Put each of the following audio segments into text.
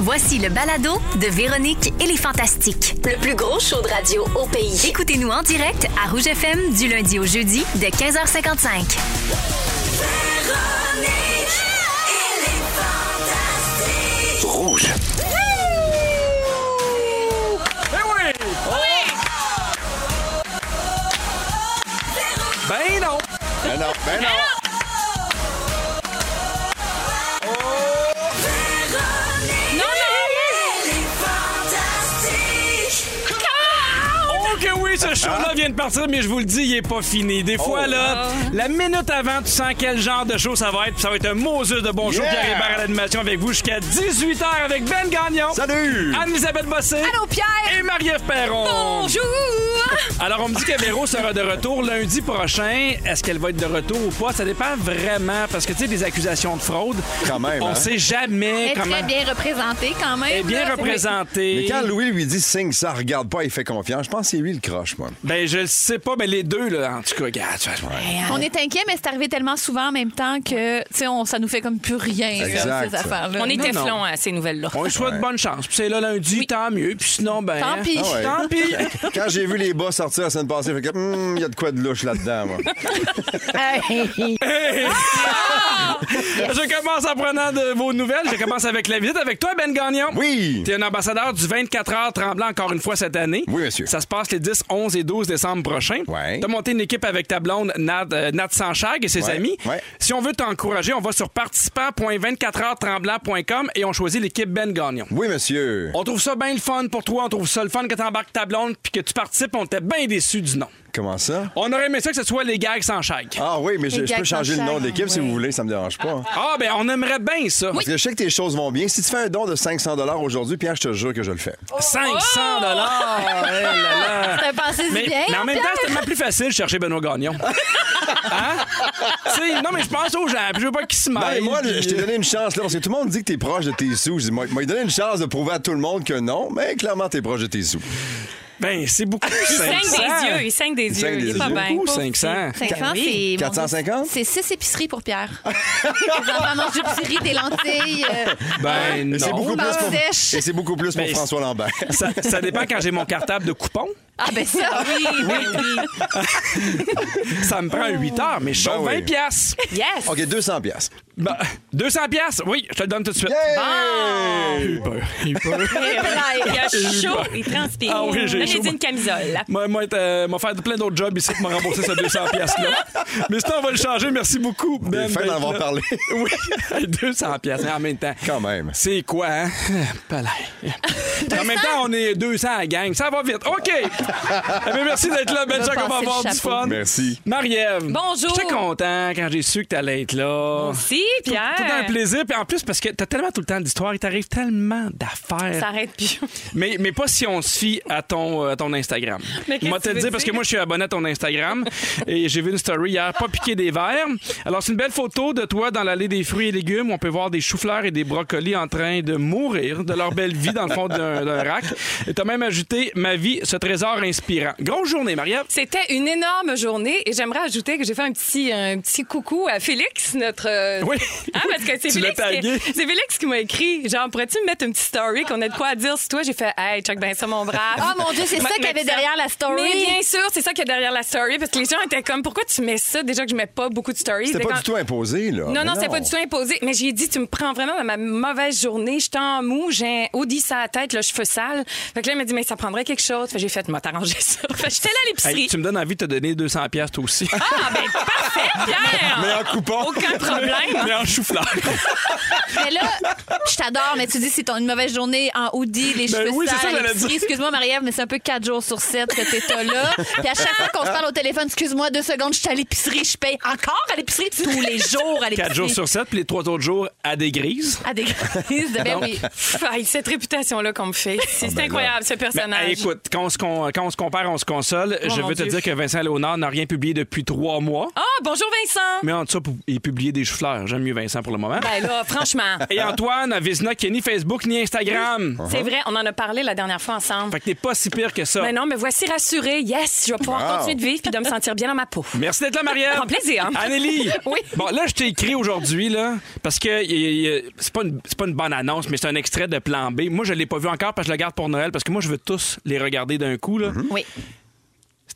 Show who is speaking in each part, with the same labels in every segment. Speaker 1: Voici le balado de Véronique et les Fantastiques.
Speaker 2: Le plus gros show de radio au pays.
Speaker 1: Écoutez-nous en direct à Rouge FM du lundi au jeudi de 15h55.
Speaker 3: Rouge.
Speaker 4: Ben non!
Speaker 3: Ben non, ben non.
Speaker 4: Ok, Oh oui,
Speaker 3: Ah.
Speaker 4: ce show-là vient de partir, mais je vous le dis, il est pas fini.
Speaker 3: Oh.
Speaker 4: Des fois,
Speaker 3: Ah.
Speaker 4: là, la minute avant, tu sens quel genre de show ça va être. puis Ça va être un Moses de bon show.
Speaker 3: Yeah!
Speaker 4: Pierre Hébert à l'animation avec vous jusqu'à 18h avec Ben Gagnon.
Speaker 3: Salut!
Speaker 4: Anne-Elisabeth Bossé.
Speaker 5: Allô, Pierre!
Speaker 4: Et Marie-Ève Perron.
Speaker 5: Bonjour!
Speaker 4: Alors, on me dit que Véro sera de retour lundi prochain. Est-ce qu'elle va être de retour ou pas? Ça dépend vraiment, parce que, tu sais, des accusations de fraude,
Speaker 3: Quand même,
Speaker 4: on
Speaker 3: hein?
Speaker 4: sait jamais
Speaker 5: Elle est
Speaker 4: comment...
Speaker 5: très bien représentée quand même.
Speaker 4: Elle est bien
Speaker 5: là.
Speaker 4: représentée.
Speaker 3: Mais quand Louis lui dit signe ça, regarde pas, il fait confiance, je pense que c'est lui le croche, moi.
Speaker 4: Ben, je le sais pas, mais les deux, là, en tout cas, regarde, tu vois,
Speaker 5: Oui. On est inquiet, mais c'est arrivé tellement souvent en même temps que tu sais, on, ça nous fait comme plus rien, là,
Speaker 3: Exact.
Speaker 5: ces affaires-là.
Speaker 6: On est
Speaker 4: non.
Speaker 6: Teflon à ces nouvelles-là.
Speaker 4: On lui souhaite bonne chance. Puis c'est là lundi, tant mieux. Puis sinon, ben.
Speaker 5: Tant pis.
Speaker 3: Ah ouais.
Speaker 4: Tant pis.
Speaker 3: Quand j'ai vu les bas sortir la semaine passée, j'ai fait que, Hmm, il y a de quoi de louche là-dedans, moi.
Speaker 4: Je commence en prenant de vos nouvelles. Je commence avec la visite avec toi, Ben Gagnon.
Speaker 3: Oui.
Speaker 4: Tu es un ambassadeur du 24 heures tremblant encore une fois cette année.
Speaker 3: Oui, monsieur.
Speaker 4: Ça se passe les 10, 11 et 12 décembre prochains.
Speaker 3: Ouais.
Speaker 4: Tu as monté une équipe avec ta blonde Nat, euh, Nat Sanchag et ses
Speaker 3: Ouais,
Speaker 4: amis.
Speaker 3: ouais.
Speaker 4: Si on veut t'encourager, on va sur participant.24heurtremblant.com et on choisit l'équipe Ben Gagnon.
Speaker 3: Oui, monsieur.
Speaker 4: On trouve ça bien le fun pour toi, on trouve ça le fun que t'embarques ta blonde puis que tu participes, on était bien déçus du nom.
Speaker 3: Comment ça?
Speaker 4: On aurait aimé ça que ce soit les gags sans chèque.
Speaker 3: Ah oui, mais je,
Speaker 5: Les
Speaker 3: je peux
Speaker 5: gags
Speaker 3: changer le nom de
Speaker 5: enchères,
Speaker 3: l'équipe si
Speaker 5: oui.
Speaker 3: vous voulez, ça me dérange pas. hein.
Speaker 4: Ah, ben on aimerait bien ça.
Speaker 3: Parce que je sais que tes choses vont bien. Si tu fais un don de 500 aujourd'hui, Pierre, je te jure que je le fais.
Speaker 4: 500 dollars.
Speaker 5: T'as pensé si
Speaker 4: Mais,
Speaker 5: bien?
Speaker 4: mais en même temps, c'est tellement plus facile de chercher Benoît Gagnon. Hein? Tu sais, non, mais je pense aux gens. puis Je veux pas qu'ils se
Speaker 3: Ben,
Speaker 4: mêlent.
Speaker 3: moi,
Speaker 4: puis-
Speaker 3: je t'ai donné une chance, là, parce que tout le monde dit que t'es proche de tes sous. Je dis, moi, moi, il donné une chance de prouver à tout le monde que non, mais clairement, t'es proche de tes sous.
Speaker 4: Ben, c'est beaucoup.
Speaker 6: Il saigne des yeux, il saigne des
Speaker 3: saigne
Speaker 6: yeux.
Speaker 3: des
Speaker 6: Il est pas
Speaker 3: yeux.
Speaker 6: bien.
Speaker 4: Beaucoup,
Speaker 6: Pauvre
Speaker 4: 500.
Speaker 6: petit.
Speaker 5: 500, c'est.
Speaker 3: 450?
Speaker 5: C'est 6 épiceries pour Pierre. Les enfants mangent du riz, des lentilles. euh,
Speaker 4: Ben,
Speaker 3: Et c'est
Speaker 4: non.
Speaker 3: beaucoup, plus pour-
Speaker 5: Sèche.
Speaker 3: et c'est beaucoup plus pour
Speaker 4: Mais-
Speaker 3: François Lambert.
Speaker 4: Ça, ça dépend quand j'ai mon cartable de coupons.
Speaker 5: Ah, ben ça, oui.
Speaker 4: Ça me prend 8 heures, mais je
Speaker 3: Ben
Speaker 4: sauve
Speaker 3: oui.
Speaker 4: 20 piastres.
Speaker 6: Yes!
Speaker 3: OK, 200 pièces.
Speaker 4: Ben, 200 piastres, oui, je te le donne tout de suite.
Speaker 5: Ah,
Speaker 4: Ah, Il pleut. Il pleut.
Speaker 6: Il a chaud, il transpire.
Speaker 4: Ah oui, j'ai
Speaker 6: Là,
Speaker 4: chaud.
Speaker 6: dit une camisole.
Speaker 4: Moi, moi, être, euh, moi faire plein d'autres jobs ici pour me rembourser ce 200 pièces là. Mais sinon, on va le changer. Merci beaucoup. Ben,
Speaker 3: fin
Speaker 4: d'être
Speaker 3: d'avoir
Speaker 4: là.
Speaker 3: parlé.
Speaker 4: Oui, 200 pièces mais en même temps.
Speaker 3: Quand même.
Speaker 4: C'est quoi, hein? Palais. En même temps, on est 200 à la gang. Ça va vite. OK. Eh bien, merci d'être là, Ben
Speaker 5: va
Speaker 4: Jack. On va
Speaker 5: passer le
Speaker 4: avoir du
Speaker 5: chapeau.
Speaker 4: fun.
Speaker 3: Merci.
Speaker 4: Marie-Ève.
Speaker 6: Bonjour.
Speaker 4: J'étais content quand j'ai su que t'allais être là.
Speaker 6: Si, Pierre.
Speaker 4: Tout un plaisir. Puis en plus, parce que t'as tellement tout le temps d'histoires, il t'arrive tellement d'affaires.
Speaker 6: Ça arrête plus.
Speaker 4: Mais, mais pas si on se fie à ton, euh, à ton Instagram.
Speaker 6: Mais qu'est-ce
Speaker 4: Moi, te
Speaker 6: que
Speaker 4: le
Speaker 6: tu veux
Speaker 4: dire, parce que
Speaker 6: dire?
Speaker 4: moi, je suis abonné à ton Instagram et j'ai vu une story hier, pas piqué des verres. Alors, c'est une belle photo de toi dans l'allée des fruits et légumes. On peut voir des choux-fleurs et des brocolis en train de mourir de leur belle vie dans le fond d'un d'un rack. Et t'as même ajouté Ma vie, ce trésor inspirant. Grosse journée, Maria.
Speaker 6: C'était une énorme journée et j'aimerais ajouter que j'ai fait un petit, un petit coucou à Félix, notre. euh,
Speaker 4: Oui.
Speaker 6: Hein, parce que c'est
Speaker 4: Tu l'as
Speaker 6: Félix,
Speaker 4: tagué.
Speaker 6: qui- c'est Félix qui m'a écrit genre, pourrais-tu me mettre une petite story qu'on a de quoi à dire sur toi? J'ai fait, hey, check bien ça, mon brave.
Speaker 5: Ah, mon Dieu, c'est
Speaker 6: Ma-
Speaker 5: ça qu'il y
Speaker 6: ma
Speaker 5: avait
Speaker 6: petite-
Speaker 5: derrière la story.
Speaker 6: Mais bien sûr, c'est ça qu'il y a derrière la story. Parce que les gens étaient comme, pourquoi tu mets ça déjà que je mets pas beaucoup de stories?
Speaker 3: C'était
Speaker 6: Ils
Speaker 3: pas
Speaker 6: étaient
Speaker 3: du tout imposé, là.
Speaker 6: Non,
Speaker 3: Mais
Speaker 6: non, c'était pas du tout imposé. Mais j'ai dit, tu me prends vraiment dans ma mauvaise journée. J'étais en mou, j'ai un Audi sur la tête, le cheveu sale. Fait que là, il m'a dit, mais ça prendrait quelque chose. Fait que j'ai fait, moi, t'arranger ça. Fait que j'étais là à l'épicerie.
Speaker 4: Hey, tu me donnes envie de te donner 200 pièces toi aussi.
Speaker 6: Ah, ben, parfait, Pierre!
Speaker 3: Mais en coupon.
Speaker 6: Aucun problème.
Speaker 4: Mais en chou-fleur.
Speaker 5: Mais là, je t'adore, mais tu dis c'est ton- une mauvaise journée en hoodie, les cheveux
Speaker 4: Ben oui, c'est ça
Speaker 5: sales,
Speaker 4: que j'allais
Speaker 5: l'épicerie.
Speaker 4: dire.
Speaker 5: Excuse-moi, Marie-Ève, mais c'est un peu 4 jours sur 7 que t'étais là. Puis à chaque fois qu'on se parle au téléphone, excuse-moi, deux secondes, je suis à l'épicerie, je paye encore à l'épicerie tous les jours à l'épicerie.
Speaker 4: 4 jours sur 7, puis les 3 autres jours à des grises.
Speaker 5: À des crises de ben oui.
Speaker 6: Pff, aïe, cette réputation-là qu'on me fait. C'est
Speaker 3: ben
Speaker 6: c'est
Speaker 3: là.
Speaker 6: incroyable, ce
Speaker 4: Mais,
Speaker 6: personnage.
Speaker 4: hey, Ben, écoute, quand on, se- qu'on- quand, quand on se compare, on se console.
Speaker 6: Oh,
Speaker 4: je
Speaker 6: mon
Speaker 4: veux te
Speaker 6: Dieu.
Speaker 4: dire que Vincent Léonard n'a rien publié depuis trois mois.
Speaker 6: Ah, bonjour Vincent!
Speaker 4: Mais en tout cas, il publiait des choux-fleurs. J'aime mieux Vincent pour le moment.
Speaker 6: Ben là, franchement,
Speaker 4: Et Antoine Avisna qui a ni Facebook ni Instagram.
Speaker 6: c'est vrai, on en a parlé la dernière fois ensemble.
Speaker 4: Fait que t'es pas si pire que ça.
Speaker 6: Mais non, mais voici rassurée. Yes, je vais pouvoir
Speaker 3: Wow.
Speaker 6: continuer de vivre puis de me sentir bien dans ma peau.
Speaker 4: Merci d'être là, Marielle.
Speaker 6: Grand plaisir. hein.
Speaker 4: Anélie.
Speaker 6: Oui.
Speaker 4: Bon, là, je t'ai écrit aujourd'hui, là, parce que y- y- c'est pas, une- c'est pas une bonne annonce, mais c'est un extrait de Plan B. Moi, je l'ai pas vu encore parce que je le garde pour Noël, parce que moi, je veux tous les regarder d'un coup, là.
Speaker 6: Mhm.
Speaker 5: Oui.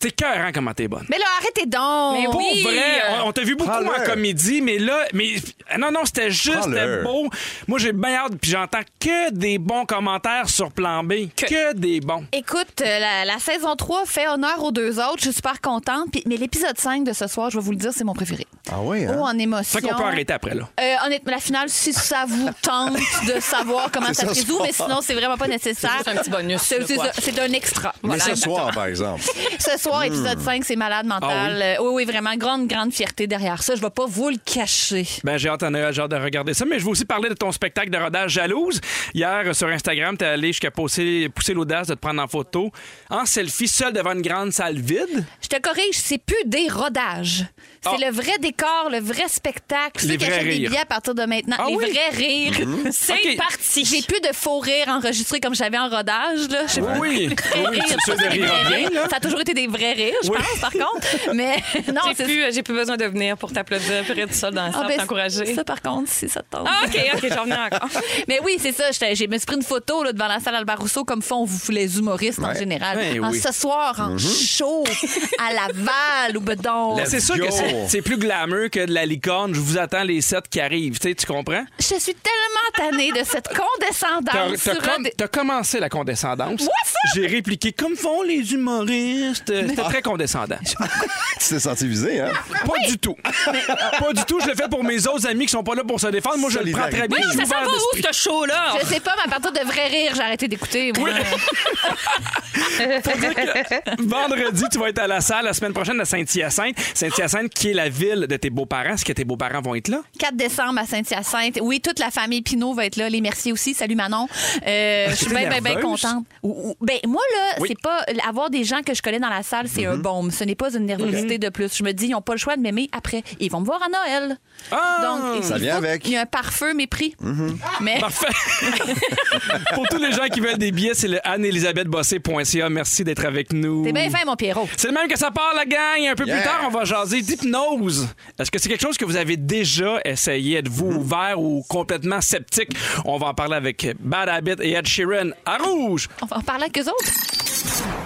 Speaker 4: C'était écœurant comment t'es bonne.
Speaker 5: Mais là, arrêtez donc.
Speaker 6: Mais
Speaker 4: Pour
Speaker 6: oui. euh.
Speaker 4: vrai, on- on t'a vu beaucoup
Speaker 3: Prends-le.
Speaker 4: en comédie, mais là, mais ah non, non, c'était juste,
Speaker 3: Prends-le.
Speaker 4: c'était beau. Moi, j'ai bien hâte, puis j'entends que des bons commentaires sur Plan B. Que, des bons.
Speaker 5: Écoute, euh, la, la saison 3 fait honneur aux deux autres. Je suis super contente. Puis- mais l'épisode 5 de ce soir, je vais vous le dire, c'est mon préféré.
Speaker 3: Ah oui, hein?
Speaker 5: Oh, en émotion.
Speaker 4: C'est qu'on peut arrêter après, là.
Speaker 5: Euh, honnêtement, la finale, si ça vous tente de savoir comment
Speaker 3: C'est
Speaker 5: ça se
Speaker 3: ce
Speaker 5: résout,
Speaker 3: soir.
Speaker 5: mais sinon, c'est vraiment pas nécessaire.
Speaker 6: C'est un petit bonus,
Speaker 5: C'est-
Speaker 6: là,
Speaker 5: c'est
Speaker 6: quoi.
Speaker 5: ça, C'est un extra.
Speaker 3: Mais
Speaker 5: Voilà.
Speaker 3: ce soir, par exemple.
Speaker 5: Ce soir, épisode 5, c'est malade mental. Euh, oui. oui, vraiment, grande, grande fierté derrière ça. Je vais pas vous le cacher.
Speaker 4: Ben, j'ai hâte, à Noël, j'ai hâte de regarder ça. Mais je veux aussi parler de ton spectacle de rodage Jalouse. Hier, euh, sur Instagram, t'es allé jusqu'à pousser, pousser l'audace de te prendre en photo en selfie seul devant une grande salle vide.
Speaker 5: Je te corrige, c'est plus des rodages. C'est
Speaker 4: Ah.
Speaker 5: le vrai décor, le vrai spectacle. Ceux
Speaker 4: Les
Speaker 5: qui
Speaker 4: vrais
Speaker 5: achètent des
Speaker 4: rires.
Speaker 5: billets à partir de maintenant,
Speaker 4: Ah
Speaker 5: les
Speaker 4: oui?
Speaker 5: vrais rires. C'est
Speaker 4: Ok.
Speaker 5: parti. J'ai plus de faux rires enregistrés comme j'avais en rodage. Là. Je sais pas.
Speaker 4: Oui,
Speaker 5: Vrais
Speaker 4: oui,
Speaker 5: rires,
Speaker 4: c'est
Speaker 5: ça,
Speaker 4: sûr de
Speaker 5: c'est des
Speaker 4: rire
Speaker 5: vrais
Speaker 4: bien,
Speaker 5: rires.
Speaker 4: là.
Speaker 5: Ça a toujours été des vrais rires, je
Speaker 4: Oui.
Speaker 5: pense, par contre. Mais non,
Speaker 6: J'ai plus, j'ai plus besoin de venir pour t'applaudir, pour être seule dans la
Speaker 5: Ah,
Speaker 6: salle,
Speaker 5: ben,
Speaker 6: t'encourager.
Speaker 5: Ça, par contre, si ça te tente.
Speaker 6: Ah, OK, OK, j'en reviens encore.
Speaker 5: Mais oui, c'est ça. j'étais- J'ai me suis pris une photo là, devant la salle Albert Rousseau, comme font vous, les humoristes en
Speaker 3: Ouais.
Speaker 5: général.
Speaker 4: Eh
Speaker 5: en
Speaker 4: oui. Mm-hmm.
Speaker 5: ce soir, en show, à Laval ou Bedon.
Speaker 6: Oh.
Speaker 3: Let's
Speaker 4: C'est sûr que
Speaker 3: go.
Speaker 4: c'est- c'est plus glamour que de la licorne. Je vous attends les sets qui arrivent. Tu sais, tu comprends?
Speaker 5: Je suis tellement tannée de cette
Speaker 4: T'as
Speaker 5: condescendance.
Speaker 4: t'as
Speaker 5: sur un
Speaker 4: com-
Speaker 5: des-
Speaker 4: t'as commencé la condescendance. J'ai répliqué comme font les humoristes. C'était très condescendant.
Speaker 3: Tu t'es senti visé, hein?
Speaker 4: Ah, Pas du tout. Pas du tout. Je le fais pour mes autres amis qui sont pas là pour se défendre. Moi, je le prends très
Speaker 3: Solidarité.
Speaker 4: bien. Je suis
Speaker 6: ça s'en
Speaker 4: ouvert
Speaker 6: va où,
Speaker 4: d'esprit.
Speaker 6: ce show-là?
Speaker 5: Je sais pas, mais à partir de vrai rire, j'ai arrêté d'écouter. moi.
Speaker 4: Vendredi, tu vas être à la salle la semaine prochaine à Saint-Hyacinthe. Saint-Hyacinthe qui est la ville de tes beaux-parents. Est-ce que tes beaux-parents vont être là?
Speaker 5: 4 décembre à Saint-Hyacinthe. Oui, toute la famille Pinot va être là. Les Mercier aussi. Salut Manon. Euh, je suis
Speaker 4: t'es
Speaker 5: bien, bien, bien
Speaker 4: nerveuse?
Speaker 5: contente. Ou- ou- Ben, moi, là,
Speaker 4: Oui.
Speaker 5: c'est pas. Avoir des gens que je connais dans la salle, c'est un bombe. Ce n'est pas une nervosité de plus. Je me dis, ils n'ont pas le choix de m'aimer après. Ils vont me voir à Noël.
Speaker 4: Ah!
Speaker 5: Donc,
Speaker 3: Ça
Speaker 5: il
Speaker 3: vient
Speaker 5: faut-
Speaker 3: avec.
Speaker 5: Il y a un parfum mépris. Mais.
Speaker 4: Parfait. Pour tous les gens qui veulent des billets, c'est le anne-elisabethbossé.ca. Merci d'être avec nous.
Speaker 5: T'es bien fin, mon Pierrot.
Speaker 4: C'est le même que ça part, la gang. Un peu
Speaker 3: Yeah.
Speaker 4: plus tard, on va jaser d'hypnose. Est-ce que c'est quelque chose que vous avez déjà essayé?
Speaker 3: Mm-hmm.
Speaker 4: Êtes-vous ouvert ou complètement sceptique? On va en parler avec Bad Habit et Ed Sheeran à rouge.
Speaker 5: On va en parler avec eux autres.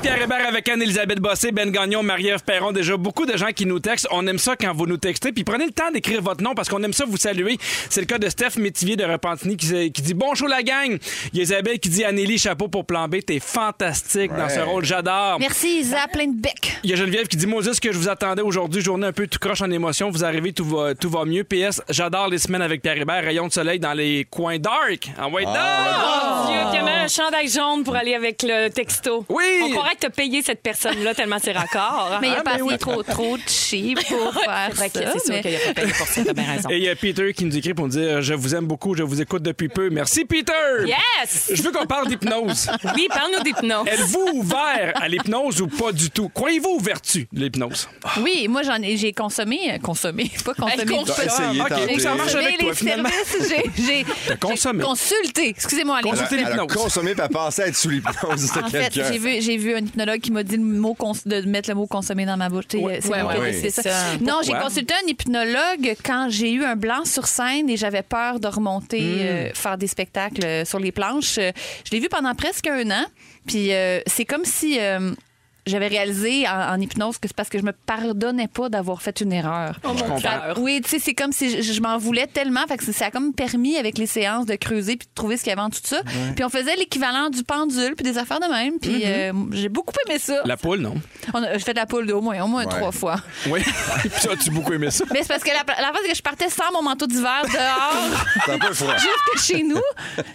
Speaker 4: Pierre Hébert avec Anne-Elisabeth Bossé, Ben Gagnon, Marie-Ève Perron. Déjà, beaucoup de gens qui nous textent. On aime ça quand vous nous textez. Puis prenez le temps d'écrire votre nom parce qu'on aime ça vous saluer. C'est le cas de Steph Métivier de Repentigny qui, qui dit Bonjour la gang. Il y a Isabelle qui dit Annélie, chapeau pour plan B. T'es fantastique dans ce
Speaker 3: Ouais.
Speaker 4: rôle. J'adore.
Speaker 5: Merci, Isa, plein de becs.
Speaker 4: Il y a Geneviève qui dit Moses, que je vous attendais aujourd'hui, journée un peu tout croche en émotion. Vous arrivez, tout va, tout va mieux. PS, j'adore les semaines avec Pierre Hébert. Rayon de soleil dans les coins dark. Ah En white
Speaker 6: Ah,
Speaker 4: dark.
Speaker 6: Mon Oh Dieu, puis il y avait un chandail jaune pour aller avec le texto.
Speaker 4: Oui.
Speaker 6: On croirait que t'as payé cette personne-là tellement c'est raccord.
Speaker 5: Mais il n'y a
Speaker 6: Hein?
Speaker 5: pas assez trop, trop de chi pour faire ça.
Speaker 6: C'est vrai que c'est sûr
Speaker 5: mais-
Speaker 6: qu'il a pas payé pour ça, t'as bien raison.
Speaker 4: Et il y a Peter qui nous écrit pour nous dire Je vous aime beaucoup, je vous écoute depuis peu. Merci, Peter!
Speaker 6: Yes!
Speaker 4: Je veux qu'on parle d'hypnose.
Speaker 6: Oui, parle-nous d'hypnose.
Speaker 4: Êtes-vous ouvert à l'hypnose ou pas du tout? Croyez-vous aux vertus de l'hypnose?
Speaker 5: Oui, moi j'en ai, j'ai consommé, euh, consommé, pas consommé.
Speaker 6: Elle
Speaker 3: T'as essayé,
Speaker 4: Ah, ok.
Speaker 3: tenté.
Speaker 4: Ça marche
Speaker 5: consommé
Speaker 4: avec toi,
Speaker 5: les
Speaker 4: finalement.
Speaker 5: services, j'ai, j'ai- j'ai
Speaker 4: consommé.
Speaker 5: consulté. Excusez-moi, allez.
Speaker 3: Elle a,
Speaker 4: Consulté
Speaker 3: elle a
Speaker 4: l'hypnose.
Speaker 3: consommé puis elle passait à être sous l'hypnose de
Speaker 5: En fait,
Speaker 3: quelqu'un.
Speaker 5: j'ai vu, j'ai vu un hypnologue qui m'a dit le mot cons- de mettre le mot consommer dans ma bouche. Tu sais,
Speaker 6: Ouais,
Speaker 5: c'est
Speaker 6: ouais,
Speaker 5: moi qui ai
Speaker 3: ouais,
Speaker 5: décidé
Speaker 6: c'est
Speaker 5: ça.
Speaker 6: ça.
Speaker 5: Non, j'ai
Speaker 4: Pourquoi?
Speaker 5: consulté un hypnologue quand j'ai eu un blanc sur scène et j'avais peur de remonter
Speaker 4: Hmm.
Speaker 5: euh, faire des spectacles euh, sur les planches. Euh, Je l'ai vu pendant presque un an. Puis euh, c'est comme si euh, j'avais réalisé en, en hypnose que c'est parce que je me pardonnais pas d'avoir fait une erreur.
Speaker 4: Oh,
Speaker 6: mon
Speaker 5: Fait-
Speaker 6: cœur.
Speaker 5: oui, tu sais, c'est comme si je, je m'en voulais tellement. Fait que ça a comme permis avec les séances de creuser puis de trouver ce qu'il y avait en tout ça. Puis on faisait l'équivalent du pendule puis des affaires de même. Puis euh, j'ai beaucoup aimé ça.
Speaker 4: Mm-hmm. La poule, non?
Speaker 5: On a- je fais de la poule d'eau au moins, au moins
Speaker 3: Ouais.
Speaker 5: trois fois.
Speaker 4: Oui. Puis ça, tu beaucoup aimé ça?
Speaker 5: Mais c'est parce que la, la fois que je partais sans mon manteau d'hiver dehors.
Speaker 3: C'est un peu froid.
Speaker 5: Jusque chez nous.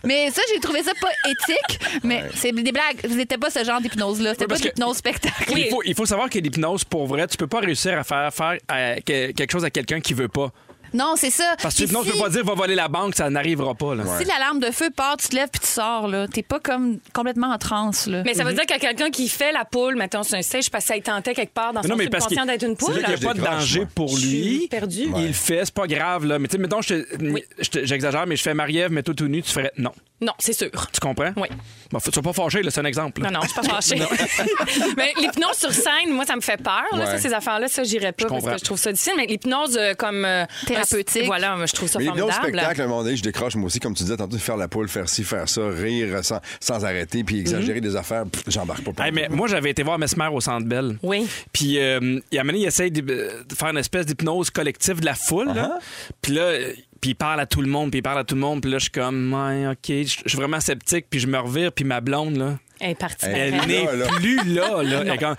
Speaker 5: Mais ça, j'ai trouvé ça pas éthique. Mais c'est des blagues. C'était pas ce genre d'hypnose-là. C'était
Speaker 4: Oui,
Speaker 5: pas
Speaker 4: parce
Speaker 5: de
Speaker 4: que-
Speaker 5: l'hypnose spectacle.
Speaker 4: Il, faut, il faut savoir que l'hypnose, pour vrai, tu peux pas réussir à faire faire à- que- quelque chose à quelqu'un qui veut pas.
Speaker 5: Non, c'est ça.
Speaker 4: Parce que
Speaker 5: Puis
Speaker 4: sinon, je peux
Speaker 5: si-
Speaker 4: pas dire va voler la banque, ça n'arrivera pas. Là.
Speaker 5: Si l'alarme de feu part, tu te lèves puis tu sors, là. T'es pas comme complètement en transe, là.
Speaker 6: Mais ça veut dire que quelqu'un qui fait la poule, mettons, c'est un sèche parce que ça y tentait quelque part dans
Speaker 4: Mais
Speaker 6: son
Speaker 4: non, mais parce
Speaker 6: subconscient
Speaker 4: qu'il-
Speaker 6: d'être une
Speaker 4: c'est
Speaker 6: poule.
Speaker 4: là qu'il n'y a pas de
Speaker 3: décroche,
Speaker 4: danger
Speaker 3: moi.
Speaker 4: pour
Speaker 6: Je
Speaker 4: lui.
Speaker 6: suis perdue.
Speaker 4: Il le fait, c'est pas grave. Là. Mais tu sais, mettons, je te-
Speaker 6: Oui.
Speaker 4: je te- j'exagère, mais je fais Marie-Ève, mais tout tout nu, tu ferais non.
Speaker 6: euh, Non, c'est sûr.
Speaker 4: Tu comprends?
Speaker 6: Oui.
Speaker 4: Bon, faut- tu sois pas fâché, là, c'est un exemple. là.
Speaker 6: Non, non, je suis pas fâchée. mais l'hypnose sur scène, moi, ça me fait peur. là.
Speaker 3: Ouais.
Speaker 6: Ça, ces affaires-là, ça, j'irais pas parce
Speaker 4: comprends.
Speaker 6: que je trouve ça difficile. Mais l'hypnose euh, comme. euh,
Speaker 5: Thérapeutique.
Speaker 6: un- voilà, moi, je trouve ça
Speaker 3: Mais les
Speaker 6: formidable.
Speaker 3: spectacle, à un moment donné, je décroche moi aussi, comme tu disais tantôt, faire la poule, faire ci, faire ça, rire sans, sans arrêter, puis exagérer des affaires, pff, j'embarque pas.
Speaker 4: Hey, mais moi, j'avais été voir Mesmer au Centre Bell.
Speaker 6: Oui.
Speaker 4: Puis, euh, il, a mené, il essaye de, de faire une espèce d'hypnose collective de la foule. là. Puis là, euh, puis il parle à tout le monde, puis il parle à tout le monde. Puis là, je suis comme, ouais, OK, je je suis vraiment sceptique. Puis je me revire, puis ma blonde, là,
Speaker 6: Elle est partie.
Speaker 3: Elle
Speaker 4: elle
Speaker 3: Là,
Speaker 4: n'est
Speaker 3: là.
Speaker 4: plus là. là. Elle est comme-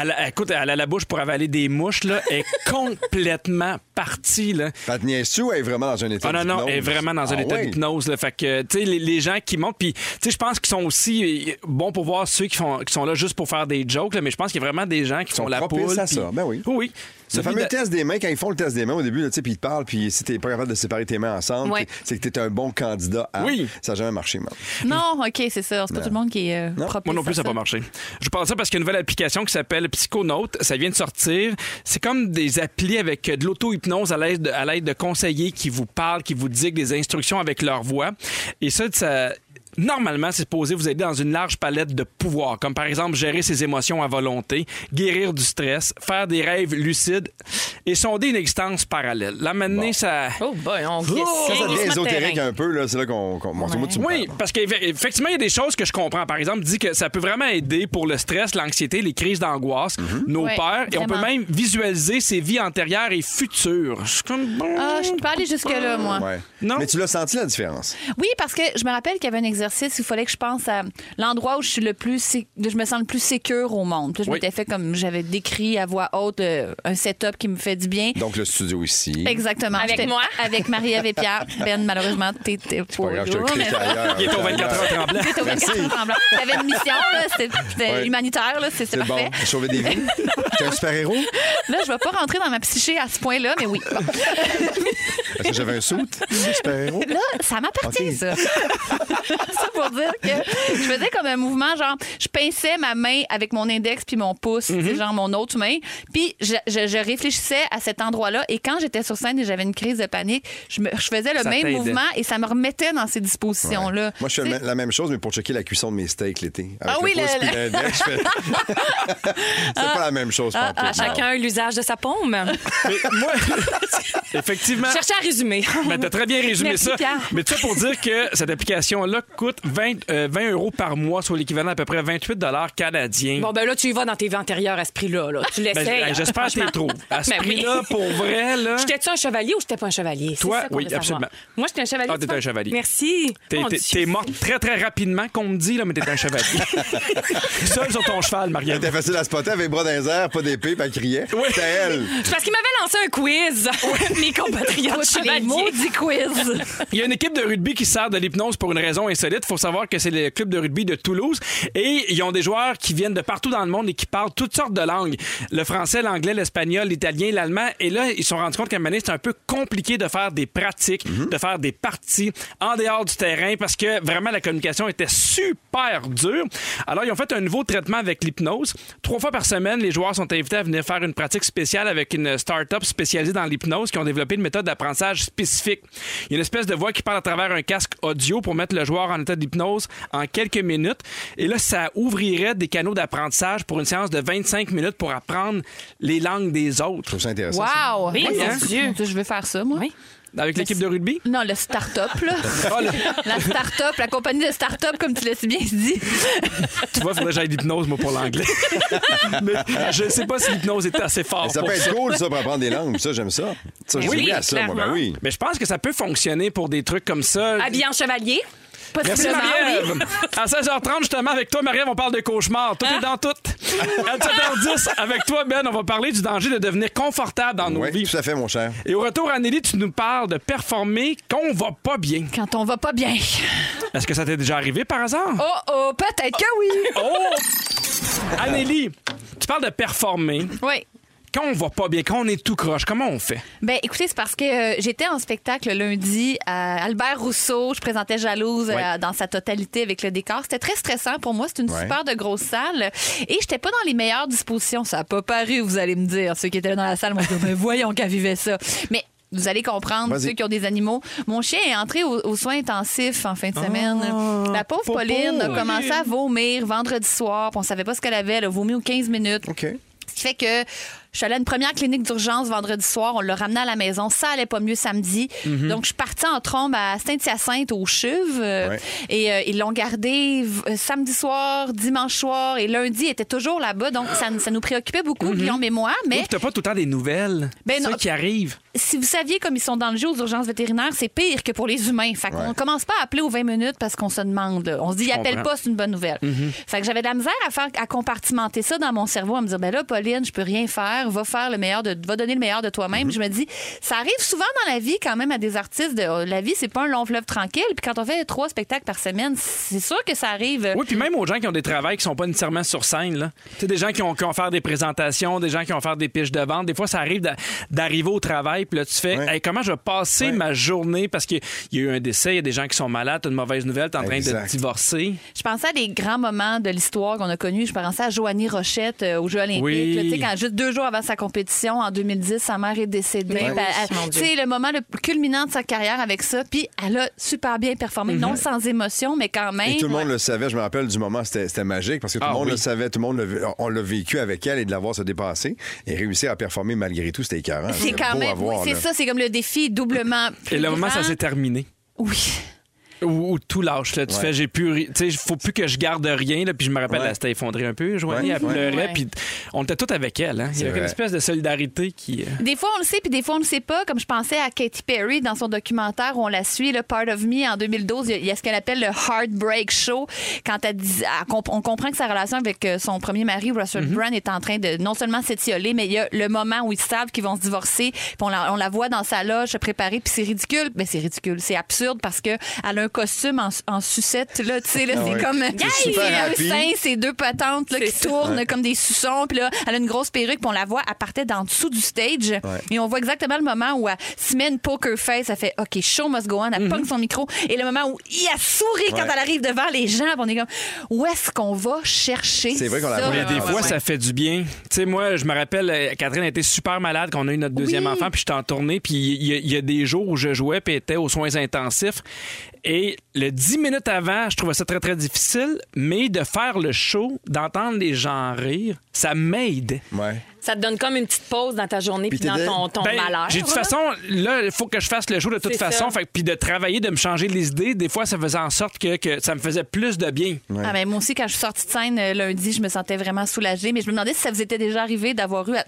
Speaker 4: elle a- écoute, elle a la bouche pour avaler des mouches. Là. Elle est complètement partie. Là.
Speaker 3: Pat tu ou elle est vraiment dans un état
Speaker 4: Ah non, non, elle est vraiment dans un
Speaker 3: Ah
Speaker 4: état
Speaker 3: ouais?
Speaker 4: d'hypnose. là. Fait que, tu sais, les, les gens qui montent, puis, tu sais, je pense qu'ils sont aussi euh, bons pour voir ceux qui, font, qui sont là juste pour faire des jokes, là, mais je pense qu'il y a vraiment des gens qui
Speaker 3: sont
Speaker 4: font la
Speaker 3: propices
Speaker 4: poule.
Speaker 3: à ça,
Speaker 4: puis-
Speaker 3: ben oui.
Speaker 4: Oui.
Speaker 3: Le
Speaker 4: Celui
Speaker 3: fameux
Speaker 4: de-
Speaker 3: test des mains, quand ils font le test des mains au début, là, tu sais, puis ils te parlent, puis si t'es pas capable de séparer tes mains ensemble,
Speaker 6: Ouais.
Speaker 3: t'es- c'est que t'es un bon candidat à.
Speaker 4: Oui.
Speaker 3: Ça n'a jamais marché, man.
Speaker 5: Non, OK, c'est ça. C'est pas tout le monde qui est euh, propice
Speaker 4: Moi non plus,
Speaker 5: à
Speaker 4: ça n'a pas marché. Je pense ça parce qu'il y a une nouvelle application qui s'appelle Psychonaut. Ça vient de sortir. C'est comme des applis avec euh, de l'auto-hypnose à l'aide de, à l'aide de conseillers qui vous parlent, qui vous diguent des instructions avec leur voix. Et ça, ça- Normalement, c'est supposé vous aider dans une large palette de pouvoirs, comme par exemple gérer ses émotions à volonté, guérir du stress, faire des rêves lucides et sonder une existence parallèle. Là, maintenant, ça...
Speaker 6: Oh, boy, on glisse.
Speaker 3: Ça,
Speaker 6: Un
Speaker 3: ça devient
Speaker 6: glissement de
Speaker 3: ésotérique
Speaker 6: terrain.
Speaker 3: un peu, là. C'est là qu'on. qu'on- moi, tu me
Speaker 4: Oui,
Speaker 3: parles.
Speaker 4: parce qu'effectivement, il y a des choses que je comprends. Par exemple, dit que ça peut vraiment aider pour le stress, l'anxiété, les crises d'angoisse,
Speaker 3: Mhm.
Speaker 4: nos
Speaker 5: Ouais,
Speaker 4: peurs, et on peut
Speaker 5: vraiment.
Speaker 4: même visualiser ses vies antérieures et futures. Je suis comme.
Speaker 5: Ah, je peux pas aller jusque-là, moi.
Speaker 3: Ouais.
Speaker 4: Non.
Speaker 3: Mais tu l'as senti la différence.
Speaker 5: Oui, parce que je me rappelle qu'il y avait un exercice où il fallait que je pense à l'endroit où je suis le plus sé- où je me sens le plus sécure au monde. Puis là, je
Speaker 4: Oui.
Speaker 5: m'étais fait comme j'avais décrit à voix haute euh, un setup qui me fait du bien.
Speaker 3: Donc, le studio ici.
Speaker 5: Exactement.
Speaker 6: Avec
Speaker 5: J'étais
Speaker 6: moi?
Speaker 5: Avec Marie-Ève et Pierre. Ben, malheureusement, t'es t'es
Speaker 3: Pas grave, je te
Speaker 5: là, mais-
Speaker 3: clique ailleurs.
Speaker 4: Il est au
Speaker 3: Ailleurs.
Speaker 4: 24 heures tremblant.
Speaker 5: T'es au
Speaker 3: Merci.
Speaker 5: 24 heures tremblant. T'avais une mission, là, c'était c'était
Speaker 3: Ouais.
Speaker 5: humanitaire, là, c'est c'est
Speaker 3: C'est bon.
Speaker 5: parfait.
Speaker 3: Sauver des vies. T'es un super-héros?
Speaker 5: Là, je vais pas rentrer dans ma psyché à ce point-là, mais oui. Bon.
Speaker 3: Est-ce que j'avais un soute? Super-héros?
Speaker 5: Là, ça m'appartient,
Speaker 3: Ok.
Speaker 5: ça. ça pour dire que je faisais comme un mouvement, genre, je pinçais ma main avec mon index puis mon pouce, tu sais, genre mon autre main, puis je, je- je réfléchissais à cet endroit-là. Et quand j'étais sur scène et j'avais une crise de panique, je, me- je faisais le
Speaker 4: Ça
Speaker 5: même
Speaker 4: t'aidait.
Speaker 5: mouvement et ça me remettait dans ces dispositions-là.
Speaker 3: Moi, je fais
Speaker 5: Tu sais,
Speaker 3: la- la même chose, mais pour checker la cuisson de mes steaks l'été. Avec
Speaker 5: Ah
Speaker 3: le
Speaker 5: oui,
Speaker 3: pouce
Speaker 5: le-
Speaker 3: puis l'index, je fais- C'est pas la même chose.
Speaker 5: Ah,
Speaker 3: pantoute,
Speaker 5: ah,
Speaker 3: non.
Speaker 6: Chacun l'usage de sa paume.
Speaker 4: Mais moi, effectivement.
Speaker 6: Cherchez à résumer.
Speaker 4: Ben, t'as très bien résumé
Speaker 6: Merci,
Speaker 4: ça.
Speaker 6: Pierre.
Speaker 4: Mais tout ça pour dire que cette application-là coûte 20, euh, 20 euros par mois, soit l'équivalent à peu près 28 dollars canadiens.
Speaker 6: Bon, ben là, tu y vas dans tes vies antérieures à ce prix-là. là. Tu
Speaker 4: Ben,
Speaker 6: l'essayes.
Speaker 4: hey, J'espère que tu les trouves. À ce
Speaker 6: Ben oui.
Speaker 4: prix-là, pour vrai, là.
Speaker 6: J'étais-tu un chevalier ou j'étais pas un chevalier? C'est
Speaker 4: Toi,
Speaker 6: ça qu'on
Speaker 4: oui,
Speaker 6: veut savoir.
Speaker 4: absolument.
Speaker 6: Moi, j'étais un chevalier.
Speaker 4: Ah,
Speaker 6: tu
Speaker 4: t'étais
Speaker 6: vois?
Speaker 4: un chevalier.
Speaker 6: Merci.
Speaker 4: T'es,
Speaker 6: Mon
Speaker 4: t'es-
Speaker 6: Dieu.
Speaker 4: t'es morte très, très rapidement, qu'on me dit, là, mais t'es un chevalier. Seul sur ton cheval, Marianne.
Speaker 3: C'était facile à spotter avec les bras dans les airs, pas d'épée, puis elle criait. C'était elle.
Speaker 6: C'est parce qu'il m'avait lancé un quiz. Mes compatriotes
Speaker 5: écoute, les
Speaker 6: chevaliers.
Speaker 5: maudits quiz.
Speaker 4: Il y a une équipe de rugby qui sert de l'hypnose pour une raison insolite. faut savoir que c'est le club de rugby de Toulouse. Et ils ont des joueurs qui viennent de partout dans le monde et qui parlent toutes sortes de langues. Le français, l'anglais, l'espagnol, l'italien, l'allemand. Et là, ils se sont rendus compte qu'à un moment donné, c'est un peu compliqué de faire des pratiques,
Speaker 6: Mm-hmm.
Speaker 4: de faire des parties en dehors du terrain parce que vraiment la communication était super dure. Alors, ils ont fait un nouveau traitement avec l'hypnose. Trois fois par semaine, les joueurs sont invités à venir faire une pratique spéciale avec une start-up spécialisée dans l'hypnose qui ont développé une méthode d'apprentissage spécifique. Il y a une espèce de voix qui parle à travers un casque audio pour mettre le joueur en état d'hypnose en quelques minutes. Et là, ça ouvrirait des canaux d'apprentissage pour une séance de 25 minutes pour apprendre les langues des
Speaker 3: Je
Speaker 4: autres.
Speaker 3: trouve ça intéressant. ça.
Speaker 5: Wow!
Speaker 6: Oui,
Speaker 5: Moi,
Speaker 6: hein?
Speaker 5: mon Dieu, Je vais faire ça, moi.
Speaker 6: Oui.
Speaker 4: Avec l'équipe de rugby?
Speaker 5: Non, le start-up, là.
Speaker 4: Ah, là,
Speaker 5: la start-up, la compagnie de start-up, comme tu l'as si bien dit.
Speaker 4: tu vois, il faudrait que j'aille à l'hypnose, moi, pour l'anglais. Mais je ne sais pas si l'hypnose est assez
Speaker 3: Mais
Speaker 4: forte.
Speaker 3: Ça peut être cool, ça, pour apprendre des langues. Ça, j'aime ça. Ça, je
Speaker 6: Oui,
Speaker 3: suis mis à ça, moi. Ben
Speaker 6: clairement.
Speaker 3: oui.
Speaker 4: Mais je pense que ça peut fonctionner pour des trucs comme ça.
Speaker 6: Habillé en chevalier.
Speaker 4: Merci,
Speaker 5: Possiblement,
Speaker 4: Marie-Ève. À 16h30, justement, avec toi, Marie-Ève, on parle de cauchemars. Tout
Speaker 5: Hein?
Speaker 4: est dans tout. À 17h10, avec toi, Ben, on va parler du danger de devenir confortable dans nos
Speaker 3: Oui,
Speaker 4: vies.
Speaker 3: tout à fait, mon cher.
Speaker 4: Et au retour, Anneli, tu nous parles de performer qu'on va pas bien.
Speaker 5: Quand on va pas bien.
Speaker 4: Est-ce que ça t'est déjà arrivé par hasard?
Speaker 5: Oh, oh, peut-être que oui.
Speaker 4: Oh! Anneli, tu parles de performer.
Speaker 5: Oui.
Speaker 4: Quand on va pas bien, quand on est tout croche, comment on fait?
Speaker 5: Ben, écoutez, c'est parce que euh, j'étais en spectacle lundi à Albert Rousseau. Je présentais Jalouse euh,
Speaker 4: Ouais.
Speaker 5: dans sa totalité avec le décor. C'était très stressant pour moi. C'est une
Speaker 3: Ouais.
Speaker 5: super de grosse salle. Et j'étais pas dans les meilleures dispositions. Ça a pas paru, vous allez me dire. Ceux qui étaient là dans la salle m'ont dit, ben voyons qu'elle vivait ça. Mais vous allez comprendre,
Speaker 3: Vas-y.
Speaker 5: ceux qui ont des animaux. Mon chien est entré au- aux soins intensifs en fin de semaine.
Speaker 3: Ah,
Speaker 5: la pauvre
Speaker 3: popo.
Speaker 5: Pauline a commencé à vomir vendredi soir. puis On savait pas ce qu'elle avait. Elle a vomi aux 15 minutes.
Speaker 3: OK.
Speaker 5: Ce qui fait que je suis allée à une première clinique d'urgence vendredi soir. On l'a ramené à la maison. Ça allait pas mieux samedi. Donc, je suis partie en trombe à Saint-Hyacinthe, au Chuve. euh,
Speaker 3: Ouais.
Speaker 5: Et euh, ils l'ont gardé v- euh, samedi soir, dimanche soir. Et lundi, il était toujours là-bas. Donc, ça, ça nous préoccupait beaucoup, Guillaume et moi. Mais
Speaker 4: Ouf, t'as pas tout le temps des nouvelles.
Speaker 5: Ben
Speaker 4: C'est ça
Speaker 5: non.
Speaker 4: qui arrive.
Speaker 5: si vous saviez comme ils sont dans le jeu aux urgences vétérinaires, c'est pire que pour les humains. Fait qu'on
Speaker 3: Ouais.
Speaker 5: commence pas à appeler aux 20 minutes parce qu'on se demande. là. On se dit, il appelle
Speaker 4: comprends.
Speaker 5: pas, c'est une bonne nouvelle. Fait que j'avais de la misère à faire, à compartimenter ça dans mon cerveau, à me dire, ben là, Pauline, je peux rien faire, va faire le meilleur de, va donner le meilleur de toi-même. Je me dis, ça arrive souvent dans la vie quand même à des artistes. De, oh, la vie, c'est pas un long fleuve tranquille. Puis quand on fait trois spectacles par semaine, c'est sûr que ça arrive. euh,
Speaker 4: Oui, puis même aux gens qui ont des travails qui sont pas nécessairement sur scène, là. Tu sais, des gens qui ont, qui ont faire des présentations, des gens qui ont faire des pitches de vente. Des fois, ça arrive d'a- d'arriver au travail, puis là, tu fais,
Speaker 3: Ouais.
Speaker 4: Hey, comment je vais passer
Speaker 3: Ouais.
Speaker 4: ma journée parce qu'il y a eu un décès, il y a des gens qui sont malades, t'as une mauvaise nouvelle, t'es en train de
Speaker 3: Exact.
Speaker 4: te divorcer.
Speaker 5: Je pensais à des grands moments de l'histoire qu'on a connus. Je pensais à Joanie Rochette euh, aux Jeux Olympiques.
Speaker 4: Oui.
Speaker 5: là, tu sais, quand juste deux jours avant sa compétition, en 2010, sa mère est décédée.
Speaker 6: Mais
Speaker 5: Puis
Speaker 6: oui,
Speaker 5: elle-
Speaker 6: mon
Speaker 5: elle-
Speaker 6: Dieu.
Speaker 5: tu sais, le moment le plus culminant de sa carrière avec ça. Puis elle a super bien performé,
Speaker 4: Mhm.
Speaker 5: non sans émotion, mais quand même.
Speaker 3: Et tout le monde le savait, je me rappelle du moment, c'était c'était magique parce que tout
Speaker 4: Ah
Speaker 3: le monde
Speaker 4: oui.
Speaker 3: le savait, tout le monde l'a- on l'a vécu avec elle et de la voir se dépasser et réussir à performer malgré tout, c'était écœurant.
Speaker 5: C'est quand
Speaker 3: beau à
Speaker 5: même.
Speaker 3: voir,
Speaker 5: oui, c'est
Speaker 3: là.
Speaker 5: ça, c'est comme le défi doublement. plus
Speaker 4: Et le moment, ça
Speaker 5: grand.
Speaker 4: s'est terminé.
Speaker 5: Oui.
Speaker 4: Ou, ou tout lâche, là. Tu
Speaker 3: Ouais.
Speaker 4: fais, j'ai plus, ri- tu sais, faut plus que je garde rien, là. Puis je me rappelle,
Speaker 3: Ouais.
Speaker 4: elle s'était effondrée un peu, Joanie,
Speaker 3: Ouais.
Speaker 4: elle pleurait,
Speaker 5: Ouais.
Speaker 4: puis on était tous avec elle, hein. Il y
Speaker 3: C'est
Speaker 4: avait une
Speaker 3: vrai.
Speaker 4: espèce de solidarité qui. euh,
Speaker 5: Des fois, on le sait, puis des fois, on ne le sait pas. Comme je pensais à Katy Perry dans son documentaire où on la suit, le Part of Me en 2012, il y a- il y a ce qu'elle appelle le Heartbreak Show. Quand elle dit- elle comp- on comprend que sa relation avec euh, son premier mari, Russell
Speaker 3: Mm-hmm.
Speaker 5: Brand, est en train de non seulement s'étioler, mais il y a le moment où ils savent qu'ils vont se divorcer. Puis on la, on la voit dans sa loge se préparer, puis c'est ridicule. Mais c'est ridicule, c'est absurde parce que elle a un costume en, en sucette, là, tu sais, là,
Speaker 3: Ah
Speaker 5: c'est
Speaker 3: ouais.
Speaker 5: comme.
Speaker 3: C'est
Speaker 5: Yay!
Speaker 3: super
Speaker 5: C'est un
Speaker 3: happy.
Speaker 5: sein, et ces deux patentes là, qui tournent comme des suçons. Puis là, elle a une grosse perruque, puis on la voit, elle partait d'en dessous du stage. Et on voit exactement le moment où elle se met une poker face. Elle fait OK, show must go on. Elle pogne son micro. Et le moment où il a souri quand
Speaker 3: Ouais.
Speaker 5: elle arrive devant les gens, puis on est comme Où est-ce qu'on va chercher
Speaker 3: C'est vrai qu'on la
Speaker 5: ça?
Speaker 3: voit.
Speaker 4: Mais
Speaker 3: Ah,
Speaker 4: des
Speaker 3: ouais,
Speaker 4: fois,
Speaker 3: ouais.
Speaker 4: ça fait du bien. Tu sais, moi, je me rappelle, euh, Catherine était super malade quand on a eu notre deuxième
Speaker 5: Oui.
Speaker 4: enfant, puis j'étais en tournée, puis il y, a- il y a des jours où je jouais, puis était aux soins intensifs. Et le 10 minutes avant, je trouvais ça très, très difficile, mais de faire le show, d'entendre les gens rire, ça m'aide.
Speaker 3: Ouais.
Speaker 6: Ça te donne comme une petite pause dans ta journée puis
Speaker 3: Puis
Speaker 6: dans
Speaker 3: t'es
Speaker 6: ton, ton
Speaker 4: Ben,
Speaker 6: malheur.
Speaker 4: J'ai de toute façon, là, il faut que je fasse le show de toute
Speaker 6: C'est
Speaker 4: façon.
Speaker 6: ça.
Speaker 4: Fait que- puis de travailler, de me changer les idées, des fois, ça faisait en sorte que, que ça me faisait plus de bien.
Speaker 5: Ah, ben, moi aussi, quand je suis sortie de scène euh, lundi, je me sentais vraiment soulagée. Mais je me demandais si ça vous était déjà arrivé d'avoir eu à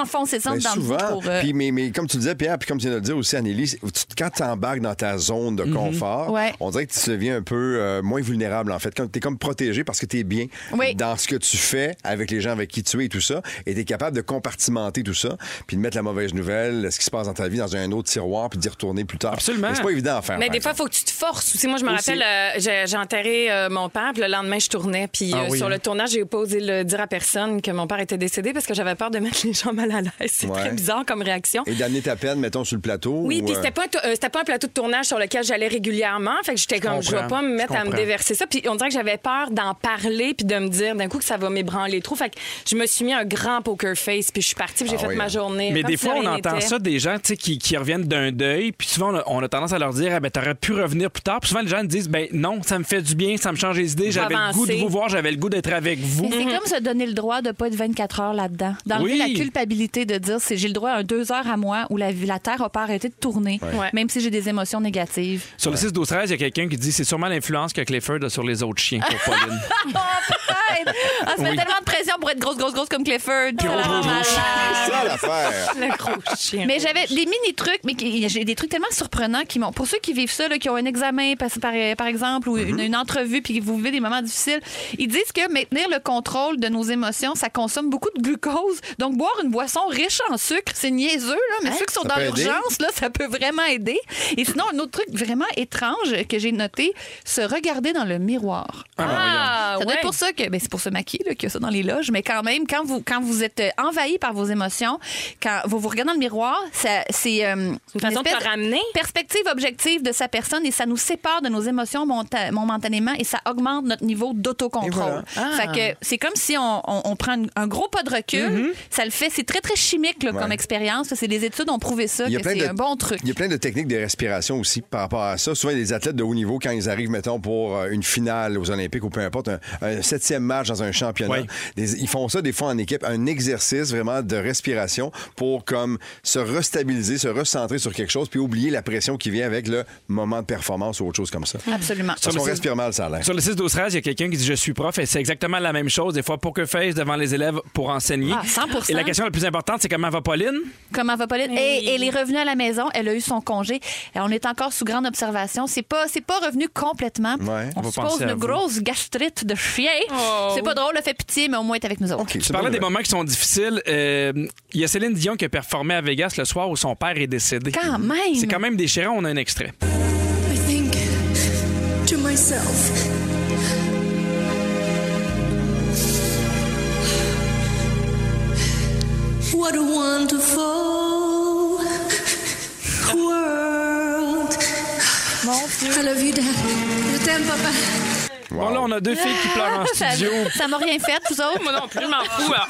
Speaker 5: enfoncer ça
Speaker 3: Ben,
Speaker 5: dans le
Speaker 3: souvent,
Speaker 5: bout pour. euh,
Speaker 3: puis, mais, mais comme tu le disais, Pierre, puis comme tu viens de le dire aussi, Anneli, c'est- tu- quand tu embarques dans ta zone
Speaker 6: Mhm.
Speaker 3: de confort,
Speaker 5: Ouais.
Speaker 3: on dirait que tu deviens un peu euh, moins vulnérable, en fait. Tu es comme protégé parce que tu es bien
Speaker 5: Oui.
Speaker 3: dans ce que tu fais avec les gens avec qui tu es et tout ça, et tu es capable de compartimenter tout ça, puis de mettre la mauvaise nouvelle, ce qui se passe dans ta vie, dans un autre tiroir, puis d'y retourner plus tard.
Speaker 4: Absolument.
Speaker 3: Mais C'est pas évident à faire.
Speaker 6: Mais
Speaker 3: par
Speaker 6: Ben, des fois, il
Speaker 3: exemple.
Speaker 6: faut que tu te forces. aussi. moi, je me
Speaker 4: Aussi.
Speaker 6: rappelle, euh, j'ai j'ai enterré euh, mon père, puis le lendemain, je tournais. Puis
Speaker 4: Ah
Speaker 6: euh,
Speaker 4: oui,
Speaker 6: sur
Speaker 4: hein.
Speaker 6: le tournage, j'ai pas osé le dire à personne que mon père était décédé parce que j'avais peur de mettre les gens mal à l'aise. C'est
Speaker 3: Ouais.
Speaker 6: très bizarre comme réaction.
Speaker 3: Et d'amener ta peine, mettons, sur le plateau.
Speaker 6: Oui,
Speaker 3: ou, euh,
Speaker 6: puis c'était pas, un tou- euh, c'était pas un plateau de tournage sur lequel j'allais régulièrement. Fait que j'étais comme, je vais
Speaker 4: comprends,
Speaker 6: pas me
Speaker 4: je
Speaker 6: mettre à me
Speaker 4: comprends.
Speaker 6: déverser ça. Puis on dirait que j'avais peur d'en parler puis de me dire d'un coup que ça va m'ébranler trop. Fait que je me suis mis un grand poker face puis je suis partie puis j'ai
Speaker 3: Ah
Speaker 6: fait
Speaker 3: oui,
Speaker 6: ma
Speaker 3: hein.
Speaker 6: journée.
Speaker 4: Mais
Speaker 6: comme
Speaker 4: des
Speaker 6: si
Speaker 4: fois, on
Speaker 6: rien
Speaker 4: entend
Speaker 6: n'était.
Speaker 4: ça des gens tu sais, qui, qui reviennent d'un deuil, puis souvent, on a, on a tendance à leur dire, ah, ben, t'aurais pu revenir plus tard. Puis souvent, les gens disent, ben, non, ça me fait du bien, ça me change les idées, j'avais le
Speaker 6: avancer.
Speaker 4: goût de vous voir, j'avais le goût d'être avec vous.
Speaker 5: Mais
Speaker 6: Mm.
Speaker 5: c'est comme se donner le droit de pas être 24 heures là-dedans. D'enlever
Speaker 4: Oui.
Speaker 5: la culpabilité de dire c'est j'ai le droit à un deux heures à moi où la, la Terre a pas arrêté de tourner,
Speaker 6: Ouais.
Speaker 5: même si j'ai des émotions négatives.
Speaker 4: Sur le 6 12 13 il y a quelqu'un qui dit, c'est sûrement l'influence que Clifford a sur les autres chiens pour Pauline.
Speaker 5: Oh, peut-être! On se met
Speaker 4: Oui.
Speaker 5: tellement de pression pour être grosse, grosse, grosse comme Clifford. Ça la rend
Speaker 4: rouge, rouge.
Speaker 5: malade.
Speaker 3: C'est ça l'affaire.
Speaker 6: Le gros chien.
Speaker 5: Mais j'avais des mini trucs, mais qui- j'ai des trucs tellement surprenants qui m'ont. Pour ceux qui vivent ça, là, qui ont un examen, par, par- par exemple, ou
Speaker 3: Mhm.
Speaker 5: une, une entrevue, puis que vous vivez des moments difficiles, ils disent que maintenir le contrôle de nos émotions, ça consomme beaucoup de glucose. Donc, boire une boisson riche en sucre. C'est niaiseux, là, mais ceux qui sont
Speaker 3: Hein? Ça
Speaker 5: dans
Speaker 3: peut aider.
Speaker 5: l'urgence, là, ça peut vraiment aider. Et sinon, un autre truc vraiment étrange que j'ai noté, se regarder dans le miroir.
Speaker 6: Ah,
Speaker 5: Ça doit
Speaker 6: ouais.
Speaker 5: être pour ça que ben, c'est pour se maquiller là, qu'il y a ça dans les loges, mais quand même, quand vous, quand vous êtes euh, envahi par vos émotions, quand vous vous regardez dans le miroir, ça, c'est euh, une
Speaker 6: façon de
Speaker 5: espèce
Speaker 6: te ramener.
Speaker 5: Perspective objective de sa personne et ça nous sépare de nos émotions monta- momentanément et ça augmente notre niveau d'autocontrôle.
Speaker 3: Et Ah.
Speaker 5: Fait que c'est comme si on, on- on prend une- un gros pas de recul.
Speaker 6: Mm-hmm.
Speaker 5: Ça le fait, c'est très très chimique là, comme expérience. C'est des études ont prouvé ça que c'est un bon truc.
Speaker 3: Il y a plein de techniques de respiration aussi par rapport à ça. Souvent, les athlètes de haut niveau, quand ils arrivent, mettons, pour euh, une finale aux Olympiques ou peu importe, un, un septième match dans un championnat,
Speaker 4: Ouais.
Speaker 3: des- ils font ça des fois en équipe, un exercice vraiment de respiration pour comme se restabiliser, se recentrer sur quelque chose, puis oublier la pression qui vient avec le moment de performance ou autre chose comme ça.
Speaker 5: Absolument.
Speaker 3: Parce qu'on respire mal, ça a l'air.
Speaker 4: Sur le 6 12 13 il y a quelqu'un qui dit je suis prof et c'est exactement la même chose des fois pour que face devant les élèves pour enseigner.
Speaker 5: Ah, 100%.
Speaker 4: Et la question la plus importante c'est comment va Pauline
Speaker 5: Comment va Pauline? Et, elle est revenue à la maison. Elle a eu son congé. Et on est encore sous grande observation. C'est pas, c'est pas revenu complètement.
Speaker 3: Ouais.
Speaker 5: on
Speaker 4: On va
Speaker 5: suppose
Speaker 4: penser à
Speaker 5: une
Speaker 4: vous.
Speaker 5: grosse gastrite de chien.
Speaker 6: Oh.
Speaker 5: c'est pas drôle, elle fait pitié, mais au moins elle est avec nous autres.
Speaker 3: OK,
Speaker 4: Tu
Speaker 3: c'est
Speaker 4: parlais
Speaker 3: drôle,
Speaker 4: des
Speaker 3: hein?
Speaker 4: moments qui sont difficiles. Euh, Il y a Céline Dion qui a performé à Vegas le soir où son père est décédé.
Speaker 5: Quand même.
Speaker 4: C'est quand même déchirant, on a un extrait.
Speaker 7: I think to myself, what a wonderful world. I love you, Dad. Je t'aime, papa.
Speaker 4: Bon, là, on a deux filles qui pleurent en
Speaker 5: Ça-
Speaker 4: studio.
Speaker 5: Ça m'a rien fait, vous autres.
Speaker 6: Moi non plus, je m'en fous. alors.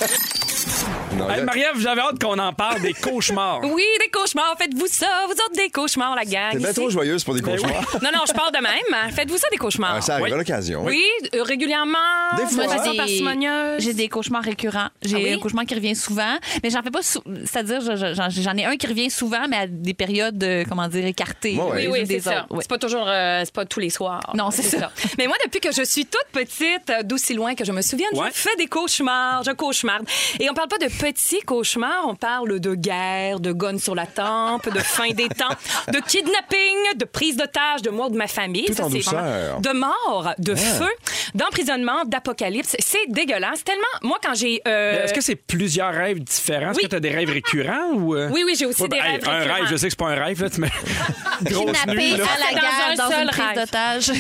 Speaker 3: Non,
Speaker 4: Hey,
Speaker 3: là-
Speaker 4: Marie-Ève, j'avais hâte qu'on en parle des cauchemars.
Speaker 6: Oui, des cauchemars. Faites-vous ça. Vous autres, des cauchemars, la gang.
Speaker 3: T'es bien
Speaker 6: ici.
Speaker 3: trop joyeuse pour des
Speaker 4: oui.
Speaker 3: cauchemars.
Speaker 6: Non, non, je parle de même. hein. Faites-vous ça, des cauchemars.
Speaker 3: Ah, ça arrive
Speaker 4: Oui.
Speaker 3: à l'occasion.
Speaker 6: Oui, euh, régulièrement.
Speaker 3: Des
Speaker 6: de
Speaker 3: fois. hein.
Speaker 6: façon
Speaker 5: J'ai-
Speaker 6: parcimonieuse.
Speaker 5: J'ai des cauchemars récurrents. J'ai
Speaker 6: Ah oui?
Speaker 5: un cauchemar qui revient souvent, mais j'en fais pas. sou- C'est-à-dire, je- je- j'en j'en ai un qui revient souvent, mais à des périodes, euh, comment dire, écartées.
Speaker 3: Ouais, ouais.
Speaker 5: les
Speaker 6: Oui, oui,
Speaker 5: unes
Speaker 6: c'est
Speaker 5: des
Speaker 6: ça.
Speaker 5: autres. Ouais.
Speaker 6: C'est pas toujours, euh, c'est pas tous les soirs.
Speaker 5: Non, c'est ça.
Speaker 6: Mais moi, depuis que je suis toute petite, euh, d'aussi loin que je me souvienne,
Speaker 4: Ouais.
Speaker 6: je fais des cauchemars, je cauchemarde. Et on parle pas de petits cauchemars, on parle de guerre, de gonne sur la tempe, de fin des temps, de kidnapping, de prise d'otage, de mort de ma famille.
Speaker 3: Tout en
Speaker 6: c'est
Speaker 3: douceur.
Speaker 6: vraiment- De mort, de feu, d'emprisonnement, d'apocalypse. C'est dégueulasse. Tellement, moi, quand j'ai... euh,
Speaker 4: Est-ce que c'est plusieurs rêves différents? Est-ce
Speaker 6: oui.
Speaker 4: que tu as des rêves récurrents? Ou... euh?
Speaker 6: Oui, oui, j'ai aussi
Speaker 4: Ouais, ben,
Speaker 6: des
Speaker 4: hey,
Speaker 6: rêves
Speaker 4: Un
Speaker 6: récurrents.
Speaker 4: rêve, je sais que c'est pas un rêve, là, tu mets grosse nuit.
Speaker 5: Kidnappé
Speaker 4: Là.
Speaker 5: à
Speaker 6: Dans
Speaker 5: la gare
Speaker 6: un
Speaker 5: dans
Speaker 6: seul
Speaker 5: une prise
Speaker 6: rêve.
Speaker 5: d'otage.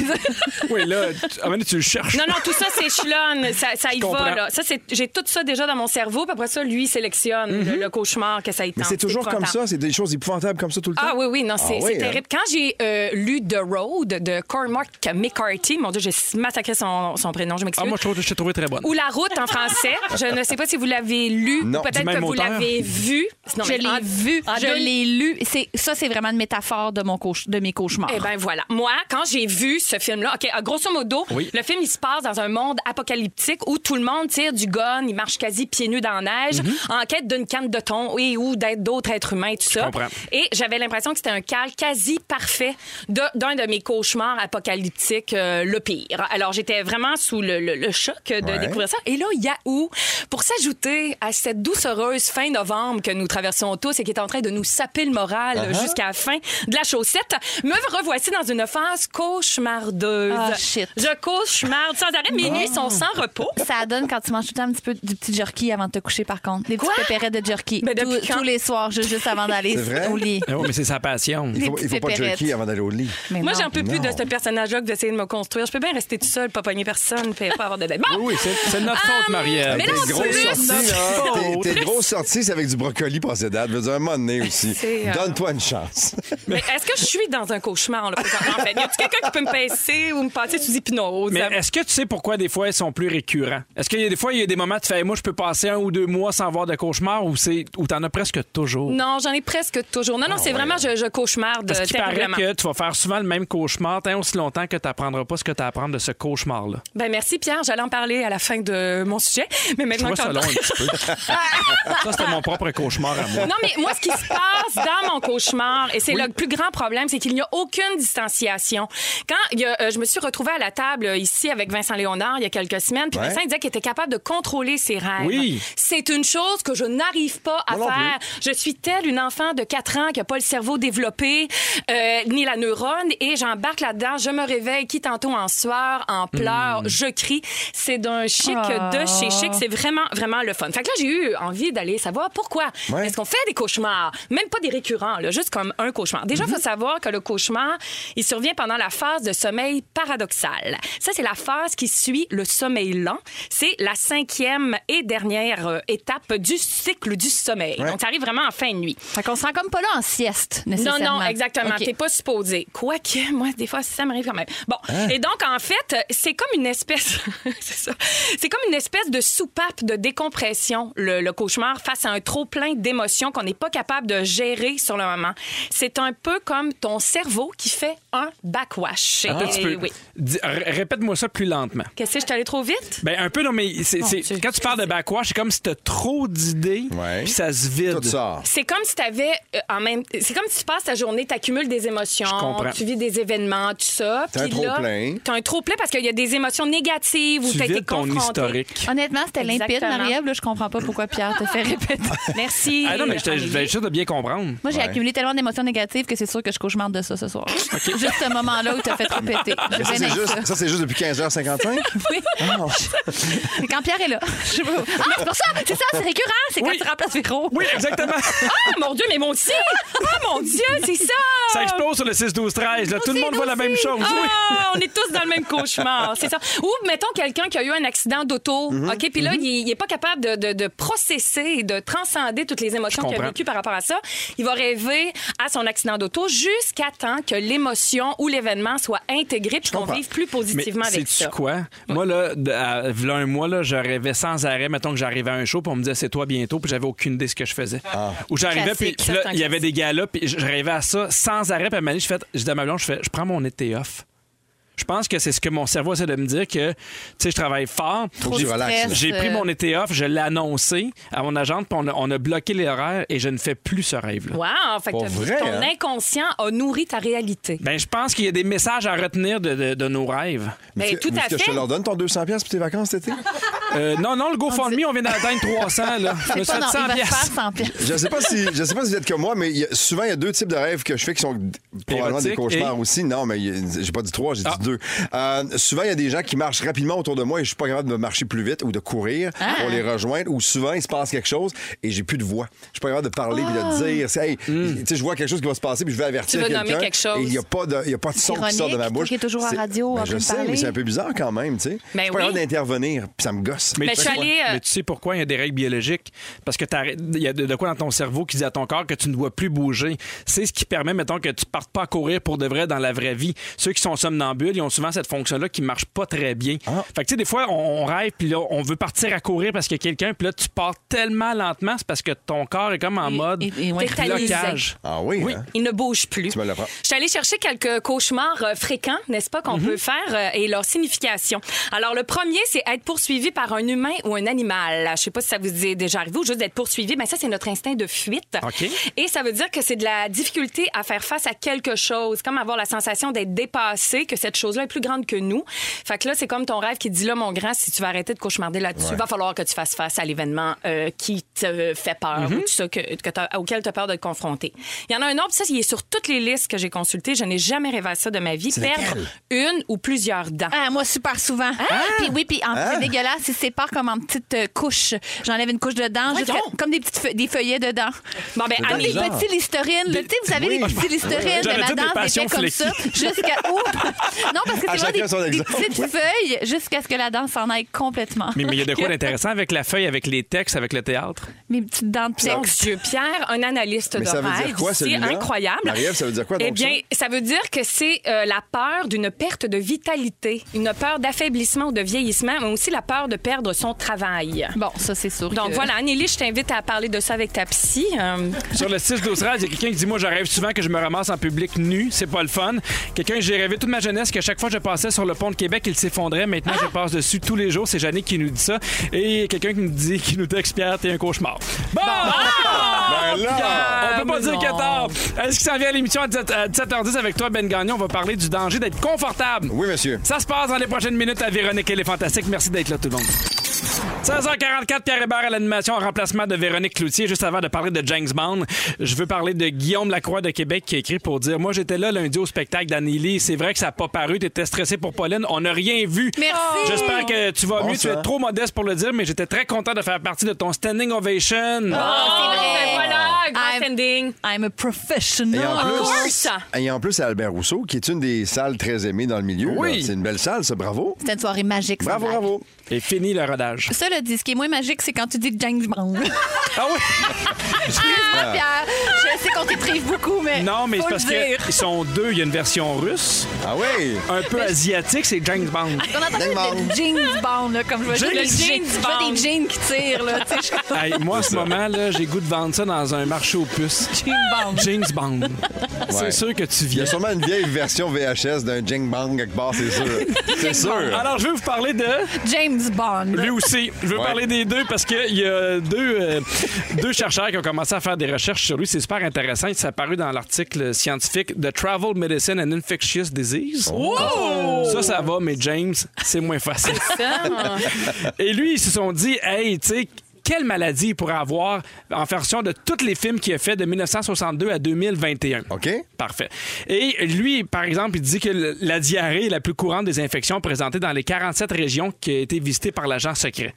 Speaker 4: Oui, là, tu... ah, mais là, tu le cherches.
Speaker 6: Non, non, tout ça, c'est échelonne. Ça, ça y
Speaker 4: comprends.
Speaker 6: va, là. Ça, c'est, j'ai tout ça déjà dans mon cerveau. Puis après ça, lui, sélectionne
Speaker 4: Mm-hmm.
Speaker 6: le, le cauchemar que ça y
Speaker 3: Mais
Speaker 6: tente.
Speaker 3: c'est toujours comme ça,
Speaker 6: épouvantable.
Speaker 3: c'est des choses épouvantables comme ça tout le
Speaker 4: Hein?
Speaker 3: temps.
Speaker 6: Ah oui, oui, non, c'est,
Speaker 3: Ah oui,
Speaker 6: c'est terrible. Quand j'ai euh, lu The Road de Cormac McCarthy, mon Dieu, j'ai massacré son, son prénom, je m'excuse.
Speaker 4: Ah, moi, je trouve que je t'ai trouvé très bonne.
Speaker 6: Ou La Route en français. Je ne sais pas si vous l'avez lu
Speaker 3: Non,
Speaker 6: ou
Speaker 4: du
Speaker 6: peut-être
Speaker 4: même
Speaker 6: que vous
Speaker 4: auteur.
Speaker 6: l'avez vu. Sinon,
Speaker 5: Je
Speaker 6: mais-
Speaker 5: l'ai
Speaker 6: Ah,
Speaker 5: vu,
Speaker 6: ah,
Speaker 5: je
Speaker 6: donne-
Speaker 5: l'ai lu. C'est- Ça, c'est vraiment une métaphore de, mon cauch- de mes cauchemars.
Speaker 6: Eh ben voilà. Moi, quand j'ai vu ce film-là, OK, euh, grosso modo,
Speaker 4: Oui.
Speaker 6: le film, il se passe dans un monde apocalyptique où tout le monde tire du gun, il marche quasi pieds nus dans la neige,
Speaker 4: Mhm.
Speaker 6: en quête d'une canne de thon et ou d'être d'autres êtres humains, tout ça.
Speaker 4: comprends.
Speaker 6: Et j'avais l'impression que c'était un calque quasi parfait de- d'un de, mes cauchemars apocalyptiques, euh, le pire. Alors, j'étais vraiment sous le, le- le choc de
Speaker 3: Ouais.
Speaker 6: découvrir ça. Et là, Yahoo, pour s'ajouter à cette douce heureuse fin novembre que nous traversons tous et qui est en train de nous saper le moral jusqu'à la fin de la chaussette, me revoici dans une phase cauchemardeuse.
Speaker 5: Ah, shit.
Speaker 6: Je cauchemarde sans arrêt. Mes nuits sont sans repos.
Speaker 5: Ça donne quand tu manges tout le temps un petit peu du petit jerky avant de te coucher, par contre. Des petites pépérettes de jerky.
Speaker 6: Ben, depuis
Speaker 5: Tous-
Speaker 6: quand?
Speaker 5: tous les soirs, ju- juste avant d'aller
Speaker 3: C'est vrai?
Speaker 5: au lit.
Speaker 4: Ah oui, mais c'est sa passion.
Speaker 3: Il faut,
Speaker 5: des
Speaker 3: il faut pas de
Speaker 5: petites
Speaker 3: jerky
Speaker 5: péperettes.
Speaker 3: avant d'aller au lit.
Speaker 5: Mais
Speaker 6: Moi,
Speaker 5: non.
Speaker 6: j'en peux plus
Speaker 3: Non.
Speaker 6: de ce personnage-là que d'essayer de me construire. Je peux bien rester tout seul, pas pogner personne, puis pas avoir de dette. Bon!
Speaker 4: Oui, oui, c'est c'est de notre faute, Marie-Ève.
Speaker 6: Ah, mais là,
Speaker 3: Tes
Speaker 6: c'est
Speaker 3: grosses
Speaker 6: plus
Speaker 3: sorties,
Speaker 4: notre
Speaker 3: là,
Speaker 4: faute.
Speaker 3: tes, tes grosses sorties, c'est avec du brocoli passé date. Je veux dire, un moment donné aussi.
Speaker 6: C'est, euh,
Speaker 3: Donne-toi une chance.
Speaker 6: Mais est-ce que je suis dans un cauchemar, là, présentement, en fait? Y a-t-il quelqu'un qui peut me pincer ou me passer sous hypnose?
Speaker 4: Mais euh, est-ce que tu sais pourquoi des fois ils sont plus récurrents? Est-ce qu'il y a des fois, il y a des moments, tu fais, moi, je peux passer un ou deux mois sans voir de cauchemar ou c'est, ou t'en as presque toujours?
Speaker 6: Non, j'en ai presque toujours. Non, non, c'est vraiment, je, je cauchemarde
Speaker 4: Ah, Parce qu'il paraît
Speaker 6: terriblement.
Speaker 4: que tu vas faire souvent le même cauchemar tant aussi longtemps que tu n'apprendras pas ce que tu as à apprendre de ce cauchemar-là.
Speaker 6: Ben, merci, Pierre. J'allais en parler à la fin de mon sujet. Mais
Speaker 4: Je
Speaker 6: maintenant
Speaker 4: vois ça
Speaker 6: qu'on-
Speaker 4: long un petit peu. ça, c'était mon propre cauchemar à moi.
Speaker 6: Non, mais moi, ce qui se passe dans mon cauchemar, et c'est le plus grand problème, c'est qu'il n'y a aucune distanciation. Quand il y a- euh, je me suis retrouvée à la table euh, ici avec Vincent Léonard il y a quelques semaines, puis
Speaker 3: Ouais.
Speaker 6: Vincent il disait qu'il était capable de contrôler ses rêves.
Speaker 4: Oui.
Speaker 6: C'est une chose que je n'arrive pas à
Speaker 3: Moi non
Speaker 6: faire. Je suis telle une enfant de 4 ans qui n'a pas le cerveau développé, euh, ni la neurone, et j'embarque là-dedans. Je me réveille, qui tantôt en sueur, en
Speaker 3: Hmm.
Speaker 6: pleurs, je crie. C'est d'un chic
Speaker 5: Ah.
Speaker 6: de chez chic. C'est vraiment, vraiment le fun. Fait que là, j'ai eu envie d'aller savoir pourquoi.
Speaker 3: Ouais.
Speaker 6: Est-ce qu'on fait des cauchemars? Même pas des récurrents, là, juste comme un cauchemar. Déjà, il faut savoir que le cauchemar, il survient pendant la phase de sommeil paradoxal. Ça, c'est la phase qui suit le sommeil lent. C'est la cinquième et dernière euh, étape du cycle du sommeil.
Speaker 3: Ouais.
Speaker 6: Donc, ça arrive vraiment en fin de nuit.
Speaker 5: Fait qu'on se rend comme pas là en sieste,
Speaker 6: Non,
Speaker 5: nécessairement.
Speaker 6: non, exactement.
Speaker 5: OK.
Speaker 6: T'es pas supposé. Quoique, moi, des fois, ça m'arrive quand même. Bon.
Speaker 4: Hein?
Speaker 6: Et donc, en fait, c'est comme une espèce. c'est ça. C'est comme une espèce de soupape de décompression, le, le cauchemar, face à un trop-plein d'émotions qu'on n'est pas capable de gérer sur le moment. C'est un peu comme ton cerveau qui fait un backwash.
Speaker 4: Attends Ah. un
Speaker 6: Et-
Speaker 4: petit peu.
Speaker 6: oui.
Speaker 4: Dis- r- Répète-moi ça plus lentement.
Speaker 6: Qu'est-ce que je suis allée trop vite?
Speaker 4: Ben un peu, non, mais c'est- c'est-
Speaker 6: Dieu.
Speaker 4: quand tu parles de backwash, c'est comme si t'as trop d'idées,
Speaker 3: Ouais.
Speaker 4: puis ça se vide.
Speaker 3: Tout sort.
Speaker 6: C'est comme si t'avais euh, en même. C'est comme si tu passes ta journée, t'accumules des émotions,
Speaker 4: Je comprends.
Speaker 6: tu vis des événements, tout ça.
Speaker 3: T'as un
Speaker 6: puis là,
Speaker 3: trop-plein.
Speaker 6: T'as un trop plein parce qu'il y a des émotions négatives ou
Speaker 4: Tu
Speaker 6: t'as été
Speaker 4: vides ton
Speaker 6: confronté. Ah,
Speaker 4: historique.
Speaker 5: Honnêtement, c'était limpide,
Speaker 6: Exactement.
Speaker 5: Marie-Ève. là, Je comprends pas pourquoi Pierre te fait répéter.
Speaker 6: Merci.
Speaker 4: Ah non, mais je te- je
Speaker 6: Olivier.
Speaker 4: vais être sûr de bien comprendre.
Speaker 5: Moi, j'ai
Speaker 3: Ouais.
Speaker 5: accumulé tellement d'émotions négatives que c'est sûr que je cauchemarde de ça ce soir. Juste ce moment-là où t'as fait répéter.
Speaker 3: Mais ça, c'est juste, ça, c'est juste depuis 15h55?
Speaker 5: C'est quand Pierre est là. Je sais pas. Ah, c'est pour ça! C'est ça, c'est récurrent! C'est quand
Speaker 4: Oui.
Speaker 5: tu remplaces Véro.
Speaker 4: Oui, exactement.
Speaker 6: Ah, mon Dieu, mais mon Dieu! Ah, mon Dieu, c'est ça!
Speaker 4: ça explose sur le 6-12-13. là. Tout le monde voit la même chose. Oui.
Speaker 6: Ah, on est tous dans le même cauchemar, c'est ça. Ou mettons quelqu'un qui a eu un accident d'auto,
Speaker 3: Mm-hmm.
Speaker 6: OK, puis là, il n'est pas capable de, de- de processer et de transcender toutes les émotions
Speaker 4: Je
Speaker 6: qu'il a
Speaker 4: comprends.
Speaker 6: vécues par rapport à ça. Il va rêver à son accident d'auto jusqu'à temps que l'émotion ou l'événement soit intégré puis qu'on
Speaker 3: comprends.
Speaker 6: vive plus positivement avec
Speaker 4: sais-tu
Speaker 6: ça.
Speaker 4: quoi? Moi, là, de- à- v'là un mois, là, je rêvais sans arrêt. Mettons que j'arrivais à un show, puis on me disait c'est toi bientôt, puis j'avais aucune idée de ce que je faisais. Ou j'arrivais, puis
Speaker 6: Classique.
Speaker 4: puis là,
Speaker 6: Ça, c'est un
Speaker 4: il y avait des
Speaker 6: classique.
Speaker 4: gars-là, puis je je rêvais à ça sans arrêt. Puis à un moment donné, je fais, je dis à ma blonde, je fais, je prends mon été off. Je pense que c'est ce que mon cerveau essaie de me dire que, tu sais, je travaille fort.
Speaker 3: Faut que tu
Speaker 5: de
Speaker 3: relaxes.
Speaker 5: stress. euh,
Speaker 3: là.
Speaker 4: J'ai pris mon été off, je l'ai annoncé à mon agente, puis on a, on a bloqué l'horaire et je ne fais plus ce rêve-là.
Speaker 6: Wow, fait que
Speaker 3: Pour
Speaker 6: t'as-
Speaker 3: vrai,
Speaker 6: ton
Speaker 3: hein?
Speaker 6: inconscient a nourri ta réalité.
Speaker 4: Ben, je pense qu'il y a des messages à retenir de, de- de nos rêves.
Speaker 3: Mais
Speaker 6: Ben,
Speaker 3: est-ce que-
Speaker 6: tout à
Speaker 3: est-ce que je te
Speaker 6: fait.
Speaker 3: leur donne ton 200$ piastres pour tes vacances cet été?
Speaker 4: Euh, non, non, le GoFundMe, on vient d'atteindre 300, là. Je me suis
Speaker 5: C'est pas
Speaker 4: fait
Speaker 5: non,
Speaker 4: 100
Speaker 5: il va se
Speaker 4: piastres.
Speaker 5: faire sans pièces.
Speaker 3: Je sais pas si je sais pas si vous êtes comme moi, mais il y a- souvent il y a deux types de rêves que je fais qui sont probablement des
Speaker 4: Érotiques
Speaker 3: cauchemars
Speaker 4: et-
Speaker 3: aussi. Non, mais il y a- j'ai pas dit trois, j'ai
Speaker 4: Ah.
Speaker 3: dit deux. Euh, souvent il y a des gens qui marchent rapidement autour de moi et je suis pas capable de marcher plus vite ou de courir
Speaker 5: Ah.
Speaker 3: pour les rejoindre. Ou souvent il se passe quelque chose et j'ai plus de voix. Je suis pas capable de parler puis
Speaker 5: Ah.
Speaker 3: de dire. c'est, Hey, tu sais, je vois quelque chose qui va se passer puis je vais avertir
Speaker 6: Tu vas
Speaker 3: quelqu'un.
Speaker 6: nommer quelque chose.
Speaker 3: Et il y a pas de il y a pas de son qui
Speaker 5: ironique,
Speaker 3: sort de ma bouche.
Speaker 5: toi qui es toujours à
Speaker 3: C'est-
Speaker 5: radio,
Speaker 3: Ben,
Speaker 5: en train
Speaker 3: je
Speaker 5: de
Speaker 3: sais, mais
Speaker 5: parler.
Speaker 3: c'est un peu bizarre quand même, tu sais. Je
Speaker 6: Ben
Speaker 3: suis pas capable
Speaker 6: oui.
Speaker 3: d'intervenir puis ça me gosse.
Speaker 6: Mais
Speaker 4: tu
Speaker 6: je suis
Speaker 4: sais-
Speaker 6: allée, euh,
Speaker 4: mais tu sais pourquoi il y a des règles biologiques? Parce que t'arrêtes- il y a de, de quoi dans ton cerveau qui dit à ton corps que tu ne dois plus bouger. C'est ce qui permet, mettons, que tu partes pas à courir pour de vrai dans la vraie vie. Ceux qui sont somnambules, ils ont souvent cette fonction-là qui marche pas très bien. Fait que tu sais, des fois, on, on rêve, puis là, on veut partir à courir parce que quelqu'un, puis là, tu pars tellement lentement, c'est parce que ton corps est comme en mode
Speaker 5: et- et ouais.
Speaker 6: Tétanisé.
Speaker 4: blocage.
Speaker 3: Ah oui.
Speaker 4: Oui.
Speaker 3: hein?
Speaker 6: Il ne bouge plus.
Speaker 3: Tu me l'apprends. Mhm.
Speaker 6: Je suis allée chercher quelques cauchemars euh, fréquents, n'est-ce pas, qu'on peut faire euh, et leur signification. Alors, le premier, c'est être poursuivi par un humain ou un animal. Je sais pas si ça vous est déjà arrivé ou juste d'être poursuivi. Mais ça, c'est notre instinct de fuite.
Speaker 4: OK.
Speaker 6: Et ça veut dire que c'est de la difficulté à faire face à quelque chose, comme avoir la sensation d'être dépassé, que cette chose-là est plus grande que nous. Fait que là, c'est comme ton rêve qui dit là, mon grand, si tu vas arrêter de cauchemarder là-dessus, va falloir que tu fasses face à l'événement euh, qui te fait peur
Speaker 5: Mhm.
Speaker 6: ou tout ça que, que t'as- auquel tu as peur de te confronter. Il y en a un autre, ça, il est sur toutes les listes que j'ai consultées. Je n'ai jamais rêvé à ça de ma vie. Perdre une ou plusieurs dents.
Speaker 5: Ah, moi, super souvent. Ah! Puis oui, puis en
Speaker 3: Ah!
Speaker 5: c'est dégueulasse. C'est sépare comme en petites euh, couches. J'enlève une couche dedans, juste
Speaker 6: donc.
Speaker 5: que- comme des, petites feuilles- des feuillets dedans.
Speaker 4: Ah,
Speaker 6: Bon, ben,
Speaker 5: Comme des
Speaker 6: Annie,
Speaker 5: petits listerines. là. Tu sais, vous savez, les petits listerines de
Speaker 4: J'aurais dit
Speaker 5: ma
Speaker 4: des
Speaker 5: danse,
Speaker 4: passions
Speaker 5: c'était comme ça. Jusqu'à. Ouh! Non, parce que
Speaker 3: À
Speaker 5: c'est
Speaker 3: chacun son
Speaker 5: vraiment des, des
Speaker 3: exemple.
Speaker 5: petites feuilles jusqu'à ce que la danse s'en aille complètement.
Speaker 4: Mais mais il y a de quoi d'intéressant avec la feuille, avec les textes, avec le théâtre.
Speaker 5: Mes petites dents de
Speaker 6: Mon
Speaker 5: texte.
Speaker 6: Dieu, Pierre, un analyste
Speaker 3: Mais
Speaker 6: de
Speaker 3: ça veut
Speaker 6: rêve,
Speaker 3: dire quoi,
Speaker 6: c'est
Speaker 3: celui-là?
Speaker 6: incroyable.
Speaker 3: Marie-Ève, ça veut dire quoi,
Speaker 6: Eh
Speaker 3: donc,
Speaker 6: bien, ça veut dire que c'est euh, la peur d'une perte de vitalité, une peur d'affaiblissement ou de vieillissement, mais aussi la peur de perdre son travail.
Speaker 5: Bon, ça, c'est sûr.
Speaker 6: Donc
Speaker 5: que-
Speaker 6: voilà, Anneli, je t'invite à parler de ça avec ta psy. Euh,
Speaker 4: Sur le 6 12 13, il y a quelqu'un qui dit Moi, je rêve souvent que je me ramasse en public nu, c'est pas le fun. Quelqu'un, j'ai rêvé toute ma jeunesse que chaque fois que je passais sur le pont de Québec, il s'effondrait. Maintenant, je passe dessus tous les jours. C'est Jannick qui nous dit ça. Et quelqu'un qui nous dit, qui nous texte Pierre, t'es un cauchemar. Bon! Ah!
Speaker 3: Ben là!
Speaker 4: On peut pas
Speaker 5: mais
Speaker 4: dire que
Speaker 5: non.
Speaker 4: tard. Est-ce qu'il s'en vient à l'émission à 17 à 17h10 avec toi, Ben Gagnon? On va parler du danger d'être confortable.
Speaker 3: Oui, monsieur.
Speaker 4: Ça se passe dans les prochaines minutes à Véronique et les Fantastiques. Merci d'être là, tout le monde. 16h44, Pierre Hébert à l'animation en remplacement de Véronique Cloutier. Juste avant de parler de James Bond, je veux parler de Guillaume Lacroix de Québec qui a écrit pour dire Moi, j'étais là lundi au spectacle d'Anneli. C'est vrai que ça n'a pas paru. T'étais stressé pour Pauline. On n'a rien vu.
Speaker 5: Merci.
Speaker 4: J'espère que tu vas
Speaker 3: Bon
Speaker 4: mieux. Tu
Speaker 3: sang.
Speaker 4: es trop modeste pour le dire, mais j'étais très content de faire partie de ton standing ovation.
Speaker 5: c'est vrai.
Speaker 6: Ben voilà, grand
Speaker 5: I'm-
Speaker 6: standing.
Speaker 3: Et en,
Speaker 5: I'm a
Speaker 4: Ah,
Speaker 5: professional.
Speaker 3: plus,
Speaker 6: course.
Speaker 3: et en plus, Albert Rousseau, qui est une des salles très aimées dans le milieu.
Speaker 4: Oui.
Speaker 3: là. C'est une belle salle, ça. Bravo.
Speaker 5: C'était une soirée magique. sans
Speaker 3: Bravo,
Speaker 5: blague.
Speaker 3: bravo.
Speaker 4: Et fini le rodage.
Speaker 5: Ça, le dit, ce qui est moins magique, c'est quand tu dis James Bond.
Speaker 4: Ah oui!
Speaker 5: Excuse-moi, Pierre. Je sais qu'on t'écrive beaucoup, mais.
Speaker 4: Ah. Non, mais
Speaker 5: faut
Speaker 4: c'est
Speaker 5: le
Speaker 4: parce
Speaker 5: dire.
Speaker 4: qu'ils sont deux. Il y a une version russe,
Speaker 3: Ah oui.
Speaker 4: un peu asiatique, c'est James Bond.
Speaker 5: On entend
Speaker 3: James
Speaker 5: le jeans bond, là, comme je vois
Speaker 4: James
Speaker 5: le jean-
Speaker 6: Bond.
Speaker 5: je vois des jeans qui tirent, là. Tu sais, je-
Speaker 4: Hey, moi, en ce moment, là, j'ai goût de vendre ça dans un marché aux puces.
Speaker 5: James Bond.
Speaker 4: James Bond. Ah, C'est
Speaker 3: Ouais.
Speaker 4: sûr que tu
Speaker 3: Il y
Speaker 4: viens.
Speaker 3: a sûrement une vieille version VHS d'un Jing Bang quelque part, c'est sûr. c'est sûr.
Speaker 4: Alors, je veux vous parler de
Speaker 5: James Bond.
Speaker 4: lui aussi. Je veux
Speaker 3: Ouais.
Speaker 4: parler des deux parce qu'il y a deux, euh, deux chercheurs qui ont commencé à faire des recherches sur lui. C'est super intéressant. Ça a paru dans l'article scientifique The Travel Medicine and Infectious Disease.
Speaker 3: Oh!
Speaker 4: Ça, ça va, mais James, c'est moins facile.
Speaker 6: ah,
Speaker 4: Et lui, ils se sont dit, hey, tu sais, quelle maladie il pourrait avoir en fonction de tous les films qu'il a fait de 1962 à 2021.
Speaker 3: OK?
Speaker 4: Parfait. Et lui, par exemple, il dit que le- la diarrhée est la plus courante des infections présentées dans les 47 régions qui a été visitées par l'agent secret.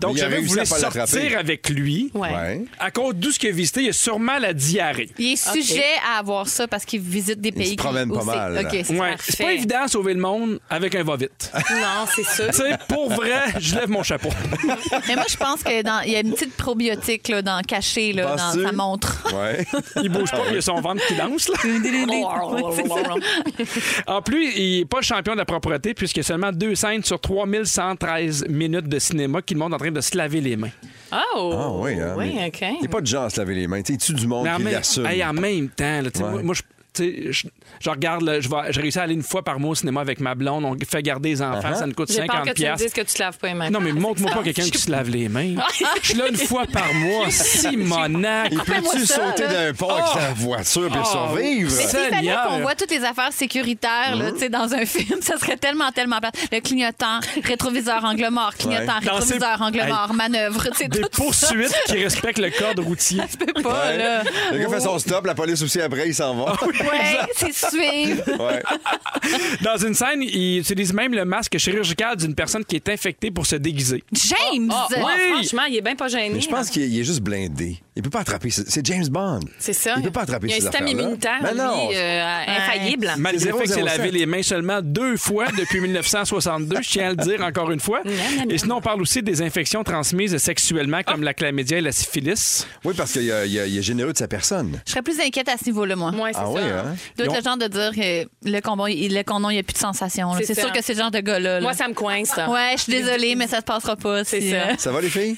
Speaker 4: Donc,
Speaker 3: Mais il a
Speaker 4: j'avais
Speaker 3: réussi
Speaker 4: voulu
Speaker 3: à pas l'attraper.
Speaker 4: sortir avec lui.
Speaker 5: Ah. Ouais.
Speaker 3: Ouais.
Speaker 4: À cause de tout ce qu'il a visité, il y a sûrement la diarrhée.
Speaker 5: Il est sujet à avoir ça parce qu'il visite des pays.
Speaker 3: se promène
Speaker 5: qui-
Speaker 3: pas
Speaker 5: où
Speaker 3: mal.
Speaker 5: c'est- OK, c'est
Speaker 4: Ouais.
Speaker 5: parfait.
Speaker 4: C'est pas évident de sauver le monde avec un va-vite.
Speaker 6: Non, c'est sûr.
Speaker 4: tu sais, pour vrai, je lève mon chapeau.
Speaker 5: Mais moi, je pense qu'il y a une petite probiotique là, dans, cachée là, dans
Speaker 3: Penses-tu?
Speaker 5: sa montre.
Speaker 3: Ouais.
Speaker 4: Il bouge pas, il y a son ventre qui danse. Là. En plus, il n'est pas champion de la propreté puisqu'il y a seulement deux scènes sur 3113 minutes de cinéma qui le montrent en train de se laver les mains.
Speaker 6: Oh!
Speaker 3: Ah oui, hein,
Speaker 6: Oui,
Speaker 3: mais-
Speaker 6: OK.
Speaker 3: Il n'y a pas de gens à se laver les mains. Tu tu du monde
Speaker 4: Mais en
Speaker 3: qui
Speaker 4: même,
Speaker 3: l'assume.
Speaker 4: hey, en même temps, là, tu sais,
Speaker 3: Ouais.
Speaker 4: moi, moi, je. tu sais, Je, je regarde, là, je, vais, je réussis à aller une fois par mois au cinéma avec ma blonde. On fait garder les enfants, ça nous coûte
Speaker 6: J'ai peur que
Speaker 4: 50$.
Speaker 6: tu me dises que tu te laves pas les mains.
Speaker 4: Non, mais montre-moi pas quelqu'un qui se lave les mains. Je suis là une fois par mois, Simonac.
Speaker 3: Il peut-tu sauter d'un pont avec
Speaker 4: Oh!
Speaker 3: sa voiture puis
Speaker 4: Oh!
Speaker 3: survivre?
Speaker 4: Mais
Speaker 5: S'il fallait
Speaker 4: Seigneur. Mm-hmm.
Speaker 5: qu'on voit toutes les affaires sécuritaires là, tu sais, dans un film, ça serait tellement, tellement plat. Le clignotant, rétroviseur angle mort, clignotant,
Speaker 4: Ouais. Dans ces-
Speaker 5: rétroviseur angle
Speaker 4: Hey.
Speaker 5: mort, manœuvre. tu sais,
Speaker 4: Des
Speaker 5: tout ça.
Speaker 4: poursuites qui respectent le code routier.
Speaker 5: pas,
Speaker 3: Ouais.
Speaker 5: là.
Speaker 3: Le gars fait
Speaker 4: Oh!
Speaker 3: son stop, la police aussi après, il s'en
Speaker 4: Ah
Speaker 3: va.
Speaker 5: Ouais, c'est suivre.
Speaker 3: Ouais.
Speaker 4: Dans une scène, il utilise même le masque chirurgical d'une personne qui est infectée pour se déguiser.
Speaker 5: James!
Speaker 6: Ah, ouais,
Speaker 4: Oui.
Speaker 6: Franchement, il est bien pas gêné.
Speaker 3: Mais je pense
Speaker 6: hein.
Speaker 3: qu'il est, il est juste blindé. Il peut pas attrapper. ce- C'est James Bond.
Speaker 6: c'est ça.
Speaker 3: Il peut pas attraper
Speaker 6: Il y a un
Speaker 3: ces
Speaker 6: système
Speaker 3: affaires-là.
Speaker 6: immunitaire,
Speaker 3: Mais non.
Speaker 6: lui, euh, infaillible.
Speaker 4: Malgré le fait que c'est
Speaker 3: 007.
Speaker 4: lavé les mains seulement deux fois depuis 1962, je tiens à le dire encore une fois. Et sinon, on parle aussi des infections transmises sexuellement
Speaker 3: Ah!
Speaker 4: comme la chlamydia et la syphilis.
Speaker 3: Oui, parce qu'il a- il a- il est généreux de sa personne.
Speaker 5: Je serais plus inquiète à ce niveau-là, moi.
Speaker 6: Ouais, c'est
Speaker 3: Ah
Speaker 6: ça.
Speaker 3: oui, hein?
Speaker 5: doit être
Speaker 4: Ils
Speaker 5: le genre de dire que le condom, il- le condom, il n'y a plus de sensation. là.
Speaker 6: C'est
Speaker 5: C'est
Speaker 6: ça.
Speaker 5: sûr que c'est le genre de gars-là. là.
Speaker 6: Moi, ça me coince. ça.
Speaker 5: Ouais, je suis désolée, mais ça se passera pas.
Speaker 6: C'est
Speaker 5: si,
Speaker 6: ça.
Speaker 5: euh,
Speaker 3: Ça va, les filles?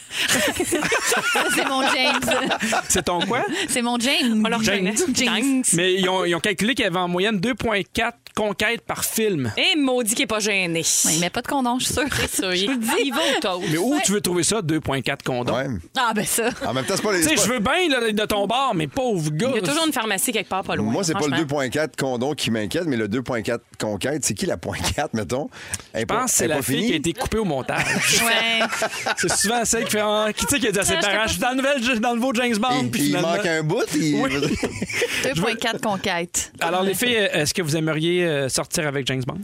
Speaker 5: c'est mon James.
Speaker 3: Ah!
Speaker 4: C'est ton quoi?
Speaker 5: C'est mon James.
Speaker 6: On leur
Speaker 4: James.
Speaker 6: connaît.
Speaker 5: James.
Speaker 6: James.
Speaker 4: Mais ils ont, ils ont calculé qu'il y avait en moyenne 2,4 conquêtes par film.
Speaker 6: Et maudit qu'il est pas gêné.
Speaker 5: Ouais, il met pas de condom, je suis sûre.
Speaker 6: C'est ça, il, il va au toast.
Speaker 4: Mais où tu veux trouver ça, 2,4 condoms?
Speaker 3: Ouais.
Speaker 5: Ah, ben ça.
Speaker 3: En même temps, c'est pas les.
Speaker 4: Tu sais,
Speaker 3: c'est
Speaker 4: je
Speaker 3: pas-
Speaker 4: veux bien là, de ton bar, mais pauvre gars.
Speaker 6: Il y a toujours une pharmacie quelque part pas loin.
Speaker 3: Moi, c'est pas le
Speaker 6: franchement.
Speaker 3: 2.4 condom qui m'inquiète, mais le 2.4 conquête, c'est qui la point 4, mettons?
Speaker 4: Je pense que c'est la fille qui a été coupée au montage.
Speaker 5: Ouais.
Speaker 4: c'est souvent celle qui fait un- qui, tu sais, qui a dit à ses
Speaker 6: Ah, je
Speaker 4: parents,
Speaker 6: t'ai
Speaker 4: je suis dans le, nouvel- dans le nouveau James Bond.
Speaker 3: Il,
Speaker 4: Puis
Speaker 3: il
Speaker 4: finalement-
Speaker 3: manque un bout. Il...
Speaker 4: Oui.
Speaker 5: 2.4 conquêtes.
Speaker 4: Alors, les filles, euh, est-ce que vous aimeriez euh, sortir avec James Bond?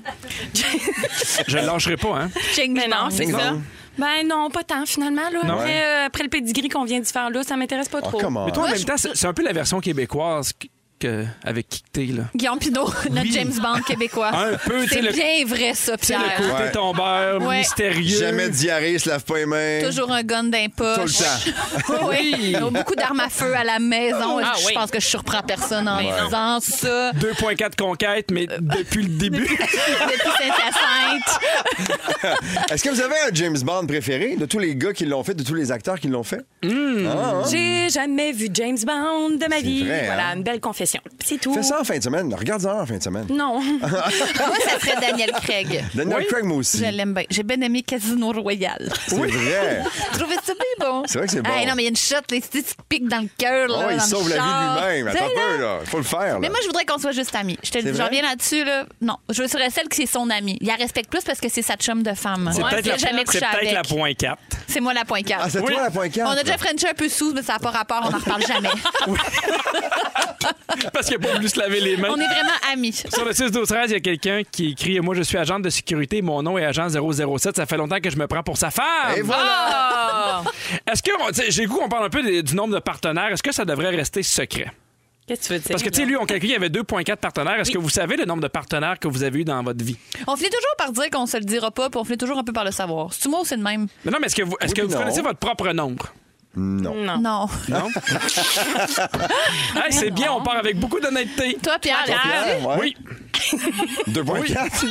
Speaker 4: Je ne lâcherai pas, hein?
Speaker 5: James
Speaker 6: Mais non,
Speaker 5: Bond.
Speaker 6: c'est ça. Ben non, pas tant finalement. Là.
Speaker 4: Non.
Speaker 6: Après, euh, après le pedigree qu'on vient de faire là, ça m'intéresse pas
Speaker 3: Oh,
Speaker 6: trop.
Speaker 3: come on.
Speaker 4: Mais toi, en même temps, c'est c'est un peu la version québécoise que- que, avec qui que t'es, là.
Speaker 5: Guillaume Pinot, notre
Speaker 4: Oui.
Speaker 5: James Bond québécois.
Speaker 4: Un peu, tu sais,
Speaker 5: C'est
Speaker 4: le-
Speaker 5: bien vrai, ça,
Speaker 4: Tu sais, le
Speaker 5: Pierre.
Speaker 4: côté
Speaker 3: Ouais.
Speaker 4: tombeur,
Speaker 5: Ouais.
Speaker 4: mystérieux.
Speaker 3: Jamais de diarrhée, il se lave pas les mains.
Speaker 5: Toujours un gun
Speaker 3: Tout
Speaker 5: d'impôt.
Speaker 3: le temps.
Speaker 5: Oui. Ils ont beaucoup d'armes à feu à la maison.
Speaker 6: Ah
Speaker 5: je
Speaker 6: oui.
Speaker 5: pense que je surprends personne en
Speaker 6: Mais non.
Speaker 5: disant ça.
Speaker 4: 2.4 conquêtes,
Speaker 5: Euh,
Speaker 4: mais depuis le début.
Speaker 5: Depuis Saint-Hyacinthe.
Speaker 3: Est-ce que vous avez un James Bond préféré de tous les gars qui l'ont fait, de tous les acteurs qui l'ont fait?
Speaker 6: J'ai jamais vu James Bond de ma
Speaker 3: hein? C'est
Speaker 6: vie.
Speaker 3: vrai,
Speaker 6: voilà,
Speaker 3: hein?
Speaker 6: une belle expression. C'est tout.
Speaker 3: Fais ça en fin de semaine. Regarde-en en fin de semaine.
Speaker 6: Non.
Speaker 5: Moi, ça serait Daniel Craig.
Speaker 3: Daniel Craig, moi aussi.
Speaker 5: Je l'aime bien. J'ai bien aimé Casino Royal.
Speaker 3: C'est vrai. Ah
Speaker 5: Trouvez ça bien bon.
Speaker 3: C'est vrai que c'est bon.
Speaker 5: Hey, non, mais il y a une shot, les petits qui piquent dans le cœur. là,
Speaker 3: Ah ouais, il
Speaker 5: dans le
Speaker 3: sauve la
Speaker 5: char.
Speaker 3: vie lui-même. Attends
Speaker 5: Tu sais,
Speaker 3: un
Speaker 5: là.
Speaker 3: peu, là. Faut le faire, là.
Speaker 5: Mais moi, je voudrais qu'on soit juste amis. Je te le
Speaker 3: C'est
Speaker 5: dis, j'en
Speaker 3: vrai?
Speaker 5: viens là-dessus. Là. Non, je serais celle qui est son amie. Il la respecte plus parce que c'est sa chum de femme.
Speaker 4: C'est
Speaker 5: Ouais,
Speaker 4: peut-être
Speaker 5: il a
Speaker 4: la,
Speaker 5: jamais couché
Speaker 4: c'est peut-être
Speaker 5: avec.
Speaker 4: la point 4.
Speaker 5: C'est moi la point 4.
Speaker 3: Ah, c'est
Speaker 4: Oui.
Speaker 3: toi la point
Speaker 5: on
Speaker 3: quatre,
Speaker 5: a déjà
Speaker 3: là.
Speaker 5: Frenché un peu sous, mais ça n'a pas rapport, on n'en reparle jamais.
Speaker 4: Parce qu'il a pas voulu se laver les mains.
Speaker 5: on est vraiment amis.
Speaker 4: Sur le 6-12-13, il y a quelqu'un qui écrit Moi, je suis agent de sécurité, mon nom est agent 007. Ça fait longtemps que je me prends pour sa femme.
Speaker 3: Et voilà.
Speaker 6: Ah!
Speaker 4: Est-ce que, tu sais, j'ai le goût qu'on parle un peu des- du nombre de partenaires. Est-ce que ça devrait rester secret?
Speaker 6: Qu'est-ce que tu veux dire?
Speaker 4: Parce que, tu sais, lui, on calcule, il y avait 2,4 partenaires. Est-ce
Speaker 6: Oui.
Speaker 4: que vous savez le nombre de partenaires que vous avez eu dans votre vie?
Speaker 5: On finit toujours par dire qu'on se le dira pas, puis on finit toujours un peu par le savoir. C'est moi ou c'est le même?
Speaker 4: Mais non, mais est-ce que vous, est-ce
Speaker 3: Oui,
Speaker 4: que
Speaker 3: puis
Speaker 4: vous
Speaker 3: non.
Speaker 4: connaissez votre propre nombre?
Speaker 3: Non.
Speaker 6: Non.
Speaker 5: Non.
Speaker 4: Non? Hey, c'est bien, on part avec beaucoup d'honnêteté.
Speaker 5: Toi, Pierre,
Speaker 3: Pierre, ouais.
Speaker 4: Oui.
Speaker 3: 2.4.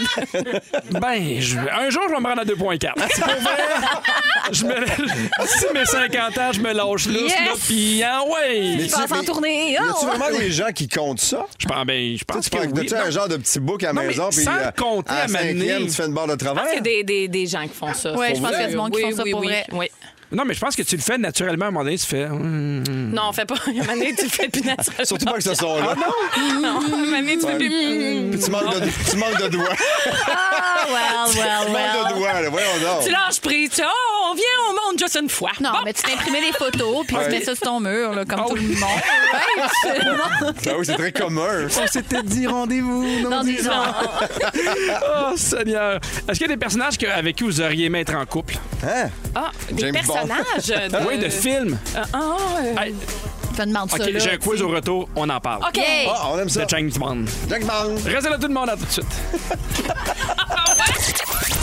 Speaker 4: Ben, je- un jour, je vais me rendre à 2.4. C'est pour vrai. Je me... Si mes 50 ans, je me lâche lousse,
Speaker 5: Yes!
Speaker 4: là, pis ah ouais!
Speaker 3: tu-
Speaker 6: Je pense en tournée.
Speaker 3: Y
Speaker 6: Oh!
Speaker 3: a-tu vraiment des gens qui comptent ça?
Speaker 4: Je pense, ben, je pense
Speaker 3: tu
Speaker 4: que
Speaker 3: penses
Speaker 4: oui.
Speaker 3: tu
Speaker 4: Non.
Speaker 3: un genre de petit bouc à la
Speaker 4: Non, mais
Speaker 3: maison, puis
Speaker 4: sans
Speaker 3: euh,
Speaker 4: compter à
Speaker 3: à la cinquième,
Speaker 4: m'amener.
Speaker 3: tu fais une barre de
Speaker 6: Ah,
Speaker 3: travail?
Speaker 6: c'est des, des, des gens qui font ça.
Speaker 5: Ouais,
Speaker 6: Pour
Speaker 5: je
Speaker 6: vrai.
Speaker 5: pense qu'il y a du monde qui
Speaker 6: Oui,
Speaker 5: font ça
Speaker 6: oui,
Speaker 5: pour
Speaker 6: oui.
Speaker 5: vrai.
Speaker 6: Oui.
Speaker 4: Non, mais je pense que tu le fais naturellement. À un moment donné, tu fais... hum,
Speaker 6: Non, on fait pas. À un moment donné, tu le fais plus naturellement.
Speaker 3: Surtout pas que ce soit là.
Speaker 6: Non, à un
Speaker 4: Mm.
Speaker 6: moment donné, tu fais plus.
Speaker 3: Puis tu manques de, tu manques de doigts.
Speaker 5: Ah, well,
Speaker 3: tu
Speaker 5: well,
Speaker 3: manques de
Speaker 5: well.
Speaker 3: doigts, là. Voyons donc.
Speaker 6: Tu lâches prise. Tu, oh, on vient au monde juste une fois.
Speaker 5: Non,
Speaker 6: Bon.
Speaker 5: mais tu t'imprimais les photos, puis tu mets ça sur ton mur, là, comme
Speaker 4: Ah
Speaker 5: tout
Speaker 4: oui.
Speaker 5: le monde.
Speaker 3: Ah oui, c'est très commun. On s'était dit rendez-vous.
Speaker 5: Dans dix ans.
Speaker 3: Ah.
Speaker 4: Oh, Seigneur! Est-ce qu'il y a des personnages que- avec qui vous auriez aimé être en couple?
Speaker 3: Hein?
Speaker 6: Ah, des
Speaker 3: James Bond.
Speaker 6: personnages. de-
Speaker 4: Oui, de films.
Speaker 6: Ah, euh,
Speaker 4: Hey,
Speaker 5: Je te demande
Speaker 4: OK,
Speaker 5: ça, là.
Speaker 4: j'ai un quiz au retour. On en parle.
Speaker 6: OK.
Speaker 3: Ah, on aime ça.
Speaker 4: De James Bond.
Speaker 3: Jack Bang.
Speaker 4: Restez là tout le monde, à tout de suite.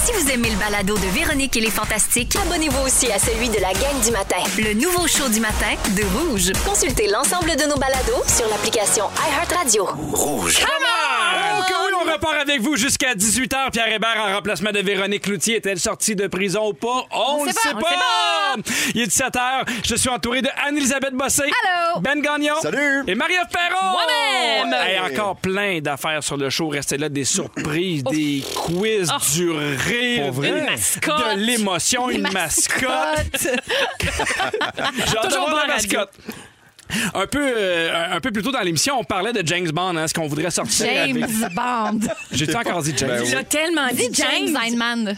Speaker 1: Si vous aimez le balado de Véronique et les Fantastiques,
Speaker 2: Abonnez-vous aussi à celui de la gang du matin.
Speaker 1: le nouveau show du matin de Rouge.
Speaker 2: Consultez l'ensemble de nos balados sur l'application iHeartRadio.
Speaker 4: Ah, ok, oui, on repart avec vous jusqu'à 18h. Pierre Hébert en remplacement de Véronique Cloutier. Est-elle sortie de prison ou pas? On ne
Speaker 5: sait
Speaker 4: sait
Speaker 5: pas,
Speaker 4: pas! Il est 17h. Je suis entouré de Anne-Elisabeth Bossé.
Speaker 5: Allô.
Speaker 4: Ben Gagnon.
Speaker 3: Salut.
Speaker 4: Et Marie-Ève Perron.
Speaker 6: Moi-même.
Speaker 4: Et encore plein d'affaires sur le show. Restez là, des surprises, des quiz, du rire.
Speaker 3: Pour vrai?
Speaker 4: de-
Speaker 3: Une
Speaker 6: mascotte.
Speaker 4: De l'émotion, une mascotte. J'adore
Speaker 6: Toujours
Speaker 4: la
Speaker 6: bon radio.
Speaker 4: mascotte. Un peu, euh, un peu plus tôt dans l'émission, on parlait de James Bond, hein, ce qu'on voudrait sortir avec.
Speaker 5: James Bond.
Speaker 4: J'ai-tu encore dit James?
Speaker 3: Ben oui.
Speaker 6: J'ai tellement dit
Speaker 5: James
Speaker 6: James.
Speaker 5: Einman.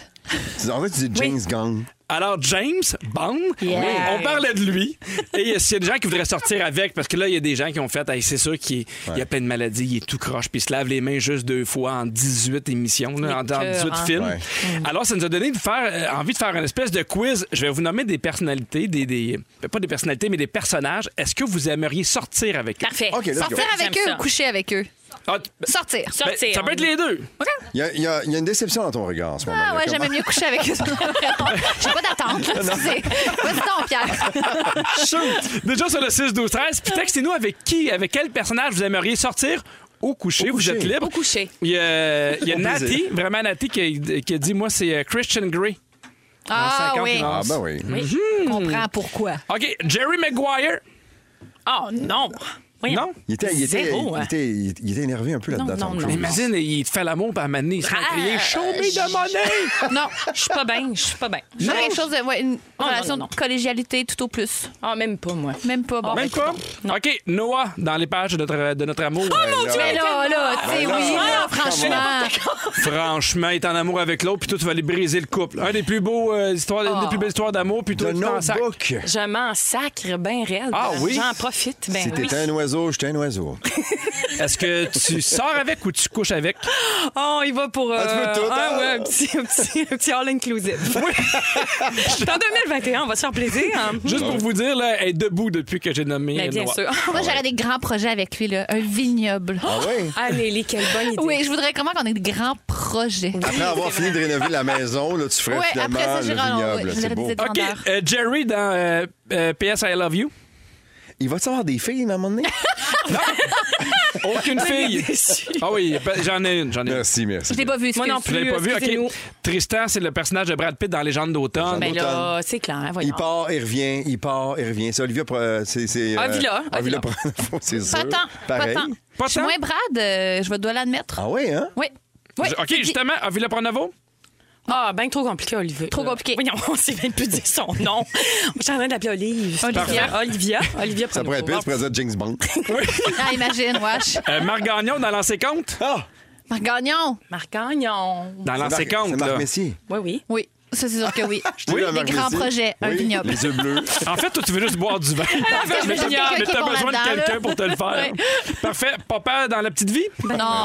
Speaker 3: En fait, tu dis James Gang.
Speaker 4: Alors, James Bond,
Speaker 5: Yeah.
Speaker 4: oui, on parlait de lui. Et s'il y a des gens qui voudraient sortir avec, parce que là, il y a des gens qui ont fait, Hey, c'est sûr qu'il est- il y a plein de maladies, il est tout croche, puis il se lave les mains juste deux fois en 18 émissions, là, en, en 18
Speaker 6: hein.
Speaker 4: films.
Speaker 3: Ouais.
Speaker 4: Alors, ça nous a donné de faire, euh, envie de faire une espèce de quiz. Je vais vous nommer des personnalités, des, des- pas des personnalités, mais des personnages. Est-ce que vous aimeriez sortir avec eux?
Speaker 6: Parfait.
Speaker 3: OK, let's go.
Speaker 5: Sortir avec
Speaker 6: J'aime
Speaker 5: eux
Speaker 6: ça.
Speaker 5: ou coucher avec eux?
Speaker 4: Ah, t- ben,
Speaker 5: Sortir.
Speaker 6: Sortir.
Speaker 4: ça peut être les deux.
Speaker 3: Il y a, il y a- il y a une déception dans ton regard en ce moment.
Speaker 5: Ah ouais,
Speaker 3: Comment-
Speaker 5: j'aimais mieux coucher avec eux. J'ai pas d'attente, là, excusez. Vas-y donc, Pierre.
Speaker 4: Shoot! Déjà sur le 6, 12, 13. Puis textez-nous avec qui, avec quel personnage vous aimeriez sortir au coucher.
Speaker 3: Au
Speaker 4: vous
Speaker 3: coucher.
Speaker 4: êtes libre.
Speaker 6: Au coucher.
Speaker 4: Il y a, il y a
Speaker 3: Au plaisir.
Speaker 4: Natty, vraiment Natty, qui, a- qui a dit Moi, c'est euh, Christian Grey.
Speaker 5: Ah
Speaker 4: 50
Speaker 5: oui,
Speaker 4: nuances.
Speaker 3: Ah, ben oui.
Speaker 5: je comprends pourquoi.
Speaker 4: OK, Jerry Maguire.
Speaker 6: Oh non. Voyons.
Speaker 4: Non?
Speaker 3: Il était, il, était,
Speaker 6: Zéro,
Speaker 3: il,
Speaker 6: hein.
Speaker 3: était, il était- il était énervé un peu là-dedans.
Speaker 6: Non,
Speaker 3: Tom
Speaker 6: non,
Speaker 3: Cruise.
Speaker 6: non.
Speaker 4: Imagine, il te fait l'amour par manier sans crier Show me the money!
Speaker 6: Non, je suis pas bien. Je suis pas bien.
Speaker 5: Je veux quelque chose de, ouais, une
Speaker 6: non,
Speaker 5: relation
Speaker 6: non, non.
Speaker 5: de collégialité tout au plus.
Speaker 6: Ah, même pas moi.
Speaker 5: Même pas bon.
Speaker 4: Même pas? Oh, OK, Noah, dans les pages de notre, de notre amour.
Speaker 3: Ben là,
Speaker 5: Mais là, là, tu sais,
Speaker 3: Ben là,
Speaker 5: oui, là,
Speaker 3: come on.
Speaker 5: franchement.
Speaker 4: Franchement, il est en amour avec l'autre, puis toi, tu vas aller briser le couple. Un des plus beaux euh, histoires, une des plus belles histoires d'amour, puis toi,
Speaker 3: The
Speaker 4: tu t'en sac.
Speaker 3: Notebook.
Speaker 6: Je m'en sacre bien réel.
Speaker 4: Ah oui?
Speaker 6: J'en profite. Ben
Speaker 3: C'était
Speaker 6: oui.
Speaker 3: un oiseau, j'étais un oiseau.
Speaker 4: Est-ce que tu sors avec ou tu couches avec?
Speaker 6: Oh, il va pour.
Speaker 3: Ah, tu veux tout,
Speaker 6: ah,
Speaker 3: hein?
Speaker 6: ouais, un petit, un petit, un petit all-inclusive. Oui. en 2021, on va se faire plaisir. hein?
Speaker 4: Juste pour vous dire, là, elle est debout depuis que j'ai nommé
Speaker 6: Mais Ben, bien
Speaker 4: Noah.
Speaker 6: sûr.
Speaker 5: Moi, j'aurais des grands projets avec lui, là. Un vignoble.
Speaker 3: Ah oui?
Speaker 6: Ah, Lélie, quelle bonne idée.
Speaker 5: Oui, je voudrais comment qu'on ait des grands projets.
Speaker 3: Après avoir fini de rénover la maison, là, tu ferais
Speaker 5: Ouais,
Speaker 3: finalement
Speaker 5: après ça, j'irai en-
Speaker 3: le
Speaker 5: ouais,
Speaker 3: vignoble.
Speaker 5: je
Speaker 3: C'est
Speaker 5: vais
Speaker 3: beau.
Speaker 5: réaliser-
Speaker 4: OK,
Speaker 5: Grandeur.
Speaker 4: euh, Jerry dans euh, euh, PS I Love You.
Speaker 3: Il va-tu avoir des filles à un moment donné?
Speaker 4: Aucune fille. Ah oui, j'en ai une, j'en ai une.
Speaker 3: Merci, merci.
Speaker 5: Je l'ai pas vu,
Speaker 6: Moi non
Speaker 5: excuse.
Speaker 4: Tu l'avais pas vu?
Speaker 6: Excusez-nous.
Speaker 4: OK. Tristan, c'est le personnage de Brad Pitt dans Légende d'automne.
Speaker 6: Ben là, c'est clair, voyons.
Speaker 3: Il part, il revient, il part, il revient. C'est Olivia. Pro- C'est, c'est, euh,
Speaker 6: Avila,
Speaker 3: Avila
Speaker 6: Avila.
Speaker 3: Pro- c'est sûr.
Speaker 5: Pas tant,
Speaker 3: Pareil.
Speaker 5: pas tant.
Speaker 4: Pas
Speaker 5: Je suis
Speaker 4: tant?
Speaker 5: moins Brad, euh, je dois l'admettre.
Speaker 3: Ah oui, hein?
Speaker 5: Oui. Oui.
Speaker 4: Je- OK, justement, à Villa-Pronovo?
Speaker 6: Ah, ben trop compliqué, Olivier.
Speaker 5: Trop compliqué.
Speaker 6: Voyons, on sait même plus dire son nom. Je suis en train de l'appeler Olive. Olivia. Olivia. Olivia
Speaker 3: Ça pourrait être pire, tu pourrais dire James Bond.
Speaker 5: Ah, imagine, wesh.
Speaker 4: Euh, Marc Gagnon dans Lancé Compte?
Speaker 3: Ah!
Speaker 5: Marc Gagnon.
Speaker 6: Marcagnon.
Speaker 4: Dans
Speaker 3: C'est
Speaker 4: Lancé
Speaker 3: Marc- C'est
Speaker 4: Compte,
Speaker 3: Marc
Speaker 4: là.
Speaker 3: Messier.
Speaker 6: Oui, oui.
Speaker 5: Oui, ça, c'est sûr que oui.
Speaker 3: Je t'ai dit,
Speaker 5: des
Speaker 3: Marc
Speaker 5: grands
Speaker 3: Messier.
Speaker 5: projets, un
Speaker 3: Oui,
Speaker 5: vignoble.
Speaker 3: Les yeux bleus.
Speaker 4: En fait, toi, tu veux juste boire du vin.
Speaker 6: Ah,
Speaker 5: je veux
Speaker 4: Mais t'as-
Speaker 5: juste quelqu'un
Speaker 4: mais
Speaker 5: qui est
Speaker 4: t'as
Speaker 5: bon
Speaker 4: besoin de
Speaker 5: là-dedans,
Speaker 4: quelqu'un
Speaker 5: là.
Speaker 4: pour te le faire. Parfait. Papa dans La Petite Vie?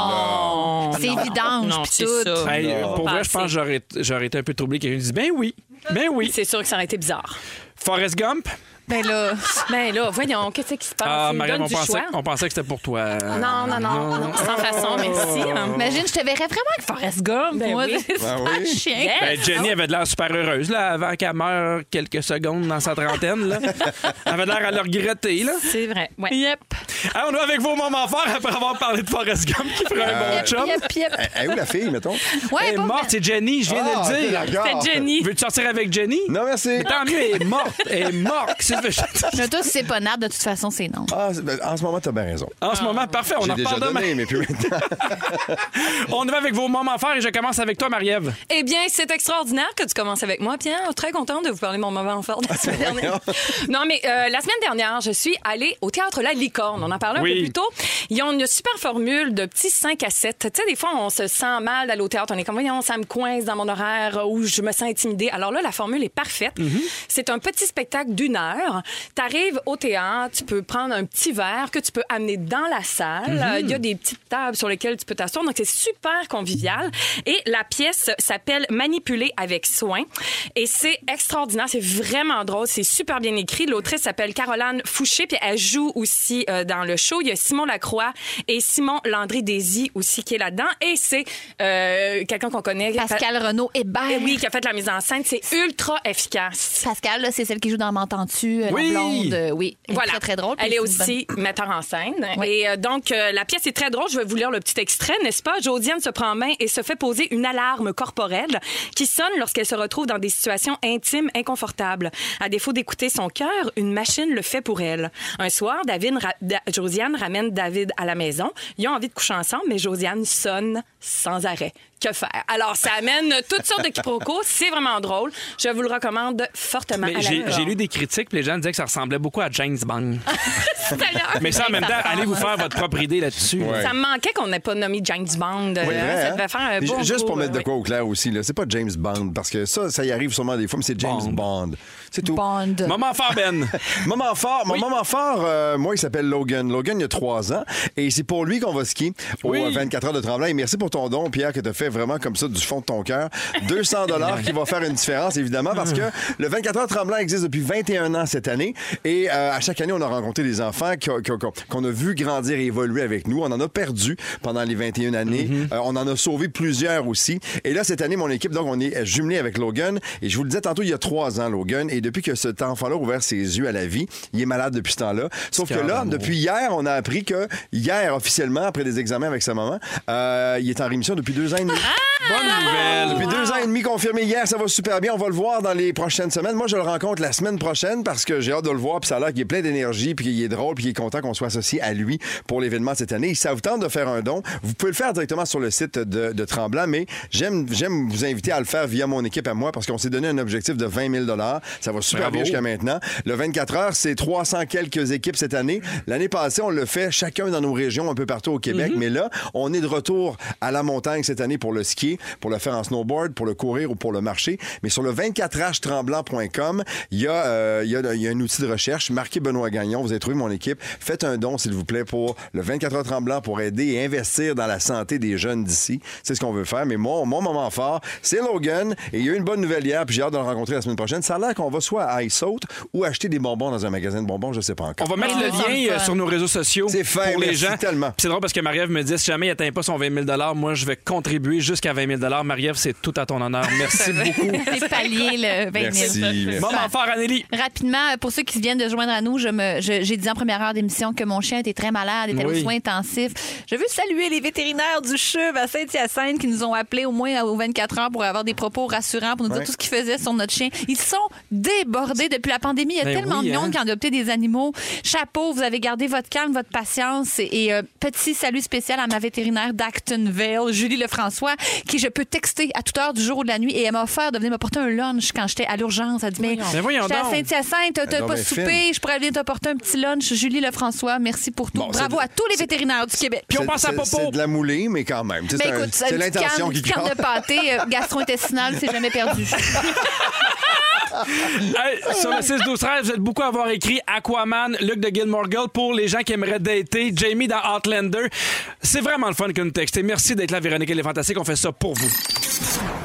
Speaker 5: Non, c'est vidange.
Speaker 6: Non,
Speaker 5: pis
Speaker 6: c'est
Speaker 5: tout.
Speaker 6: ça.
Speaker 4: Hey,
Speaker 6: Non.
Speaker 4: pour
Speaker 6: Pas
Speaker 4: vrai, je
Speaker 6: assez.
Speaker 4: pense que j'aurais- j'aurais été un peu troublé quelqu'un dise Ben oui, ben oui.
Speaker 6: C'est sûr que ça aurait été bizarre.
Speaker 4: Forrest Gump?
Speaker 5: Ben là,
Speaker 3: Oh.
Speaker 6: Ben là, voyons, qu'est-ce qui se passe?
Speaker 4: Ah,
Speaker 6: Il me
Speaker 4: Marianne,
Speaker 6: donne
Speaker 4: on
Speaker 6: du
Speaker 4: pensait,
Speaker 6: choix. Ah,
Speaker 4: on pensait que c'était pour toi. Oh.
Speaker 6: Non, non, non, non, sans façon, merci.
Speaker 3: Oh.
Speaker 6: hein.
Speaker 5: imagine, je te verrais vraiment avec Forrest Gump.
Speaker 6: Ben
Speaker 5: moi,
Speaker 6: oui.
Speaker 5: c'est
Speaker 3: Ben
Speaker 5: pas
Speaker 3: oui.
Speaker 5: chien.
Speaker 6: Yes.
Speaker 4: Ben, Jenny avait de l'air super heureuse là, avant qu'elle meure quelques secondes dans sa trentaine. Là. Elle avait de l'air à le regretter. Là.
Speaker 6: C'est vrai, ouais.
Speaker 5: Yep.
Speaker 4: Ah, on est avec vos moments forts après avoir parlé de Forrest Gump qui ferait un
Speaker 3: Euh,
Speaker 4: bon
Speaker 5: Yep,
Speaker 4: chum.
Speaker 5: yep, yep.
Speaker 3: Elle est où la fille, mettons?
Speaker 5: Ouais,
Speaker 4: Elle est
Speaker 5: bon,
Speaker 4: morte, c'est Jenny, je viens
Speaker 3: Ah,
Speaker 4: de le
Speaker 3: ok,
Speaker 4: dire.
Speaker 3: d'accord.
Speaker 6: C'est Jenny.
Speaker 4: Veux-tu sortir avec Jenny?
Speaker 3: Non, merci.
Speaker 4: Mais tant mieux, elle est morte. Elle est morte. Qu'est-ce que je veux dire?
Speaker 5: mais toi, si c'est pas nable, de toute façon, c'est non.
Speaker 3: Ah, c'est- ben, en ce moment, t'as bien raison.
Speaker 4: En ce
Speaker 6: Ah.
Speaker 4: moment, parfait, on
Speaker 3: J'ai
Speaker 4: en
Speaker 3: déjà
Speaker 4: parle demain.
Speaker 3: donné, mais puis maintenant.
Speaker 4: On va avec vos moments forts et je commence avec toi, Marie-Ève.
Speaker 6: Eh bien, c'est extraordinaire que tu commences avec moi, Pierre. Très contente de vous parler de mon moment fort de la semaine dernière. Non, mais euh, la semaine dernière, je suis allée au théâtre La Licorne. On en parlait un
Speaker 4: Oui.
Speaker 6: peu plus tôt. Ils ont une super formule de petits 5 à 7. Tu sais, des fois, on se sent mal d'aller au théâtre. On est comme, voyons, ça me coince dans mon horaire euh, ou je me sens intimidée. Alors là, la formule est parfaite. C'est un petit spectacle d'une heure. Tu arrives au théâtre, tu peux prendre un petit verre que tu peux amener dans la salle. Euh, Il y a des petites tables sur lesquelles tu peux t'asseoir. Donc, c'est super convivial. Et la pièce s'appelle Manipuler avec soin. Et c'est extraordinaire. C'est vraiment drôle. C'est super bien écrit. L'autrice s'appelle Caroline Fouché. Puis elle joue aussi euh, dans le show. Il y a Simon Lacroix et Simon Landry-Désy aussi qui est là-dedans. Et c'est euh, quelqu'un qu'on connaît.
Speaker 5: Pascal Renaud Hébert.
Speaker 6: Eh oui, qui a fait la mise en scène. C'est ultra efficace.
Speaker 5: Pascal, là, c'est celle qui joue dans M'entends-tu, euh,
Speaker 4: Oui.
Speaker 5: la blonde. euh, oui, elle est
Speaker 6: Voilà.
Speaker 5: très, très drôle. puis
Speaker 6: Elle est
Speaker 5: c'est une bonne-
Speaker 6: aussi metteur en scène.
Speaker 5: Oui.
Speaker 6: Et euh, donc, euh, la pièce est très drôle. Je vais vous lire le petit extrait, n'est-ce pas? Josiane se prend en main et se fait poser une alarme corporelle qui sonne lorsqu'elle se retrouve dans des situations intimes, inconfortables. À défaut d'écouter son cœur, une machine le fait pour elle. Un soir, David ra- Da- Josiane ramène David à la maison. Ils ont envie de coucher ensemble, mais Josiane sonne sans arrêt. Que faire? Alors, ça amène toutes sortes de quiproquos. C'est vraiment drôle. Je vous le recommande fortement. à
Speaker 4: Mais
Speaker 6: la
Speaker 4: j'ai
Speaker 6: lecture.
Speaker 4: j'ai lu des critiques, puis les gens disaient que ça ressemblait beaucoup à James Bond.
Speaker 6: D'ailleurs.
Speaker 4: Mais ça, en même temps, allez vous faire votre propre idée là-dessus.
Speaker 3: Ouais.
Speaker 6: Ça me manquait qu'on n'ait pas nommé James Bond.
Speaker 3: Oui,
Speaker 6: Euh,
Speaker 3: vrai,
Speaker 6: ça
Speaker 3: hein?
Speaker 6: devait faire un
Speaker 3: Ju-
Speaker 6: bon
Speaker 3: Juste
Speaker 6: gros,
Speaker 3: pour mettre
Speaker 6: euh,
Speaker 3: de
Speaker 6: oui.
Speaker 3: quoi au clair aussi, là. c'est pas James Bond, parce que ça, ça y arrive sûrement des fois, mais c'est James Bond. C'est tout.
Speaker 5: Bond.
Speaker 4: Moment fort, Ben.
Speaker 3: Moment fort, mon moment fort, euh, moi, il s'appelle Logan. Logan, il y a trois ans, et c'est pour lui qu'on va skier au
Speaker 4: Oui.
Speaker 3: euh, 24 heures de Tremblant. Et merci pour ton don, Pierre, que tu fait vraiment comme ça du fond de ton cœur. 200 dollars qui va faire une différence, évidemment, parce que le 24 heures de Tremblant existe depuis 21 ans cette année, et euh, à chaque année, on a rencontré des enfants qui- qui- qu'on qu'on a vu grandir et évoluer avec nous. On en a perdu pendant les 21 années.
Speaker 4: Mhm.
Speaker 3: Euh, on en a sauvé plusieurs aussi. Et là, cette année, mon équipe, donc, on est jumelé avec Logan. Et je vous le disais tantôt, il y a trois ans, Logan. Et depuis que cet enfant-là a ouvert ses yeux à la vie, il est malade depuis ce temps-là. Sauf que
Speaker 4: Cœur
Speaker 3: là,
Speaker 4: d'amour.
Speaker 3: depuis hier, on a appris que hier, officiellement, après des examens avec sa maman, euh, il est en rémission depuis deux ans et demi.
Speaker 4: Ah! Bonne nouvelle.
Speaker 3: Depuis deux ans et demi confirmé hier, ça va super bien. On va le voir dans les prochaines semaines. Moi, je le rencontre la semaine prochaine parce que j'ai hâte de le voir. Puis ça a l'air qu'il est plein d'énergie, puis il est drôle, puis il est content qu'on soit associé à lui pour l'événement cette année. Et ça vous tente de faire un don, vous pouvez le faire directement sur le site de, de Tremblant, mais j'aime j'aime vous inviter à le faire via mon équipe à moi parce qu'on s'est donné un objectif de 20 000 Ça va super
Speaker 4: Bravo.
Speaker 3: bien jusqu'à maintenant. Le 24 heures, c'est 300 quelques équipes cette année. L'année passée, on le fait chacun dans nos régions, un peu partout au Québec. Mais là, on est de retour à la montagne cette année pour le skier, pour le faire en snowboard, pour le courir ou pour le marcher. Mais sur le 24h-tremblant.com, il y, a, euh, il y a- il y a un outil de recherche. Marquez Benoît Gagnon, vous avez trouvé mon équipe. Faites un don, s'il vous plaît, pour le 24h tremblant pour aider et investir dans la santé des jeunes d'ici. C'est ce qu'on veut faire. Mais mon, mon moment fort, c'est Logan. Et il y a eu une bonne nouvelle hier, puis j'ai hâte de le rencontrer la semaine prochaine. Ça a l'air qu'on va soit à Isout ou acheter des bonbons dans un magasin de bonbons, je sais pas
Speaker 4: On
Speaker 3: encore.
Speaker 4: va mettre le lien euh, sur nos réseaux sociaux
Speaker 3: C'est fin,
Speaker 4: pour les
Speaker 3: merci
Speaker 4: gens.
Speaker 3: tellement.
Speaker 4: Puis C'est drôle parce que Marie-Ève me dit si jamais il n'atteint pas son 20 000 moi, je vais contribuer contribuer jusqu'à 20 000 Marie-Ève, c'est tout à ton honneur. Merci beaucoup.
Speaker 5: Les paliers, le 20 000.
Speaker 3: Merci.
Speaker 4: Bon fort, Anneli.
Speaker 5: Rapidement, pour ceux qui viennent de se joindre à nous, je me, je- j'ai dit en première heure d'émission que mon chien était très malade, était
Speaker 4: Oui.
Speaker 5: aux soins intensifs. Je veux saluer les vétérinaires du CHUV à Saint-Hyacinthe qui nous ont appelés au moins aux 24 heures pour avoir des propos rassurants, pour nous
Speaker 3: Ouais.
Speaker 5: dire tout ce qu'ils faisaient sur notre chien. Ils sont débordés depuis la pandémie. Il y a
Speaker 4: Ben
Speaker 5: tellement
Speaker 4: oui,
Speaker 5: de monde
Speaker 4: hein.
Speaker 5: qui a adopté des animaux. Chapeau, vous avez gardé votre calme, votre patience. Et, euh, petit salut spécial à ma vétérinaire d'Actonville, Julie Lefrançois, qui je peux texter à toute heure du jour ou de la nuit. Et elle m'a offert de venir m'apporter un lunch quand j'étais à l'urgence. Elle dit, mais
Speaker 4: Mais voyons
Speaker 5: j'étais Ah, à
Speaker 4: donc.
Speaker 5: Saint-Hyacinthe, t'as-
Speaker 3: Ben
Speaker 5: t'as
Speaker 3: non,
Speaker 5: pas
Speaker 3: mais
Speaker 5: soupé, je pourrais venir t'apporter un petit lunch. Julie Lefrançois, merci pour tout.
Speaker 3: Bon, c'est
Speaker 5: Bravo
Speaker 3: de-
Speaker 5: à tous les vétérinaires du Québec.
Speaker 4: Puis on
Speaker 3: C'est-
Speaker 4: passe à
Speaker 3: c'est-
Speaker 4: Popo.
Speaker 3: C'est de la moulée, mais quand même. Tu sais,
Speaker 5: Ben
Speaker 3: c'est un-
Speaker 5: écoute,
Speaker 3: c'est
Speaker 5: une petite
Speaker 3: l'intention
Speaker 5: canne-
Speaker 3: qui
Speaker 5: petite canne
Speaker 3: compte.
Speaker 5: de pâté euh, gastro-intestinal, c'est jamais perdu.
Speaker 4: Hey, sur le 6 12 13 vous êtes beaucoup à avoir écrit Aquaman, Luc de Gilmore Girl pour les gens qui aimeraient dater, Jamie dans Outlander. C'est vraiment le fun que nous textez. Merci d'être là, Véronique et les Fantastiques. On fait ça pour vous.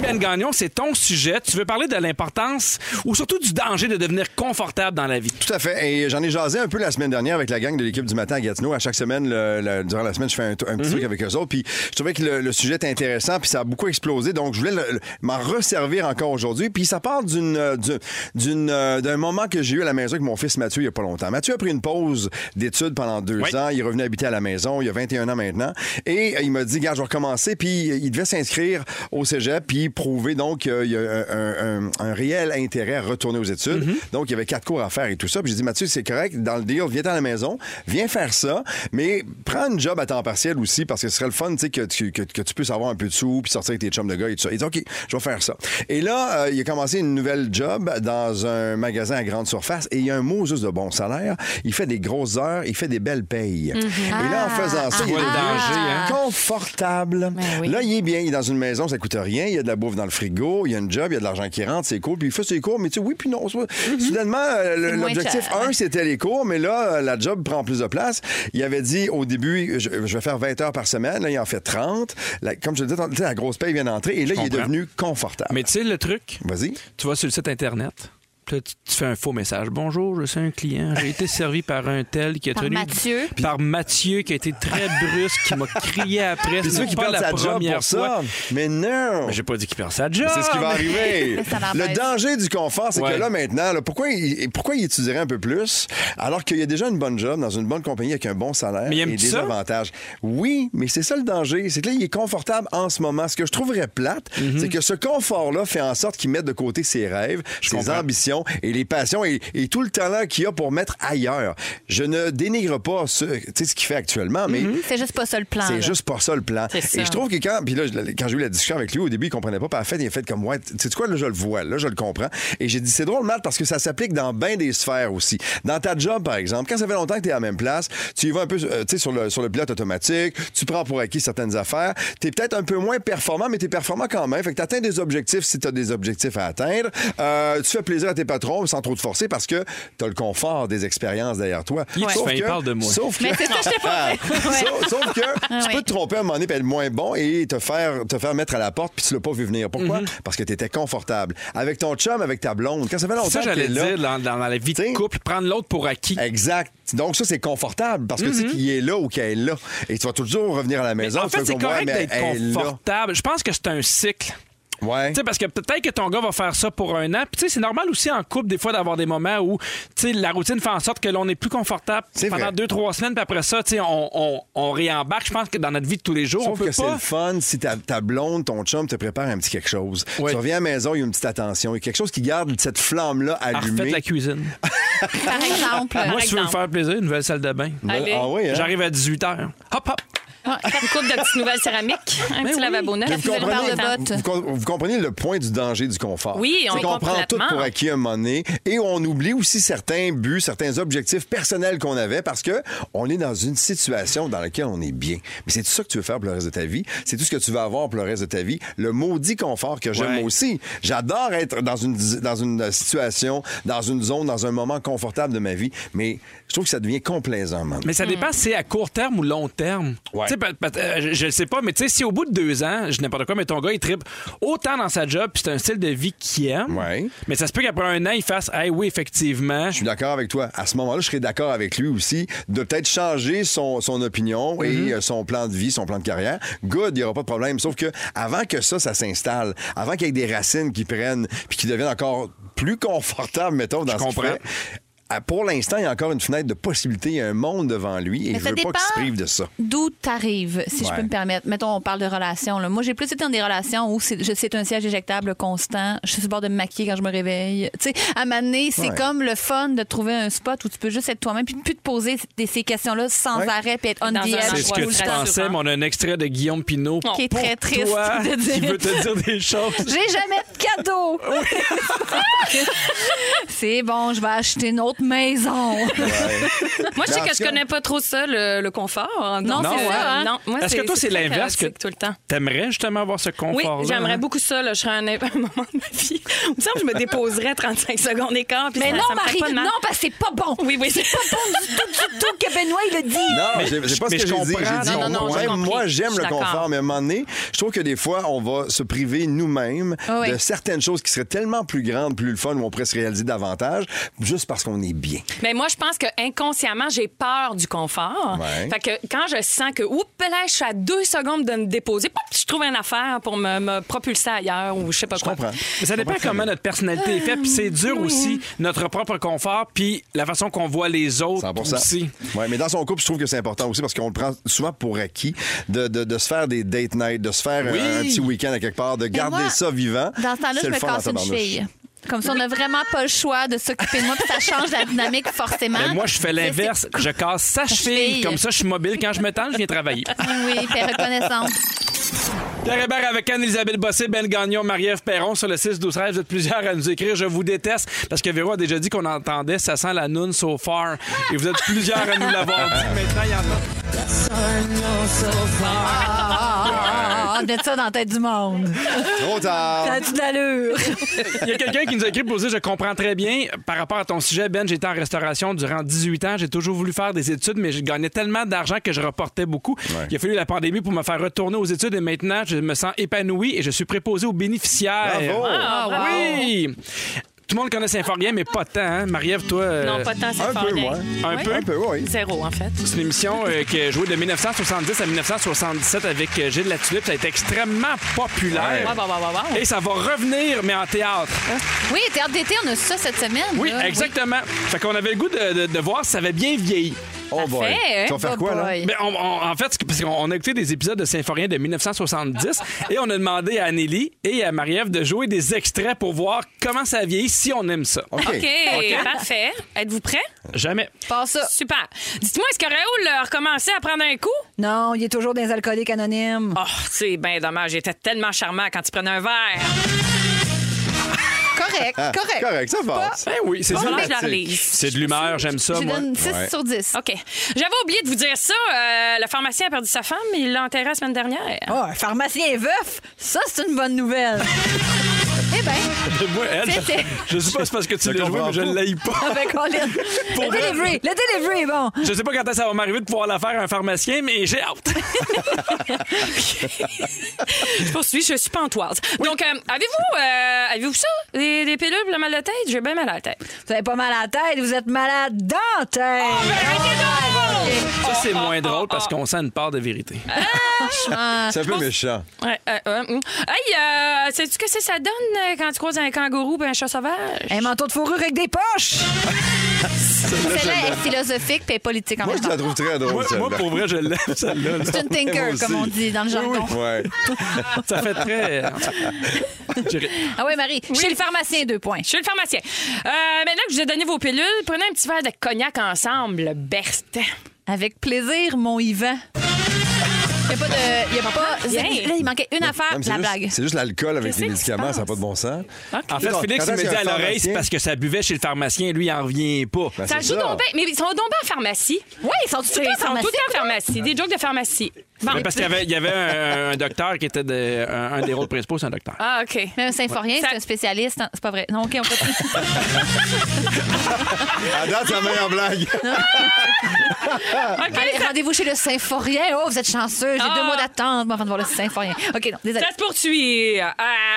Speaker 4: Ben Gagnon, c'est ton sujet. Tu veux parler de l'importance ou surtout du danger de devenir confortable dans la vie.
Speaker 3: Tout à fait. Et j'en ai jasé un peu la semaine dernière avec la gang de l'équipe du matin à Gatineau. À chaque semaine, le- le- durant la semaine, je fais un, t- un
Speaker 4: Mhm.
Speaker 3: petit truc avec eux autres. Puis je trouvais que le, le sujet était intéressant, puis ça a beaucoup explosé. Donc, je voulais le- le- m'en resservir encore aujourd'hui. Puis ça part d'une, euh, du- d'une, euh, d'un moment que j'ai eu à la maison avec mon fils Mathieu il n'y a pas longtemps. Mathieu a pris une pause d'études pendant deux
Speaker 4: Oui.
Speaker 3: ans. Il est revenu habiter à la maison. Il y a 21 ans maintenant. Et euh, il m'a dit, gars, je vais recommencer. Puis euh, il devait s'inscrire au cégep, puis prouver donc qu'il y a un, un- un réel intérêt à retourner aux études. Donc, il y avait quatre cours à faire et tout ça. Puis j'ai dit, Mathieu, c'est correct, dans le deal, viens à la maison, viens faire ça, mais prends une job à temps partiel aussi, parce que ce serait le fun, tu sais, que tu, que, que tu puisses avoir un peu de sous, puis sortir avec tes chums de gars et tout ça. Il dit, OK, je vais faire ça. Et là, euh, il a commencé une nouvelle job dans un magasin à grande surface, et il y a un mot juste de bon salaire. Il fait des grosses heures, il fait des belles payes. Et là, en faisant ça, il est
Speaker 4: vois le danger,
Speaker 3: devenu
Speaker 4: hein?
Speaker 3: confortable.
Speaker 5: Ah. Ben oui.
Speaker 3: Là, il est bien. Il est dans une maison, ça coûte rien. Il y a de la bouffe dans le frigo, il y a une job, il y a de l'argent qui rentre, c'est cool. Puis il fait ses cours, mais tu sais, oui, puis non. Soudainement, euh, le-
Speaker 5: Mhm. C'est moins
Speaker 3: l'objectif
Speaker 5: cher,
Speaker 3: 1,
Speaker 5: ouais.
Speaker 3: c'était les cours, mais là, euh, la job prend plus de place. Il avait dit au début, je, je vais faire 20 heures par semaine. Là, il en fait 30. Là, comme je te disais, tu sais, la grosse paye vient d'entrer. Et là, il est
Speaker 4: comprends.
Speaker 3: devenu confortable.
Speaker 4: Mais tu sais, le truc,
Speaker 3: Vas-y.
Speaker 4: tu vas sur le site Internet. puis là, tu, tu fais un faux message. Bonjour, je suis un client. J'ai été servi par un tel qui a
Speaker 5: Par
Speaker 4: tenu.
Speaker 5: Mathieu.
Speaker 4: Par Mathieu, qui a été très brusque, qui m'a crié après.
Speaker 3: C'est
Speaker 4: Ce
Speaker 3: sûr
Speaker 4: n'est
Speaker 3: qu'il
Speaker 4: pas
Speaker 3: perd
Speaker 4: la
Speaker 3: sa job
Speaker 4: première
Speaker 3: pour ça.
Speaker 4: fois.
Speaker 3: Mais non!
Speaker 4: Mais J'ai pas dit qu'il perd sa job.
Speaker 3: C'est ce qui va arriver.
Speaker 5: Ça l'empêche.
Speaker 3: Le danger du confort, c'est
Speaker 4: Ouais.
Speaker 3: que là, maintenant, là, pourquoi, il, pourquoi il étudierait un peu plus alors qu'il y a déjà une bonne job dans une bonne compagnie avec un bon salaire
Speaker 4: Mais il
Speaker 3: et
Speaker 4: aime
Speaker 3: des
Speaker 4: ça?
Speaker 3: avantages? Oui, mais c'est ça le danger. C'est que là, il est confortable en ce moment. Ce que je trouverais plate,
Speaker 4: Mhm.
Speaker 3: c'est que ce confort-là fait en sorte qu'il mette de côté ses rêves, ses
Speaker 4: comprends.
Speaker 3: ambitions et les passions et, et tout le talent qu'il a pour mettre ailleurs. Je ne dénigre pas ce, tu sais, ce qu'il fait actuellement, mais
Speaker 4: Mhm.
Speaker 5: C'est juste pas ça le plan. là.
Speaker 3: c'est juste pas ça le plan.
Speaker 5: C'est ça.
Speaker 3: Et je trouve que quand, puis là, je- quand j'ai eu la discussion avec lui, au début, il comprenait pas. Puis à la fin, il a fait comme, ouais, tu sais quoi, là, je le vois, là, je le comprends. Et j'ai dit, c'est drôle, Matt, parce que ça s'applique dans bien des sphères aussi. Dans ta job, par exemple, quand ça fait longtemps que tu es à la même place, tu y vas un peu, euh, tu sais, sur le, sur le pilote automatique, tu prends pour acquis certaines affaires. Tu es peut-être un peu moins performant, mais tu es performant quand même. Fait que tu atteins des objectifs si tu as des objectifs à atteindre. Euh, tu fais plaisir à tes patrons sans trop te forcer parce que tu as le confort des expériences derrière toi.
Speaker 4: Il est
Speaker 3: Sauf
Speaker 4: fin, il
Speaker 3: que-
Speaker 4: parle de moi.
Speaker 3: Sauf que-
Speaker 5: Mais c'est ça, je t'ai pas dit. Ouais.
Speaker 3: Sauf- Sauf que
Speaker 5: Ah
Speaker 3: tu
Speaker 5: oui.
Speaker 3: peux te tromper à un moment donné, puis être moins bon et te faire, te faire mettre à la porte, puis tu l'as pas vu venir.
Speaker 4: Mhm.
Speaker 3: Pourquoi? Parce que tu étais confortable. Avec ton chum, avec ta blonde, quand ça fait longtemps
Speaker 4: Ça,
Speaker 3: que
Speaker 4: j'allais
Speaker 3: t'es là.
Speaker 4: dire, dans, dans la vie de
Speaker 3: T'sais.
Speaker 4: couple, prendre l'autre pour acquis.
Speaker 3: Exact. Donc, ça, c'est confortable parce que tu sais qu'il est là ou qu'elle est là. Et tu vas toujours revenir à la maison.
Speaker 4: Mhm. en
Speaker 3: tu
Speaker 4: fait,
Speaker 3: fais
Speaker 4: c'est
Speaker 3: comme, ouais,
Speaker 4: correct
Speaker 3: mais
Speaker 4: d'être
Speaker 3: elle est là.
Speaker 4: confortable. Je pense que c'est un cycle.
Speaker 3: Ouais.
Speaker 4: Tu sais, parce que peut-être que ton gars va faire ça pour un an. Puis, tu sais, c'est normal aussi en couple, des fois, d'avoir des moments où, tu sais, la routine fait en sorte que l'on est plus confortable
Speaker 3: C'est
Speaker 4: pendant
Speaker 3: vrai.
Speaker 4: deux, trois semaines. Puis après ça, tu sais, on, on, on réembarque. Je pense que dans notre vie de tous les jours,
Speaker 3: Sauf
Speaker 4: on peut
Speaker 3: que c'est
Speaker 4: pas.
Speaker 3: le fun si ta, ta blonde, ton chum te prépare un petit quelque chose.
Speaker 4: Ouais.
Speaker 3: Tu reviens à la maison, il y a une petite attention. Il y a quelque chose qui garde cette flamme-là
Speaker 4: Ah, refaites
Speaker 3: allumée.
Speaker 4: la cuisine.
Speaker 5: Par exemple.
Speaker 4: Moi, si tu veux me faire plaisir, une nouvelle salle de bain.
Speaker 6: Allez.
Speaker 3: Ah oui, hein?
Speaker 4: J'arrive à 18 h. Hop, hop.
Speaker 6: Faire une coupe Ah, de petites nouvelles céramiques, un petit lavabo neuf.
Speaker 3: Mais
Speaker 5: vous nouvelle comprenez- paire de bottes.
Speaker 3: vous com- vous comprenez le point du danger du confort.
Speaker 6: Oui, on
Speaker 3: C'est qu'on prend tout
Speaker 6: complètement.
Speaker 3: pour acquis à un moment donné et on oublie aussi certains buts, certains objectifs personnels qu'on avait parce que on est dans une situation dans laquelle on est bien. Mais c'est tout ça que tu veux faire pour le reste de ta vie. C'est tout ce que tu vas avoir pour le reste de ta vie. Le maudit confort que j'aime
Speaker 4: Ouais.
Speaker 3: aussi. J'adore être dans une, dans une situation, dans une zone, dans un moment confortable de ma vie. Mais je trouve que ça devient complaisant, maintenant.
Speaker 4: Mais ça dépend si c'est à court terme ou long terme.
Speaker 3: Ouais.
Speaker 4: Tu sais, pa- pa- euh, je, je le sais pas, mais tu sais, si au bout de deux ans, je dis n'importe quoi, mais ton gars, il tripe autant dans sa job, puis c'est un style de vie qu'il aime.
Speaker 3: Ouais.
Speaker 4: Mais ça se peut qu'après un an, il fasse, hey, oui, effectivement.
Speaker 3: Je suis d'accord avec toi. À ce moment-là, je serais d'accord avec lui aussi de peut-être changer son, son opinion
Speaker 4: Mhm.
Speaker 3: et euh, son plan de vie, son plan de carrière. Good, il n'y aura pas de problème. Sauf que avant que ça, ça s'installe, avant qu'il y ait des racines qui prennent puis qui deviennent encore plus confortables, mettons, dans
Speaker 4: Je
Speaker 3: ce qu'il
Speaker 4: comprends.
Speaker 3: fait, à- Pour l'instant, il y a encore une fenêtre de possibilité, il y a un monde devant lui et
Speaker 5: Mais
Speaker 3: je
Speaker 5: ça
Speaker 3: veux
Speaker 5: dépend
Speaker 3: pas qu'il se prive de ça.
Speaker 5: D'où t'arrives, si je
Speaker 3: Ouais.
Speaker 5: peux me permettre. Mettons, on parle de relations. là. Moi, j'ai plus été dans des relations où c'est je- c'est un siège éjectable constant. Je suis sur le bord de me maquiller quand je me réveille. Tu sais, à m'amener, c'est
Speaker 3: Ouais.
Speaker 5: comme le fun de trouver un spot où tu peux juste être toi-même puis plus te poser des- ces questions-là sans
Speaker 3: Ouais.
Speaker 5: arrêt puis être on
Speaker 6: Dans un
Speaker 5: the edge
Speaker 4: C'est ce que
Speaker 5: tout le
Speaker 4: tu
Speaker 5: temps.
Speaker 4: pensais, mais on a un extrait de Guillaume Pinault
Speaker 5: Qui est
Speaker 4: pour
Speaker 5: très triste
Speaker 4: toi,
Speaker 5: de
Speaker 4: qui
Speaker 5: dire.
Speaker 4: veut te dire des choses.
Speaker 5: J'ai jamais de cadeau. c'est bon, je vais acheter une autre maison.
Speaker 6: Moi, je sais
Speaker 3: Mais en tout
Speaker 6: que je
Speaker 3: cas-
Speaker 6: connais pas trop ça, le, le confort. hein,
Speaker 5: Non,
Speaker 6: donc,
Speaker 5: c'est
Speaker 6: euh,
Speaker 5: ça, hein?
Speaker 6: Non, moi,
Speaker 4: Est-ce que toi, c'est
Speaker 6: très
Speaker 4: l'inverse que-
Speaker 6: chaotique tout le temps.
Speaker 4: T'aimerais justement avoir ce
Speaker 6: Oui,
Speaker 4: confort-là.
Speaker 6: j'aimerais
Speaker 4: hein?
Speaker 6: beaucoup ça. Là. Je serais un, un moment de ma vie. Il me semble que je me déposerais 35 secondes et quart. puis
Speaker 5: Mais
Speaker 6: ça-
Speaker 5: non,
Speaker 6: ça me ferait
Speaker 5: Marie,
Speaker 6: pas de mal.
Speaker 5: non, parce que c'est pas bon.
Speaker 6: Oui, oui, c'est
Speaker 5: Pas bon du tout, du tout que Benoît, il le dit.
Speaker 3: Non, j'ai- c'est pas
Speaker 4: mais
Speaker 3: ce que
Speaker 4: je
Speaker 3: j'ai dit.
Speaker 4: comprends.
Speaker 3: J'ai dit,
Speaker 6: Non, non,
Speaker 3: on-
Speaker 6: non, j'ai
Speaker 3: même
Speaker 6: compris.
Speaker 3: moi,
Speaker 6: Je
Speaker 3: j'aime
Speaker 6: suis
Speaker 3: le
Speaker 6: d'accord.
Speaker 3: confort, mais à un moment donné, je trouve que des fois, on va se priver nous-mêmes
Speaker 5: Ah oui.
Speaker 3: de certaines choses qui seraient tellement plus grandes, plus le fun, où on pourrait se réaliser davantage, juste parce qu'on est bien.
Speaker 6: Mais moi, je pense que inconsciemment, j'ai peur du confort.
Speaker 3: Ouais.
Speaker 6: Fait que quand je sens que, oups, là, je suis à deux secondes de me déposer, pop, je trouve une affaire pour me, me propulser ailleurs ou je sais pas
Speaker 3: Je
Speaker 6: quoi.
Speaker 3: comprends.
Speaker 4: Mais ça dépend comment notre personnalité est faite, puis c'est dur aussi, notre propre confort, puis la façon qu'on voit les autres
Speaker 3: 100%.
Speaker 4: aussi.
Speaker 3: Ouais, mais dans son couple, je trouve que c'est important aussi parce qu'on le prend souvent pour acquis de, de- de se faire des date nights, de se faire euh,
Speaker 4: Oui.
Speaker 3: un, un petit week-end à quelque part, de garder
Speaker 5: moi,
Speaker 3: ça vivant.
Speaker 5: Dans ce temps-là,
Speaker 3: C'est
Speaker 5: je
Speaker 3: le
Speaker 5: me
Speaker 3: fun en
Speaker 5: casse une
Speaker 3: tabarnouche.
Speaker 5: cheville. Comme ça, on n'a vraiment pas le choix de s'occuper de moi, puis ça change la dynamique forcément.
Speaker 4: Mais moi, je fais l'inverse. Je casse sa cheville.
Speaker 5: cheville.
Speaker 4: Comme ça, je suis mobile. Quand je me tente, je viens travailler.
Speaker 5: Oui, fais reconnaissance.
Speaker 4: Pierre Hébert avec Anne-Elisabeth Bossé, Ben Gagnon, Marie-Ève Perron sur le 6 12 13 Vous êtes plusieurs à nous écrire. Je vous déteste parce que Véro a déjà dit qu'on entendait Ça sent la noune so far. Et vous êtes plusieurs à nous l'avoir dit. Maintenant, il y en a.
Speaker 5: Ah, on met ça dans la tête du monde.
Speaker 3: Trop tard.
Speaker 5: Ça a-tu de l'allure?
Speaker 4: Il y a quelqu'un qui nous a écrit pour dire Je comprends très bien par rapport à ton sujet, Ben. J'étais en restauration durant 18 ans. J'ai toujours voulu faire des études, mais je gagnais tellement d'argent que je reportais beaucoup. Il a fallu la pandémie pour me faire retourner aux études et maintenant, je me sens épanoui et je suis préposé aux bénéficiaires. ben
Speaker 3: Bravo.
Speaker 6: Ah, bravo.
Speaker 4: Oui! Tout le monde connaît Symphorien, mais pas tant. Hein? Marie-Ève, toi. euh,
Speaker 6: Non, pas tant, c'est
Speaker 3: Un
Speaker 6: fort
Speaker 3: peu,
Speaker 6: bien.
Speaker 3: moi.
Speaker 4: Un peu.
Speaker 3: Un peu, oui.
Speaker 6: Zéro, en fait.
Speaker 4: C'est une émission euh, qui a joué de 1970 à 1977 avec euh, Gilles Latulippe. Ça a été extrêmement populaire.
Speaker 6: Wow, wow, wow, wow, wow.
Speaker 4: Et ça va revenir, mais en théâtre.
Speaker 5: Oui, théâtre d'été, on a ça cette semaine.
Speaker 4: Ah, Oui,
Speaker 5: là.
Speaker 4: exactement. Fait qu'on avait le goût de, de- de voir si ça avait bien vieilli.
Speaker 3: Oh boy.
Speaker 6: Parfait, hein?
Speaker 3: Tu vas faire
Speaker 5: Oh
Speaker 3: quoi, là?
Speaker 5: boy.
Speaker 4: Mais on- on- en fait, c'est parce qu'on on a écouté des épisodes de Symphorien de 1970 et on a demandé à Anneli et à Marie-Ève de jouer des extraits pour voir comment ça vieillit, si on aime ça.
Speaker 3: OK.
Speaker 6: OK, parfait. Êtes-vous prêts?
Speaker 4: Jamais.
Speaker 5: Passe ça.
Speaker 6: Super. Dites-moi, est-ce que Raoul a recommencé à prendre un coup?
Speaker 5: Non, il est toujours dans les alcooliques anonymes.
Speaker 6: Oh, c'est bien dommage. J'étais tellement charmant quand il prenait un verre.
Speaker 5: Correct,
Speaker 3: Ah,
Speaker 5: correct.
Speaker 3: Correct, ça passe.
Speaker 4: Ben oui, c'est
Speaker 6: Bon,
Speaker 4: ça.
Speaker 6: ben, je la relise.
Speaker 4: C'est de l'humeur, j'aime ça,
Speaker 5: Je
Speaker 4: moi.
Speaker 5: donne 6
Speaker 3: Ouais.
Speaker 5: sur 10.
Speaker 6: OK. J'avais oublié de vous dire ça. euh, le pharmacien a perdu sa femme. Il l'a enterré la semaine dernière.
Speaker 5: Oh, un pharmacien veuf, ça, c'est une bonne nouvelle. eh bien,
Speaker 4: ben. Moi, elle,
Speaker 5: C'est- c'est-
Speaker 4: je sais pas, c'est parce que tu l'as joué,
Speaker 3: comprends
Speaker 4: mais je
Speaker 3: pas.
Speaker 4: l'ai pas.
Speaker 5: avec Colin. Le delivery, le delivery est bon.
Speaker 4: Je sais pas quand ça va m'arriver de pouvoir la faire à un pharmacien, mais j'ai hâte.
Speaker 6: Je poursuis, je suis pantoise. Donc, euh, avez-vous euh, avez-vous ça? Des, des pilules pour le mal de tête? J'ai bien mal à la tête.
Speaker 5: Vous avez pas mal à la tête, vous êtes malade dans la tête.
Speaker 4: Ça, c'est moins drôle parce qu'on sent une part de vérité.
Speaker 3: C'est un peu méchant.
Speaker 6: Ouais, euh, euh, hum. hey, euh, sais-tu que c'est- ça donne euh, quand tu croises un kangourou et un chat sauvage?
Speaker 5: Un manteau de fourrure avec des poches. Celle-là est philosophique et politique en
Speaker 3: Moi,
Speaker 5: même
Speaker 3: je la
Speaker 5: temps.
Speaker 3: trouve très drôle,
Speaker 4: Moi, moi,
Speaker 3: celle-là.
Speaker 4: pour vrai, je l'aime, celle-là. là.
Speaker 5: C'est une
Speaker 3: Moi
Speaker 5: tinker,
Speaker 3: aussi.
Speaker 5: comme on dit dans le jargon.
Speaker 3: Ouais.
Speaker 4: Ça fait très. J'ai-
Speaker 5: Ah oui, Marie, chez le pharmacien, deux points.
Speaker 6: Je suis le pharmacien. Euh, maintenant que je vous ai donné vos pilules, prenez un petit verre de cognac ensemble. le Berst.
Speaker 5: Avec plaisir, mon Yvan. Il n'y a pas de. Il y a pas.
Speaker 6: rien.
Speaker 5: Là, il manquait une affaire,
Speaker 3: Non, mais c'est
Speaker 5: la
Speaker 3: juste-
Speaker 5: blague.
Speaker 3: C'est juste l'alcool avec
Speaker 6: Qu'est-ce
Speaker 3: les
Speaker 6: qui se
Speaker 3: médicaments,
Speaker 6: passe?
Speaker 3: ça n'a pas de bon sens.
Speaker 4: En fait,
Speaker 3: Quand
Speaker 4: Félix il
Speaker 3: est-ce
Speaker 4: me dit
Speaker 3: qu'il y a
Speaker 4: à
Speaker 3: un
Speaker 4: l'oreille, c'est
Speaker 3: pharmacien?
Speaker 4: parce que ça buvait chez le pharmacien. Lui, il en revient pas.
Speaker 3: Ben,
Speaker 6: Ça
Speaker 3: c'est
Speaker 6: joue donc bien. Mais ils sont tombés en pharmacie.
Speaker 5: Oui, ils sont tout le temps en
Speaker 6: Ils sont tout
Speaker 5: pharmacie.
Speaker 6: le temps en pharmacie. Des jokes de pharmacie.
Speaker 4: Ben, parce qu'il y avait, il y avait un, un docteur qui était de- un, un des rôles principaux, c'est un docteur.
Speaker 6: Ah, OK.
Speaker 5: Mais un symphorien,
Speaker 6: Ça-
Speaker 5: c'est un spécialiste. en- C'est pas vrai. Non, OK, on continue.
Speaker 3: À date, c'est la meilleure blague.
Speaker 5: Allez, rendez-vous chez le symphorien. Oh, vous êtes chanceux. J'ai
Speaker 6: Ah.
Speaker 5: deux mois d'attente moi, avant de voir le symphorien. OK, non, désolé.
Speaker 6: Ça se poursuit. À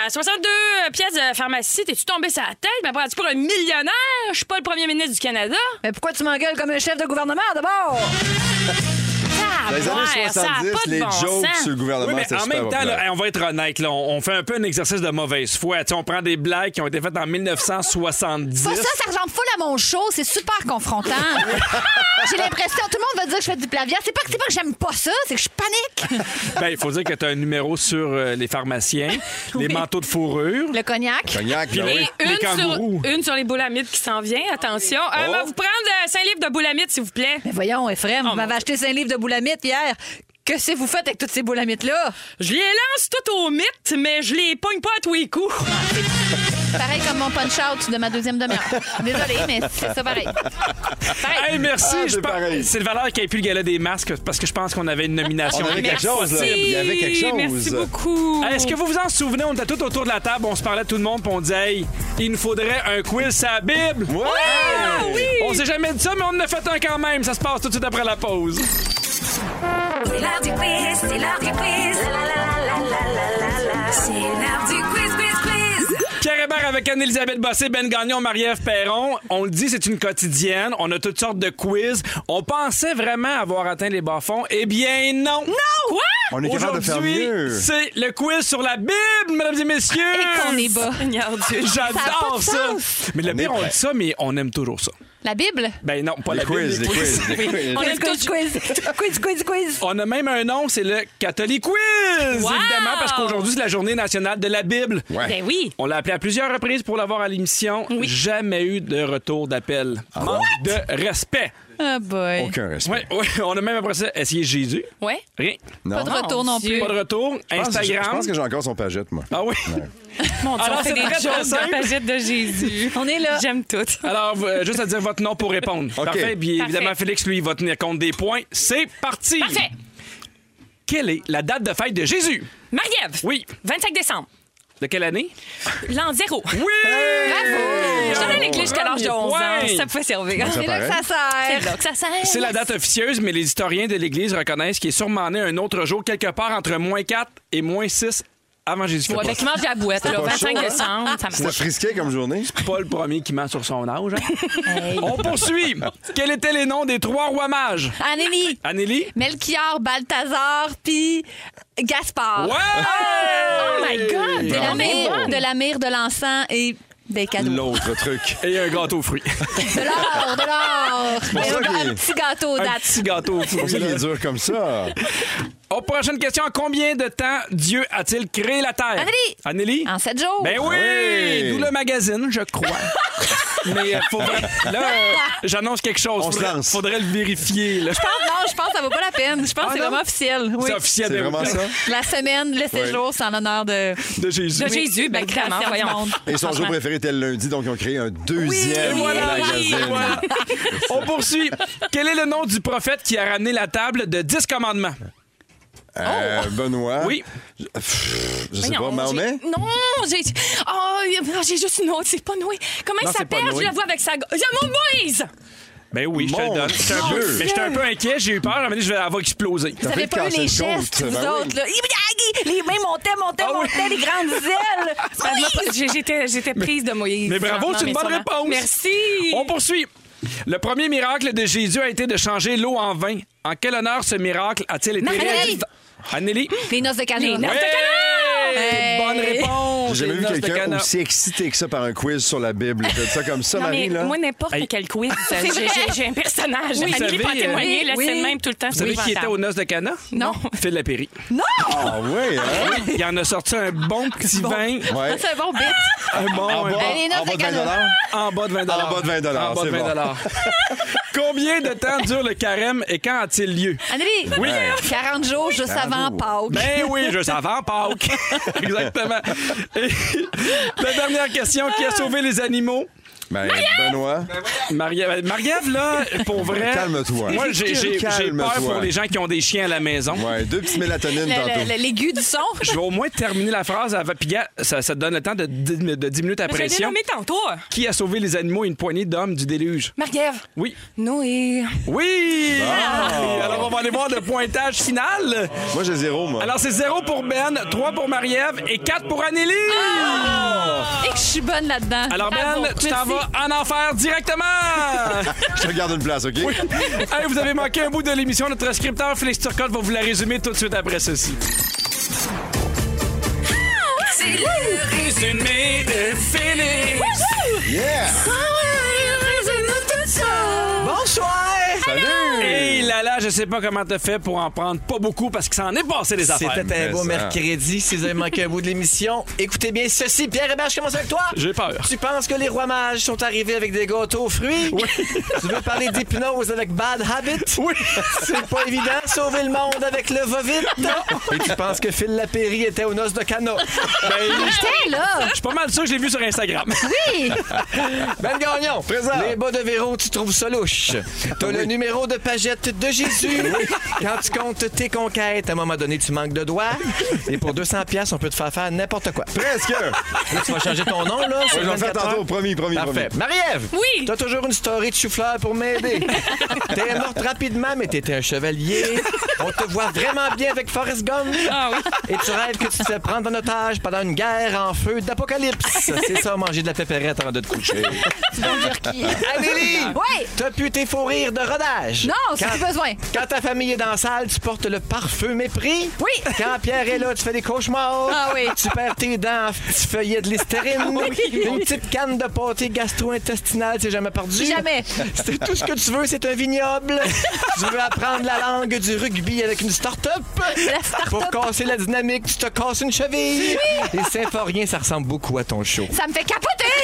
Speaker 6: 62 pièces de pharmacie, t'es-tu tombé sur la tête? Mais prends-tu pour un millionnaire? Je suis pas le premier ministre du Canada.
Speaker 5: Mais pourquoi tu m'engueules comme un chef de gouvernement
Speaker 3: Dans
Speaker 5: d'abord?
Speaker 3: les
Speaker 6: Ah, Ouais,
Speaker 3: années
Speaker 6: ça a
Speaker 3: 70,
Speaker 6: pas de
Speaker 3: les
Speaker 6: bon
Speaker 3: jokes
Speaker 6: sens.
Speaker 3: sur le
Speaker 4: Oui,
Speaker 3: gouvernement,
Speaker 4: mais
Speaker 3: c'est
Speaker 4: en
Speaker 3: super
Speaker 4: même temps,
Speaker 3: populaire.
Speaker 4: là, hey, on va être honnête, là, on, on fait un peu un exercice de mauvaise foi. Tu sais, on prend des blagues qui ont été faites en 1970.
Speaker 5: Pas ça, ça ressemble full à mon show. C'est super confrontant. Ah! J'ai l'impression, tout le monde va dire que je fais du plagiat. C'est pas, que- c'est pas que j'aime pas ça, c'est que je panique.
Speaker 4: Ben, il faut dire que tu as un numéro sur euh, les pharmaciens, les manteaux de fourrure.
Speaker 5: Le cognac.
Speaker 3: Cognac, ben
Speaker 6: Et
Speaker 3: oui.
Speaker 4: Les
Speaker 6: une
Speaker 4: kangourous.
Speaker 6: sur, une sur les boulamites qui s'en vient, attention. Euh,
Speaker 3: Oh.
Speaker 6: on va vous prendre 5 livres de boulamites, s'il vous plaît.
Speaker 5: Mais Ben, voyons, Ephraim, vous
Speaker 6: mon
Speaker 5: m'avez acheté 5 livres de boulamites hier. Que c'est vous faites avec toutes ces boulamites-là?
Speaker 6: Je les lance toutes au mythe, mais je les pogne pas à tous les coups.
Speaker 5: Pareil comme mon punch-out de ma deuxième demi-heure. Désolée, mais c'est ça pareil.
Speaker 4: Hey, merci.
Speaker 3: Ah,
Speaker 4: je
Speaker 3: c'est
Speaker 4: pense-
Speaker 3: pareil.
Speaker 4: c'est le valeur qui a pu le gala des masques parce que je pense qu'on avait une nomination.
Speaker 3: On avait quelque chose, là. Il y avait quelque
Speaker 6: Merci,
Speaker 3: chose.
Speaker 6: Merci beaucoup.
Speaker 4: Hey, Ah, Est-ce que vous vous en souvenez? On était tout autour de la table, on se parlait tout le monde, puis on disait, hey, il nous faudrait un quiz à Bible.
Speaker 3: Ouais!
Speaker 6: Ah oui!
Speaker 4: On s'est jamais dit ça, mais on en a fait un quand même. Ça se passe tout de suite après la pause.
Speaker 1: C'est l'heure du quiz, c'est l'heure du quiz. La, la, la, la, la, la, la, la. C'est l'heure du quiz, quiz, quiz.
Speaker 4: Pierre Hébert avec Anne-Elisabeth Bossé, Ben Gagnon, Marie-Ève Perron. On le dit, c'est une quotidienne. On a toutes sortes de quiz. On pensait vraiment avoir atteint les bas-fonds. Eh bien, non! Non! Quoi?
Speaker 3: On est capable de faire mieux.
Speaker 4: Aujourd'hui, c'est le quiz sur la Bible, mesdames et messieurs!
Speaker 5: Et qu'on est bas.
Speaker 6: Seigneur Oh, Dieu.
Speaker 4: J'adore
Speaker 5: Ça a pas
Speaker 4: ça!
Speaker 5: de
Speaker 4: Mais le
Speaker 3: On est
Speaker 4: pire, on
Speaker 3: prêt.
Speaker 4: dit ça, mais on aime toujours ça.
Speaker 5: La Bible?
Speaker 4: Ben non, pas
Speaker 3: Les
Speaker 4: la
Speaker 3: quiz,
Speaker 4: Bible.
Speaker 3: les quiz, les quiz.
Speaker 6: aime
Speaker 5: quiz, quiz, quiz, quiz, quiz.
Speaker 4: On a même un nom, c'est le Catholic Quiz! Évidemment, parce qu'aujourd'hui, c'est la journée nationale de la Bible.
Speaker 3: Ouais.
Speaker 6: Ben oui.
Speaker 4: On l'a appelé à plusieurs reprises pour l'avoir à l'émission. Jamais eu de retour d'appel. Manque de respect.
Speaker 5: Ah boy.
Speaker 3: Aucun Ah respect.
Speaker 4: Ouais, ouais, on a même après ça essayé Jésus.
Speaker 6: Ouais.
Speaker 4: Rien.
Speaker 5: Pas de
Speaker 3: Non.
Speaker 5: retour non plus.
Speaker 4: Pas de retour.
Speaker 3: Je pense- Je
Speaker 4: Instagram.
Speaker 3: pense que j'ai encore son pagette, moi.
Speaker 4: Ah oui.
Speaker 6: Mon Dieu,
Speaker 4: Alors,
Speaker 6: on fait
Speaker 4: c'est
Speaker 6: des
Speaker 4: très, très
Speaker 6: jokes
Speaker 4: simple.
Speaker 6: de pagette de Jésus.
Speaker 5: On est là.
Speaker 6: J'aime tout.
Speaker 4: Alors, euh, juste à dire votre nom pour répondre.
Speaker 3: OK.
Speaker 4: Parfait. Puis évidemment,
Speaker 6: Parfait.
Speaker 4: Félix, lui, il va tenir compte des points. C'est parti.
Speaker 6: Parfait.
Speaker 4: Quelle est la date de fête de Jésus?
Speaker 6: Marie-Ève.
Speaker 4: Oui.
Speaker 6: 25 décembre.
Speaker 4: De quelle année?
Speaker 6: L'an zéro.
Speaker 4: Oui!
Speaker 6: Je
Speaker 4: Bravo!
Speaker 6: tenais les clés jusqu'à l'âge de 11 ans. Ça pouvait servir.
Speaker 3: Ça
Speaker 5: C'est là que
Speaker 3: paraît.
Speaker 5: ça
Speaker 6: C'est
Speaker 5: sert.
Speaker 6: là que ça sert.
Speaker 4: C'est la date officieuse, mais les historiens de l'Église reconnaissent qu'il est sûrement né un autre jour, quelque part entre moins 4 et moins 6 avant Jésus-Christ.
Speaker 6: Ouais, ben, qui mange la boîte, là,
Speaker 3: pas
Speaker 6: 25
Speaker 3: chaud, hein?
Speaker 6: décembre, ça
Speaker 3: C'était
Speaker 6: marche.
Speaker 3: frisqué comme journée.
Speaker 4: pas le premier qui ment sur son âge. hein. On poursuit. Quels étaient les noms des trois rois mages?
Speaker 5: Anélie,
Speaker 4: Anélie?
Speaker 5: Melchior, Balthazar, puis Gaspard.
Speaker 4: Ouais!
Speaker 6: Ah. Oh my God!
Speaker 5: De la
Speaker 6: Bravo.
Speaker 5: mire, de la mire, de l'encens et des cadeaux.
Speaker 3: L'autre truc.
Speaker 4: Et un gâteau aux fruits.
Speaker 5: De l'or, de l'or.
Speaker 3: pour ça
Speaker 5: Mais
Speaker 3: qu'il-
Speaker 5: Un petit gâteau
Speaker 4: un
Speaker 5: date.
Speaker 4: petit gâteau aux
Speaker 3: Pour ça
Speaker 4: fruits.
Speaker 3: qu'il
Speaker 4: là.
Speaker 3: est dur comme ça.
Speaker 4: Oh, prochaine question. En combien de temps Dieu a-t-il créé la Terre?
Speaker 5: Anélie.
Speaker 4: Anélie?
Speaker 5: En sept
Speaker 6: Oh!
Speaker 5: jours.
Speaker 4: Ben oui!
Speaker 3: Oui.
Speaker 4: D'où le magazine, je crois. Mais euh, faut vraiment- Là, euh, j'annonce quelque chose.
Speaker 3: On se
Speaker 4: faudrait,
Speaker 3: lance.
Speaker 4: faudrait le vérifier. là.
Speaker 5: Je pense- non, je pense que ça vaut pas la peine. Je pense que c'est
Speaker 4: Ah non?
Speaker 5: vraiment officiel. Oui.
Speaker 4: C'est officiel.
Speaker 3: C'est
Speaker 4: ben
Speaker 3: vraiment
Speaker 4: oui.
Speaker 3: ça.
Speaker 5: La semaine, le séjour, c'est en l'honneur de,
Speaker 4: De Jésus.
Speaker 6: De Jésus, ben, clairement,
Speaker 5: création du
Speaker 6: voyons.
Speaker 5: monde.
Speaker 3: Et son jour préféré était le lundi, donc ils ont créé un deuxième
Speaker 4: Et voilà.
Speaker 3: magazine.
Speaker 4: Et voilà. On poursuit. Quel est le nom du prophète qui a ramené la table de 10 commandements?
Speaker 3: Euh, Benoît.
Speaker 4: Oui.
Speaker 3: Pff, Je sais
Speaker 6: Voyons,
Speaker 3: pas, Mahomet?
Speaker 6: j'ai- Non, j'ai. Oh, j'ai juste une autre, c'est pas Noé. Comment
Speaker 4: Non,
Speaker 6: il
Speaker 4: c'est
Speaker 6: s'appelle?
Speaker 4: pas Noé.
Speaker 6: Je la vois avec sa. J'ai mon Moïse!
Speaker 4: Ben oui, je te
Speaker 3: Mon
Speaker 4: le donne. J'étais un peu-
Speaker 3: Dieu.
Speaker 4: mais j'étais un peu inquiet, j'ai eu peur. À un moment donné, je vais avoir explosé.
Speaker 5: Vous
Speaker 3: T'as
Speaker 5: avez
Speaker 3: fait
Speaker 5: pas eu les
Speaker 3: cancel
Speaker 5: gestes,
Speaker 3: cult,
Speaker 5: vous
Speaker 3: ben oui.
Speaker 5: autres, là. Ibi-yagi! Les mains montaient, montaient,
Speaker 4: Ah oui.
Speaker 5: montaient, les grandes ailes.
Speaker 6: J'ai- J'étais j'étais prise de Moïse.
Speaker 4: mais bravo,
Speaker 6: Vraiment,
Speaker 4: c'est une
Speaker 6: mais
Speaker 4: bonne
Speaker 6: sûrement.
Speaker 4: réponse.
Speaker 6: Merci.
Speaker 4: On poursuit. Le premier miracle de Jésus a été de changer l'eau en vin. En quel honneur ce miracle a-t-il été
Speaker 5: Marie.
Speaker 4: réalisé? Annélie.
Speaker 5: Les noces de
Speaker 6: Les
Speaker 5: canoë.
Speaker 6: noces.
Speaker 4: Ouais!
Speaker 5: Hey!
Speaker 4: Bonne réponse.
Speaker 3: J'ai jamais vu
Speaker 4: Les noces de
Speaker 3: quelqu'un
Speaker 4: Cana.
Speaker 3: aussi excité que ça par un quiz sur la Bible. T'as dit ça comme ça,
Speaker 6: Non, mais
Speaker 3: Marie, là?
Speaker 6: moi, n'importe
Speaker 4: Hey.
Speaker 6: quel quiz, j'ai-
Speaker 5: vrai.
Speaker 6: j'ai j'ai un personnage.
Speaker 4: vous
Speaker 6: Annie
Speaker 4: savez,
Speaker 6: peut en témoigner,
Speaker 5: euh,
Speaker 6: là,
Speaker 5: oui.
Speaker 6: c'est le même tout le temps.
Speaker 4: Vous savez qui était aux noces de Cana?
Speaker 6: Non.
Speaker 4: Phil Lapéry.
Speaker 3: Ah ouais, hein?
Speaker 4: Oui, il en a sorti un bon
Speaker 5: Ah,
Speaker 4: petit vin.
Speaker 3: Ouais.
Speaker 5: C'est un bon bit.
Speaker 4: Un bon.
Speaker 3: En
Speaker 4: un
Speaker 3: bas,
Speaker 5: Hey, les notes
Speaker 3: en bas
Speaker 5: de
Speaker 3: de 20
Speaker 5: Cana.
Speaker 4: En bas de 20
Speaker 3: En bas de 20
Speaker 4: En bas
Speaker 3: c'est
Speaker 4: de 20 Combien de temps dure le carême et quand a-t-il lieu?
Speaker 5: Annelie,
Speaker 4: Oui.
Speaker 5: 40 jours juste avant
Speaker 3: jours.
Speaker 5: Pâques.
Speaker 4: Ben oui, je savais, Pâques. Exactement. Et la dernière question, qui a sauvé les animaux?
Speaker 3: Ben, Benoît,
Speaker 4: Marie-Ève, Marie-Ève, là, pour vrai.
Speaker 3: Calme-toi.
Speaker 4: Moi, j'ai j'ai- j'ai
Speaker 3: Calme-toi.
Speaker 4: peur pour les gens qui ont des chiens à la maison.
Speaker 3: ouais, deux petites mélatonines
Speaker 5: Le-
Speaker 3: tantôt.
Speaker 5: le- L'aigu du son.
Speaker 4: Je vais au moins terminer la phrase avant. Puis, gars, ça, ça te donne le temps de, dix- de 10 minutes à
Speaker 6: J'ai
Speaker 4: pression.
Speaker 6: dénommé tantôt.
Speaker 4: Qui a sauvé les animaux et une poignée d'hommes du déluge?
Speaker 6: Marie-Ève.
Speaker 4: Oui.
Speaker 6: Noé.
Speaker 4: Oui! Alors, on va aller voir le pointage final.
Speaker 3: Moi, j'ai zéro, moi.
Speaker 4: Alors, c'est 0 pour Ben, 3 pour Marie-Ève et 4 pour Anneli.
Speaker 5: Et que je suis bonne là-dedans.
Speaker 4: Alors,
Speaker 5: Bravo.
Speaker 4: Ben, tu t'en
Speaker 5: Ah. Merci.
Speaker 4: vas en enfer directement!
Speaker 3: Je te garde une place, OK?
Speaker 4: Hey, vous avez manqué un bout de l'émission. Notre scripteur Félix Turcotte va vous la résumer tout de suite après ceci.
Speaker 1: C'est le
Speaker 4: Résumé de Félix.
Speaker 3: Yeah!
Speaker 4: Bonsoir.
Speaker 3: Salut!
Speaker 4: Hey là là, je sais pas comment t'as fait pour en prendre pas beaucoup parce que ça en est passé des affaires.
Speaker 8: C'était un beau
Speaker 3: Mais ça.
Speaker 8: mercredi. Si vous avez manqué un bout de l'émission, écoutez bien ceci. Pierre Hébert, je commence avec toi.
Speaker 4: J'ai peur.
Speaker 8: Tu penses que les rois mages sont arrivés avec des gâteaux aux fruits? Oui. Tu veux parler d'hypnose avec Bad Habit? Oui. C'est pas évident. Sauver le monde avec le va-vite? Non. Et tu penses que Phil Lapéry était aux noces de Ben Cana?
Speaker 5: J'étais là.
Speaker 4: Je suis pas mal sûr que je l'ai vu sur Instagram.
Speaker 8: Ben Gagnon,
Speaker 3: Présent.
Speaker 8: les bas de Véro, tu trouves ça louche. T'as le numéro de pagette de Jésus. Quand tu comptes tes conquêtes, à un moment donné, tu manques de doigts. Et pour 200 pièces, on peut te faire faire n'importe quoi.
Speaker 3: Presque!
Speaker 8: Là, tu vas changer ton nom, là. sur
Speaker 3: Je vais le faire
Speaker 8: 24 heures.
Speaker 3: tantôt, promis, promis,
Speaker 8: Parfait.
Speaker 3: promis.
Speaker 8: Marie-Ève!
Speaker 6: Oui.
Speaker 8: T'as toujours une story de chou-fleur pour m'aider. T'es morte rapidement, mais t'étais un chevalier. On te voit vraiment bien avec Forrest Gump.
Speaker 5: Ah
Speaker 8: Et tu rêves que tu te fais prendre en otage pendant une guerre en feu d'apocalypse. C'est ça, manger de la pépérette avant de te coucher. Amélie!
Speaker 5: Ouais.
Speaker 8: T'as pu tes faux rires de rodage.
Speaker 5: Non, c'est
Speaker 8: Quand-
Speaker 5: plus besoin.
Speaker 8: Quand ta famille est dans la salle, tu portes le parfum mépris.
Speaker 5: Oui.
Speaker 8: Quand Pierre est là, tu fais des cauchemars.
Speaker 5: Ah oui.
Speaker 8: Tu perds tes dents, en petit feuillet de l'hystérine. Une petite canne de pâté gastro-intestinale, c'est jamais perdu.
Speaker 5: Jamais.
Speaker 8: C'est tout ce que tu veux, c'est un vignoble. tu veux apprendre la langue du rugby avec une start-up. Pour casser la dynamique, tu te casses une cheville. Et Symphorien, ça ressemble beaucoup à ton show.
Speaker 5: Ça me fait capoter.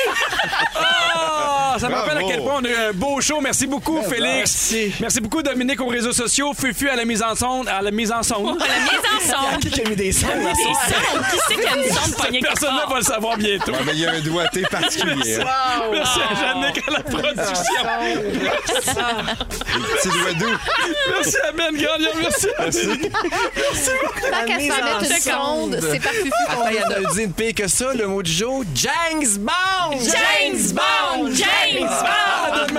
Speaker 4: Ah, ça me
Speaker 3: Bravo.
Speaker 4: rappelle à quel point on a eu un beau show. Merci beaucoup, Félix.
Speaker 8: Ben, Merci.
Speaker 4: Merci beaucoup, Dominique, aux réseaux sociaux. Fufu à la mise en sonde. À la mise en sonde.
Speaker 6: La mise en sonde.
Speaker 8: Qui qui a mis des sons dans
Speaker 6: Des sales. Qui c'est qui a une sonde poignée quelque
Speaker 4: Personne ne
Speaker 6: part?
Speaker 4: va le savoir bientôt.
Speaker 3: Ouais, Ah, mais il y a un doigté particulier. hein.
Speaker 8: Oh.
Speaker 4: Merci à Jannick à la production.
Speaker 3: Petit doigt doux.
Speaker 4: Merci à Ben Gagnon. Merci à
Speaker 5: Tant qu'à se
Speaker 8: mise
Speaker 5: faire
Speaker 8: en
Speaker 5: mettre une sonde, c'est pas plus
Speaker 8: Attends, il y en a dit une pire que ça, le mot du jour, James Bond!
Speaker 6: James Bond! James Bond!